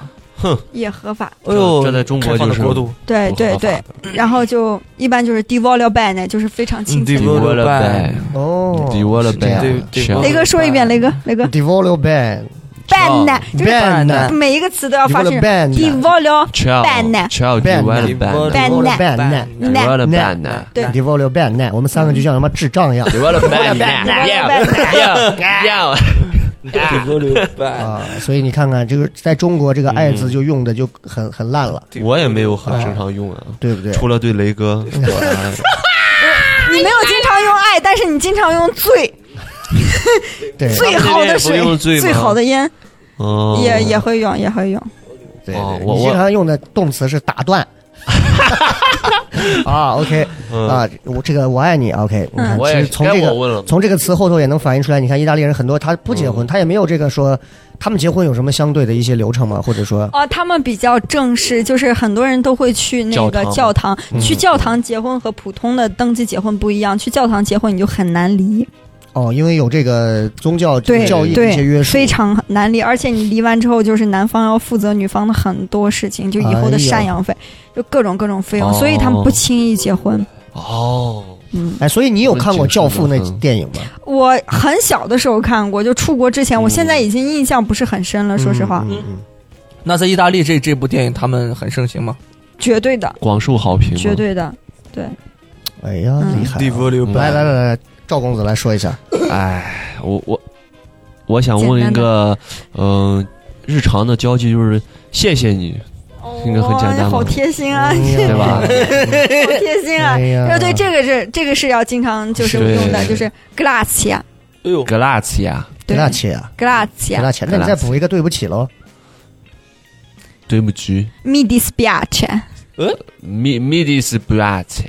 Speaker 6: 也合法。
Speaker 5: 哎呦，
Speaker 4: 这在中国就是
Speaker 5: 开放的国度，
Speaker 6: 对对对，然后就一般就是 d i v o l i bad 呢，就是非常轻
Speaker 5: 嗯
Speaker 6: 松。
Speaker 5: Divolo bene
Speaker 2: 哦
Speaker 4: 了
Speaker 2: 这样
Speaker 5: 对对
Speaker 6: 雷哥说一遍，雷哥，雷哥
Speaker 2: d i v o l o ban
Speaker 6: bad 呢，就是
Speaker 2: ban
Speaker 6: 每一个词都要发
Speaker 2: Divolo
Speaker 6: 声
Speaker 2: ban
Speaker 6: d i v o l i
Speaker 2: d i v o l o ban
Speaker 5: Divolo
Speaker 2: ban
Speaker 6: bad 呢，对
Speaker 2: d i v o l o ban 呢？我们三个
Speaker 4: 嗯
Speaker 2: 就像什么智障一样 啊！所以你看看，这个在中国
Speaker 4: 嗯
Speaker 2: 这个“爱”字就用的就很很烂了，
Speaker 4: 我也没有很经常用啊，
Speaker 2: 对不对？
Speaker 4: 除了对雷哥，
Speaker 6: 你没有经常用爱，但是你经常用醉。
Speaker 2: 哎对
Speaker 6: 最
Speaker 4: 他们那边也
Speaker 6: 好的
Speaker 4: 不
Speaker 6: 水
Speaker 4: 用，醉
Speaker 6: 最
Speaker 4: 吗
Speaker 6: 好的烟，
Speaker 3: 哦
Speaker 6: 也也会用，也会用。
Speaker 2: 对
Speaker 4: 哦
Speaker 2: 对
Speaker 4: 我
Speaker 2: 你
Speaker 4: 我
Speaker 2: 经常用的动词是打 断。啊，OK，啊，我这个我爱你，OK，你看，
Speaker 4: 我
Speaker 2: 其
Speaker 4: 也
Speaker 2: 实
Speaker 4: 是
Speaker 2: 从
Speaker 4: 该
Speaker 2: 这
Speaker 4: 嗯我嗯
Speaker 2: 个
Speaker 4: 问了，
Speaker 2: 从这个词后头也能反映出来，你看意大利人很多他不结婚，他也没有这个说他们结婚有什么相对的一些流程吗？或者说，
Speaker 6: 哦，他们比较正式，就是很多人都会去那个
Speaker 4: 教
Speaker 6: 教堂，去教堂结婚和普通的登记结婚不一样，去教堂结婚你就很难离，
Speaker 2: 哦，因为有这个宗教
Speaker 6: 对
Speaker 2: 教义的一些约
Speaker 6: 对，
Speaker 2: 束，
Speaker 6: 非常难离，而且你离完之后，就是男方要负责女方的很多事情，就以后的
Speaker 2: 哎呦
Speaker 6: 赡养费，就各种各种费用，
Speaker 4: 哦
Speaker 6: 所以他们不轻易结婚。
Speaker 4: 哦，
Speaker 6: 嗯，
Speaker 2: 哎，所以你有看过《教父》那
Speaker 4: 嗯
Speaker 2: 电影吗？
Speaker 6: 我很小的时候看过，就出国之前，我现在已经印象不是很深了，啊说实话，
Speaker 2: 嗯嗯，嗯嗯
Speaker 5: 那在意大利这这部电影他们很盛行吗？
Speaker 6: 绝对的，
Speaker 4: 广受好评吗，啊
Speaker 6: 绝对的。
Speaker 2: 哎呀，
Speaker 6: 嗯
Speaker 2: 厉害啊！
Speaker 5: 流
Speaker 4: 嗯
Speaker 2: 来来来来，赵公子来说一下，
Speaker 4: 哎，我我我想问一
Speaker 6: 简单
Speaker 4: 个，嗯、日常的交际就是谢谢你，应该很简单吧
Speaker 6: 哇好贴心啊，
Speaker 4: 对
Speaker 2: 嗯对
Speaker 4: 吧？
Speaker 6: 好贴心啊
Speaker 2: 哎！呀
Speaker 6: 要对这个是这个是要经常就是
Speaker 4: 是
Speaker 6: 用的，就是 grazie，
Speaker 5: 哎呦，
Speaker 4: 格拉茨呀，
Speaker 2: 给
Speaker 6: 对
Speaker 2: 大切啊，给大
Speaker 6: grazie，
Speaker 2: 切，那你再补一个对不起喽。
Speaker 4: 对不起
Speaker 6: mi dispiace，
Speaker 4: ，mi mi dis b r a t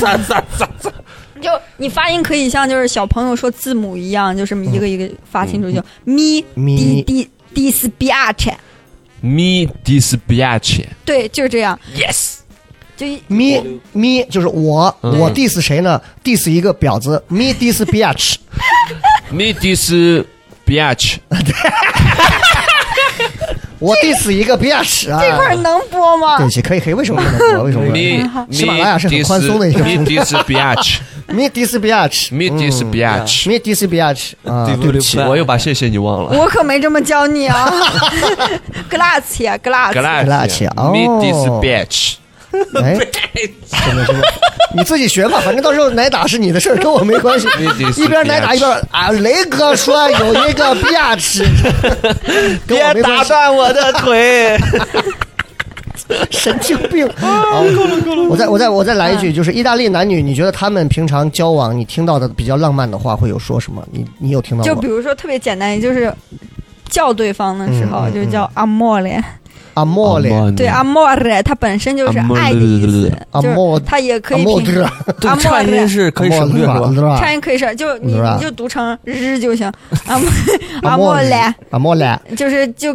Speaker 5: 咋咋咋咋？
Speaker 6: 就你发音可以像就是小朋友说字母一样，就是一个一个发清楚，就 mi
Speaker 2: 咪
Speaker 6: di di dispiace，
Speaker 4: mi dis b r a t
Speaker 6: 对，就是这样，
Speaker 4: yes，
Speaker 6: 就一
Speaker 2: 咪咪就是我，
Speaker 4: 嗯
Speaker 2: 我 diss 谁呢？diss 一个婊子，咪 diss bitch，
Speaker 4: mi dis b r a t
Speaker 2: 我 diss 一个 bitch 啊！
Speaker 6: 这块儿嗯能播吗
Speaker 2: 对？不起，可以可以，为什么不能播？为什么不能
Speaker 4: mi
Speaker 2: 播？
Speaker 4: mi
Speaker 2: 嗯喜马拉雅是很宽松的一个嗯
Speaker 4: dis- mi dis b r a t
Speaker 2: 咪 diss bitch，
Speaker 4: mi dis b r a t
Speaker 2: 咪 diss bitch 啊！对不起，
Speaker 4: 我又把谢谢你忘了。
Speaker 6: 我可没这么教你啊，grazie
Speaker 4: 格
Speaker 6: grazie，
Speaker 4: 拉
Speaker 2: 格拉
Speaker 4: 茨
Speaker 2: 茨哦
Speaker 4: m i dis b r a t
Speaker 2: 哎，行了行了，你自己学吧，反正到时候挨打是你的事儿，跟我没关系
Speaker 4: Mi。diss
Speaker 2: 一边挨打一边啊，雷哥说有一个 bitch，跟我没关系，
Speaker 3: 断我的腿！
Speaker 2: 神经病。
Speaker 5: 啊
Speaker 2: 好，我再我再我再来一
Speaker 5: 嗯
Speaker 2: 句，就是意大利男女，你觉得他们平常交往，你听到的比较浪漫的话会有说什么？你你有听到
Speaker 6: 就
Speaker 2: 过
Speaker 6: 比如说特别简单，也就是叫对方的时候，
Speaker 2: 嗯嗯
Speaker 6: 就是叫 amore，、
Speaker 2: 阿莫嘞？
Speaker 6: 对 amore，它本身就是爱的意思，就是它也可以
Speaker 2: 莫
Speaker 6: 拼
Speaker 2: 德，
Speaker 5: 对，
Speaker 6: Amore
Speaker 5: 颤音是可以省略是吧？
Speaker 6: 颤音可以是，就你
Speaker 2: 是吧
Speaker 6: 你就读成日就行，am
Speaker 2: 阿莫嘞
Speaker 6: amore，，
Speaker 2: 阿莫嘞。
Speaker 6: 就是就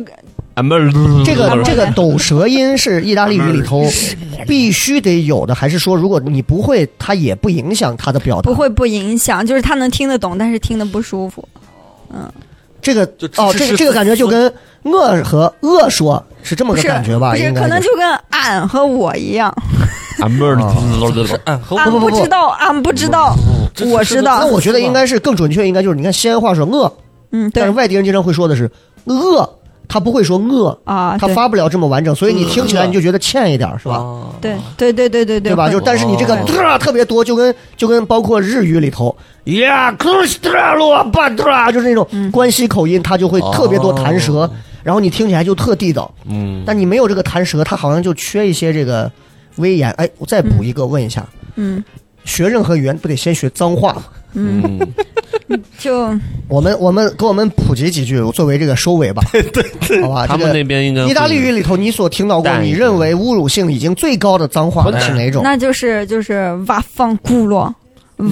Speaker 4: amore
Speaker 2: 这个
Speaker 6: 阿莫嘞
Speaker 2: 这个抖舌音是意大利语里头
Speaker 6: 嗯
Speaker 2: 必须得有的，还是说如果你不会，它也不影响它的表达？
Speaker 6: 不，会不影响，就是他能听得懂，但是听得不舒服。
Speaker 2: 这个
Speaker 5: 就吃
Speaker 2: 哦，
Speaker 5: 吃
Speaker 2: 这个
Speaker 5: 吃
Speaker 2: 这个感觉就跟我和恶说是这么
Speaker 6: 不
Speaker 2: 个
Speaker 6: 是
Speaker 2: 感觉吧？
Speaker 6: 不是，
Speaker 2: 应该
Speaker 6: 可能
Speaker 2: 是
Speaker 6: 就跟俺和我一样，
Speaker 2: 啊
Speaker 4: amore
Speaker 5: 是。暗合
Speaker 6: 俺
Speaker 2: 不不不
Speaker 6: 知道，俺不知道，
Speaker 5: 这
Speaker 6: 我
Speaker 5: 是
Speaker 6: 知道
Speaker 2: 那。我觉得应该是更准确，应该就是你看西安话说恶，
Speaker 6: 嗯，
Speaker 2: 但
Speaker 6: 对
Speaker 2: 是外地人经常会说的是恶，他不会说恶，
Speaker 6: 啊，
Speaker 2: 他
Speaker 6: 对嗯哦
Speaker 2: 发不了这么完整，所以你听起来你就觉得欠一点儿，是吧？
Speaker 5: 吧？
Speaker 6: 对对对对对对
Speaker 2: 对吧？
Speaker 6: 会
Speaker 2: 就是，但是你这个
Speaker 5: 哦
Speaker 2: 特特别多，就跟就跟包括日语里头，呀，克斯特拉罗巴特拉，就是那
Speaker 6: 嗯
Speaker 2: 种关西口音，它就会
Speaker 4: 哦
Speaker 2: 特别多弹舌，然后你听起来就特地道。
Speaker 4: 嗯，
Speaker 2: 但你没有这个弹舌，它好像就缺一些这个威严。哎，我再补一个，问一下，
Speaker 6: 嗯
Speaker 2: 学任何语言不得先学脏话吗？
Speaker 6: 嗯，
Speaker 4: 嗯，
Speaker 6: 就
Speaker 2: 我们我们给我们普及几句，作为这个收尾吧。对对，好吧，
Speaker 4: 他
Speaker 2: 这
Speaker 4: 们
Speaker 2: 个
Speaker 4: 那边应该
Speaker 2: 意大利语里头你所听到过，
Speaker 4: 淡一
Speaker 2: 你
Speaker 4: 点
Speaker 2: 认为侮辱性已经最高的脏话是哪种？
Speaker 6: 那就是就是挖方咕噜，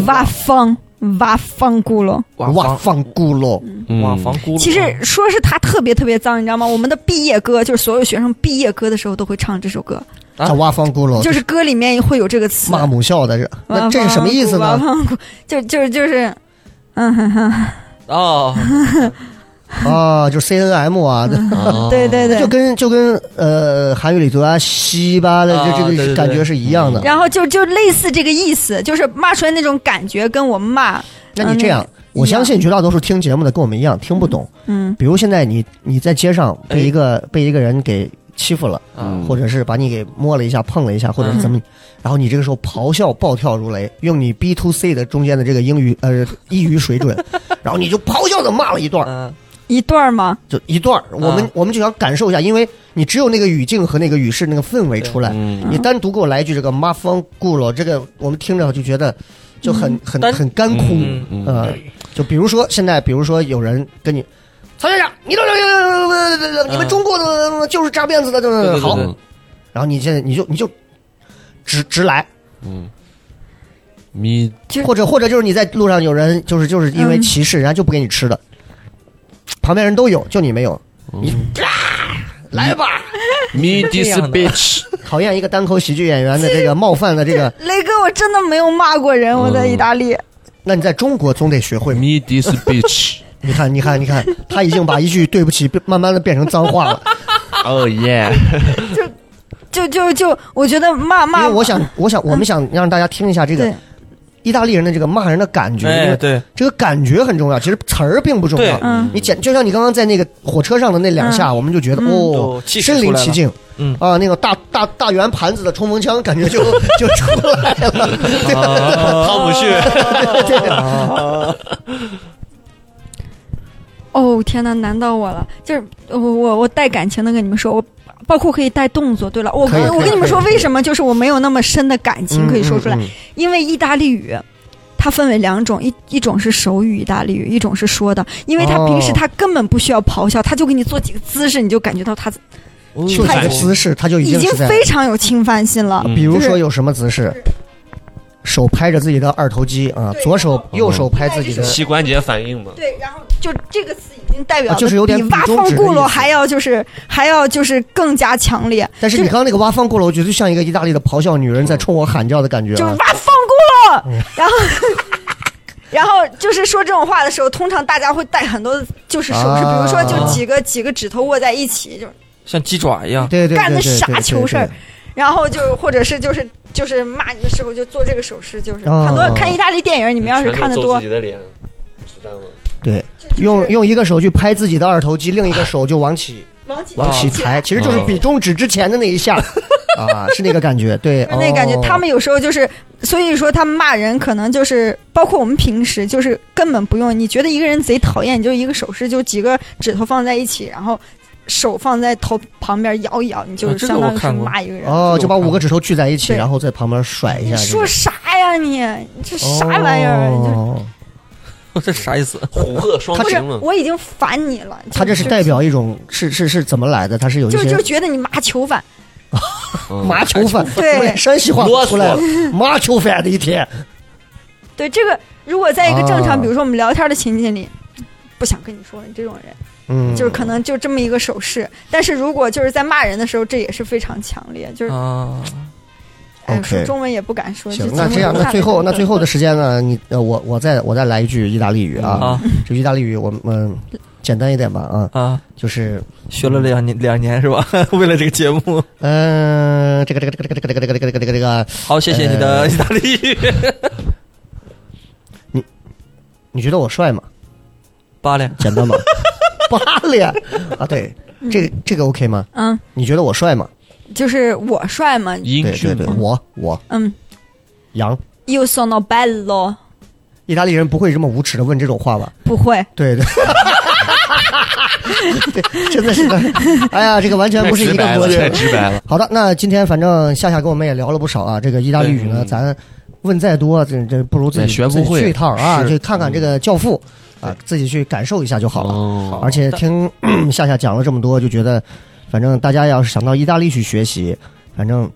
Speaker 6: 挖方挖方咕噜。
Speaker 2: 哇，放咕噜。
Speaker 4: 嗯
Speaker 5: 瓦房咕噜。
Speaker 6: 其实说是他特别特别脏，你知道吗？我们的毕业歌就是所有学生毕业歌的时候都会唱这首歌，
Speaker 5: 啊
Speaker 2: 叫挖方咕噜，
Speaker 6: 就是歌里面会有这个词。
Speaker 2: 骂母校的这，
Speaker 6: 挖
Speaker 2: 那这是什么意思
Speaker 6: 方
Speaker 2: 呢？
Speaker 6: 咕？挖方咕就就是就是，嗯哼哼，
Speaker 5: 哦，
Speaker 2: 啊，就是 C N M 啊，
Speaker 6: 对对对
Speaker 2: 就。跟就跟呃韩语里头啊西吧的
Speaker 5: 啊
Speaker 2: 这这
Speaker 5: 对
Speaker 2: 个
Speaker 5: 对
Speaker 2: 感觉是一样的。
Speaker 6: 然后就就类似这个意思，就是骂出来那种感觉，跟我骂，
Speaker 2: 那你这样，我相信绝大多数听节目的跟我们一样听不懂。
Speaker 6: 嗯，
Speaker 2: 比如现在你你在街上被一个被一个人给欺负了，
Speaker 4: 嗯
Speaker 2: 或者是把你给摸了一下、碰了一下，或者是怎么，然后你这个时候咆哮、暴跳如雷，用你 B to C 的中间的这个英语呃 英语水准，然后你就咆哮的骂了一段儿。
Speaker 5: 嗯，
Speaker 6: 一段儿吗？
Speaker 2: 就一段儿，我们、
Speaker 5: 啊
Speaker 2: 我们就想感受一下，因为你只有那个语境和那个语势那个氛围出来，
Speaker 4: 嗯
Speaker 2: 你单独给我来一句这个妈方咕噜，这个我们听着就觉得就很、很
Speaker 5: 但
Speaker 2: 很干枯，
Speaker 5: 嗯
Speaker 4: 嗯
Speaker 2: 呃，就比如说现在，比如说有人跟你，曹先生，你等等，你们中国的就是扎辫子的，
Speaker 5: 对对对
Speaker 2: 呃好，
Speaker 5: 对
Speaker 4: 嗯
Speaker 2: 然后你现在你就你就直直来，
Speaker 4: 嗯，米
Speaker 2: 或者或者就是你在路上有人就是就是因为
Speaker 6: 嗯
Speaker 2: 歧视，人家就不给你吃的，旁边人都有，就你没有，
Speaker 5: 嗯
Speaker 2: 你、啊来吧，
Speaker 4: 米 this
Speaker 5: 样的
Speaker 4: bitch，
Speaker 2: 考验一个单口喜剧演员的这个冒犯的这 个，
Speaker 6: 雷哥，我真的没有骂过人，我在
Speaker 2: 嗯
Speaker 6: 意大利。
Speaker 2: 那你在中国总得学会嘛。
Speaker 4: 米 this bitch，
Speaker 2: 你看，你看，你看，他已经把一句对不起变慢慢的变成脏话了。
Speaker 4: 哦耶，
Speaker 6: 就就就，我觉得骂
Speaker 2: 因
Speaker 6: 骂
Speaker 2: 为我想，我想，我们想让大家听一下这个
Speaker 6: 对
Speaker 2: 意大利人的这个骂人的感觉，因
Speaker 5: 哎，
Speaker 2: 为
Speaker 5: 对，
Speaker 2: 这个感觉很重要，其实词儿并不重要
Speaker 5: 对。
Speaker 6: 嗯
Speaker 2: 你简就像你刚刚在那个火车上的那两下，我们就觉得
Speaker 6: 嗯
Speaker 2: 哦
Speaker 5: 哦，气势
Speaker 2: 身临
Speaker 5: 出来
Speaker 2: 其
Speaker 5: 了
Speaker 2: 境。
Speaker 5: 嗯
Speaker 2: 啊，那个大大大圆盘子的冲锋枪，感觉 就就出来了。对哦
Speaker 3: 汤姆逊，
Speaker 2: 对对
Speaker 6: 哦天呐，难到我了！就是我我我带感情的跟你们说，我包括可以带动作。对了，我
Speaker 2: 可以
Speaker 6: 跟我
Speaker 2: 可以
Speaker 6: 跟你们说，
Speaker 2: 可以
Speaker 6: 为什么就是我没有那么深的感情可以说出来？
Speaker 2: 嗯嗯嗯
Speaker 6: 因为意大利语。它分为两种，一一种是手语意大利语，一种是说的。因为他
Speaker 2: 哦
Speaker 6: 平时他根本不需要咆哮，他就给你做几个姿势，你就感觉到他
Speaker 5: 嗯
Speaker 2: 就几
Speaker 6: 太
Speaker 2: 个嗯姿势，他就已
Speaker 6: 已
Speaker 2: 经
Speaker 6: 经
Speaker 2: 是在。
Speaker 6: 非常有侵犯性了。
Speaker 4: 嗯
Speaker 2: 比如说有什么姿势？手拍着自己的二头肌啊，左手右手拍自己
Speaker 5: 哦
Speaker 2: 的，
Speaker 4: 膝关节反应嘛，
Speaker 6: 对，然后就这个词已经代表
Speaker 2: 啊
Speaker 6: 的
Speaker 2: 就是有点
Speaker 6: 比
Speaker 2: 比
Speaker 6: 挖
Speaker 2: 中
Speaker 6: 缝
Speaker 2: 指的
Speaker 6: 固
Speaker 2: 意
Speaker 6: 罗
Speaker 2: 思
Speaker 6: 还要就是还要就是更加强烈，
Speaker 2: 但是你刚刚那个挖方过了，我觉得就像一个意大利的咆哮女人在冲我喊叫的感觉
Speaker 6: 就是
Speaker 2: 啊。嗯
Speaker 6: 哇放过了，然后 然后就是说这种话的时候，通常大家会带很多的就是手
Speaker 2: 啊
Speaker 6: 势，比如说就几个几个指头握在一起，就是
Speaker 5: 像鸡爪一样，
Speaker 2: 对对对
Speaker 6: 干
Speaker 2: 对
Speaker 6: 的
Speaker 2: 对
Speaker 6: 傻
Speaker 2: 对
Speaker 6: 球事儿
Speaker 2: 对。
Speaker 6: 然后就或者是就是就是骂你的时候就做这个手势，就是
Speaker 2: 哦
Speaker 6: 很多看意大利电影，你们要是看的多
Speaker 4: 自，己的脸，知道吗？
Speaker 2: 对，
Speaker 6: 就是
Speaker 2: 用用一个手去拍自己的二头肌，另一个手就往起
Speaker 6: 往起
Speaker 2: 往起抬，其实就是比中指之前的那一下 啊，是那个感觉。对，
Speaker 6: 就是 那感觉
Speaker 2: 哦
Speaker 6: 他们有时候就是，所以说他们骂人可能就是，包括我们平时就是根本不用，你觉得一个人贼讨厌，你就一个手势，就几个指头放在一起，然后手放在头旁边摇一摇，你就
Speaker 5: 啊
Speaker 6: 是
Speaker 5: 这个
Speaker 6: 相当于
Speaker 5: 我
Speaker 6: 是
Speaker 5: 看过
Speaker 6: 骂一个人。
Speaker 2: 哦，就把五个指头聚在一起，
Speaker 6: 对
Speaker 2: 然后在旁边甩一
Speaker 6: 你
Speaker 2: 下。
Speaker 6: 说啥呀你？你这
Speaker 2: 这个
Speaker 6: 啥玩意儿？你就
Speaker 2: 哦
Speaker 5: 这啥意思？
Speaker 4: 虎鹤双
Speaker 2: 他
Speaker 6: 不是
Speaker 4: 擎嘛，
Speaker 6: 我已经烦你了。
Speaker 2: 他这是代表一种是是是怎么来的？他是有一
Speaker 6: 就
Speaker 2: 些
Speaker 6: 就觉得你麻球犯，
Speaker 4: 嗯
Speaker 2: 麻球饭，
Speaker 6: 对
Speaker 2: 山西话出来了，麻球饭的一天，
Speaker 6: 对这个如果在一个正
Speaker 2: 啊
Speaker 6: 常，比如说我们聊天的情景里，不想跟你说了，你这种人。
Speaker 2: 嗯，
Speaker 6: 就是可能就这么一个手势，但是如果就是在骂人的时候，这也是非常强烈，就是、
Speaker 2: 嗯
Speaker 5: 啊，
Speaker 6: 哎呦
Speaker 2: OK
Speaker 6: 说中文也不敢说。
Speaker 2: 行
Speaker 6: 就。
Speaker 2: 那
Speaker 6: 咱们
Speaker 2: 这样，
Speaker 6: 不
Speaker 2: 那
Speaker 6: 看
Speaker 2: 最后
Speaker 6: 这
Speaker 2: 那
Speaker 6: 个
Speaker 2: 最后的时间呢？你呃，我我再我再来一句意大利语啊，
Speaker 5: 啊
Speaker 2: 就意大利语，我们、嗯简单一点吧啊，
Speaker 5: 啊，
Speaker 2: 就是
Speaker 5: 学了两年两年是吧？ 为了这个节目，
Speaker 2: 嗯、呃，这个这个这个这个这个这个这个这个这个这个，
Speaker 5: 好，谢谢你的意大利语。
Speaker 2: 你觉得我帅 吗？
Speaker 5: 八脸，
Speaker 2: 简单吗？八脸啊，对，这个这个 OK 吗？
Speaker 6: 嗯，
Speaker 2: 你觉得我帅吗？
Speaker 6: 就是我帅嘛，
Speaker 4: 英
Speaker 2: 对对
Speaker 4: 俊
Speaker 2: 对，
Speaker 4: 嘛
Speaker 2: 我我
Speaker 6: 嗯
Speaker 2: 杨，
Speaker 6: ，You sono bello，
Speaker 2: 意大利人不会这么无耻的问这种话吧？
Speaker 6: 不会，
Speaker 2: 对 对。对，真的 是的，哎呀，这个完全不是一个逻辑。
Speaker 4: 太直白了，
Speaker 2: 好的，那今天反正夏夏跟我们也聊了不少啊，这个意大利语呢，
Speaker 4: 对嗯
Speaker 2: 咱问再多，这这不如自己
Speaker 4: 也学不会
Speaker 2: 自己去一趟啊，
Speaker 4: 是嗯
Speaker 2: 去看看这个《教父》啊，自己去感受一下就好了。
Speaker 4: 哦，
Speaker 2: 而且听 夏夏讲了这么多，就觉得，反正大家要是想到意大利去学习，反正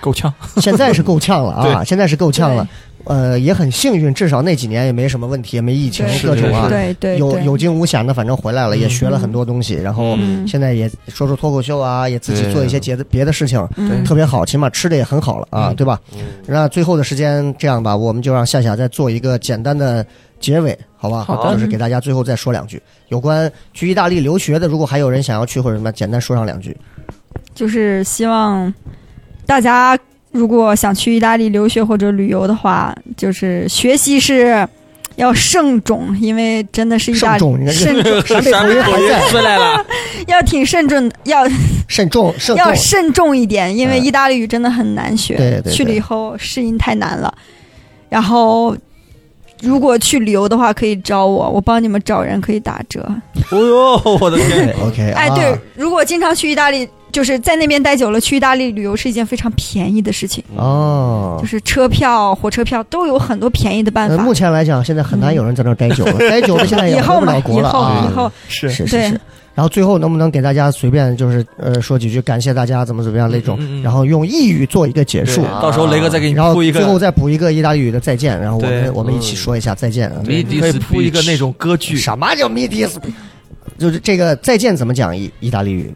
Speaker 5: 够 呛。
Speaker 2: 现在是够呛了啊，现在是够呛了。呃，也很幸运，至少那几年也没什么问题，也没疫情
Speaker 6: 对
Speaker 2: 各种啊。
Speaker 6: 对对，
Speaker 2: 有
Speaker 6: 对
Speaker 2: 有惊无险的，反正回来了，也学了很多东西，然后
Speaker 6: 嗯
Speaker 2: 现在也说说脱口秀啊，也自己
Speaker 4: 对
Speaker 2: 做一些别的别的事情，
Speaker 6: 嗯
Speaker 2: 特别好，起码吃的也很好了
Speaker 5: 嗯
Speaker 2: 啊，对吧？那最后的时间这样吧，我们就让夏夏再做一个简单的结尾，好吧？
Speaker 5: 好的
Speaker 2: 就是给大家最后再说两句有关去意大利留学的，如果还有人想要去或者什么，简单说上两句。
Speaker 6: 就是希望大家如果想去意大利留学或者旅游的话，就是学习是要慎重，因为真的是意
Speaker 2: 慎
Speaker 6: 大利
Speaker 2: 重，你看
Speaker 6: 慎 重
Speaker 2: 陕北口音还在，
Speaker 5: 回来 了，
Speaker 6: 要挺慎重的，要
Speaker 2: 慎重慎重
Speaker 6: 要。慎重一点，因为意大利语真的很难学，
Speaker 2: 哎对对对
Speaker 6: 去了以后适应太难了。然后，如果去旅游的话，可以找我，我帮你们找人可以打折。
Speaker 5: 哦呦，我的天！
Speaker 2: OK，
Speaker 6: 哎，
Speaker 2: 啊
Speaker 6: 对，如果经常去意大利。就是在那边待久了，去意大利旅游是一件非常便宜的事情，
Speaker 2: 哦
Speaker 6: 嗯就。是车票、火车票都有很多便宜的办
Speaker 2: 呃，
Speaker 6: 法。嗯
Speaker 2: 目前来讲，现在很难有人在那儿待久了，待久了现在也
Speaker 6: 以后
Speaker 2: 回不
Speaker 6: 嘛，
Speaker 2: 了国
Speaker 6: 以
Speaker 2: 了
Speaker 6: 后
Speaker 2: 啊
Speaker 6: 以。后
Speaker 2: 是是
Speaker 6: 对
Speaker 2: 是。然后最后能不能给大家随便就是呃说几句感谢大家怎么怎么样那种，
Speaker 5: 嗯嗯嗯
Speaker 2: 然后用意语做一个结束
Speaker 5: 对，到时候雷哥再给你
Speaker 2: 然后
Speaker 5: 铺一
Speaker 2: 最后
Speaker 5: 个，
Speaker 2: 再补一个意大利语的再见，然后我
Speaker 5: 对嗯
Speaker 2: 们我们一起说一下再见啊。
Speaker 5: 对你可以铺一个那种歌剧，
Speaker 2: 什么叫 midis？就是这个再见怎么讲意意大利语？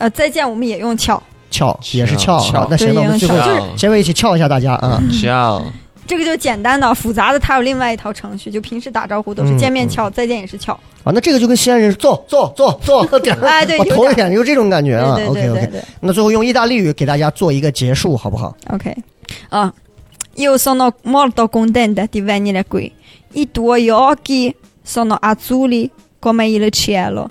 Speaker 6: 呃，再见，我们也用翘，
Speaker 2: 翘也是翘
Speaker 5: 翘
Speaker 2: 啊。那行，
Speaker 6: 对
Speaker 2: 那我们
Speaker 6: 也是
Speaker 2: 最后
Speaker 6: 翘
Speaker 4: 就是
Speaker 2: 结尾一起翘一下大家啊。
Speaker 4: 像
Speaker 6: 这个就简单的，复杂的它有另外一套程序。就平时打招呼都是
Speaker 2: 嗯
Speaker 6: 见面翘，再见也是翘。
Speaker 2: 啊，那这个就跟西安人坐坐坐 坐，点儿
Speaker 6: 哎对
Speaker 2: 我
Speaker 6: 有
Speaker 2: 头一
Speaker 6: 点
Speaker 2: 点就这种感觉啊。
Speaker 6: 对
Speaker 2: OK
Speaker 6: 对对对
Speaker 2: OK，
Speaker 6: 对
Speaker 2: 那最后用意大利语给大家做一个结束，好不好？
Speaker 6: ，OK，啊，Io sono molto contenta di venire qui. I tuoi occhi sono azzurri come il cielo.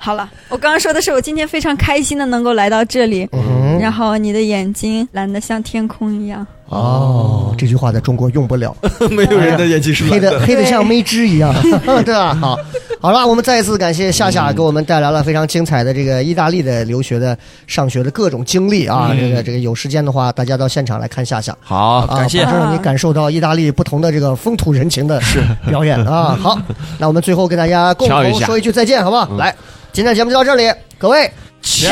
Speaker 6: 好了，我刚刚说的是我今天非常开心的能够来到这里，
Speaker 2: 嗯哼。
Speaker 6: 然后你的眼睛蓝得像天空一样。
Speaker 2: 哦，这句话在中国用不了，
Speaker 5: 没有人的眼睛是
Speaker 2: 哎黑
Speaker 5: 蓝
Speaker 2: 的
Speaker 5: 的。
Speaker 2: 黑的
Speaker 6: 对
Speaker 2: 像梅汁一 样，对吧？好，好了，我们再一次感谢夏夏给我们带来了非常精彩的这个意大利的留学的上学的各种经历啊！这个这个有时间的话，大家到现场来看夏夏，
Speaker 5: 嗯好，
Speaker 2: 啊
Speaker 5: 感谢
Speaker 2: 保，证让你感受到意大利不同的这个风土人情的表演啊！好，那我们最后跟大家共
Speaker 4: 跳
Speaker 2: 同
Speaker 4: 一下
Speaker 5: 嗯
Speaker 2: 说一句再见，好不好？来，今天节目就到这里，各位。
Speaker 5: 笑。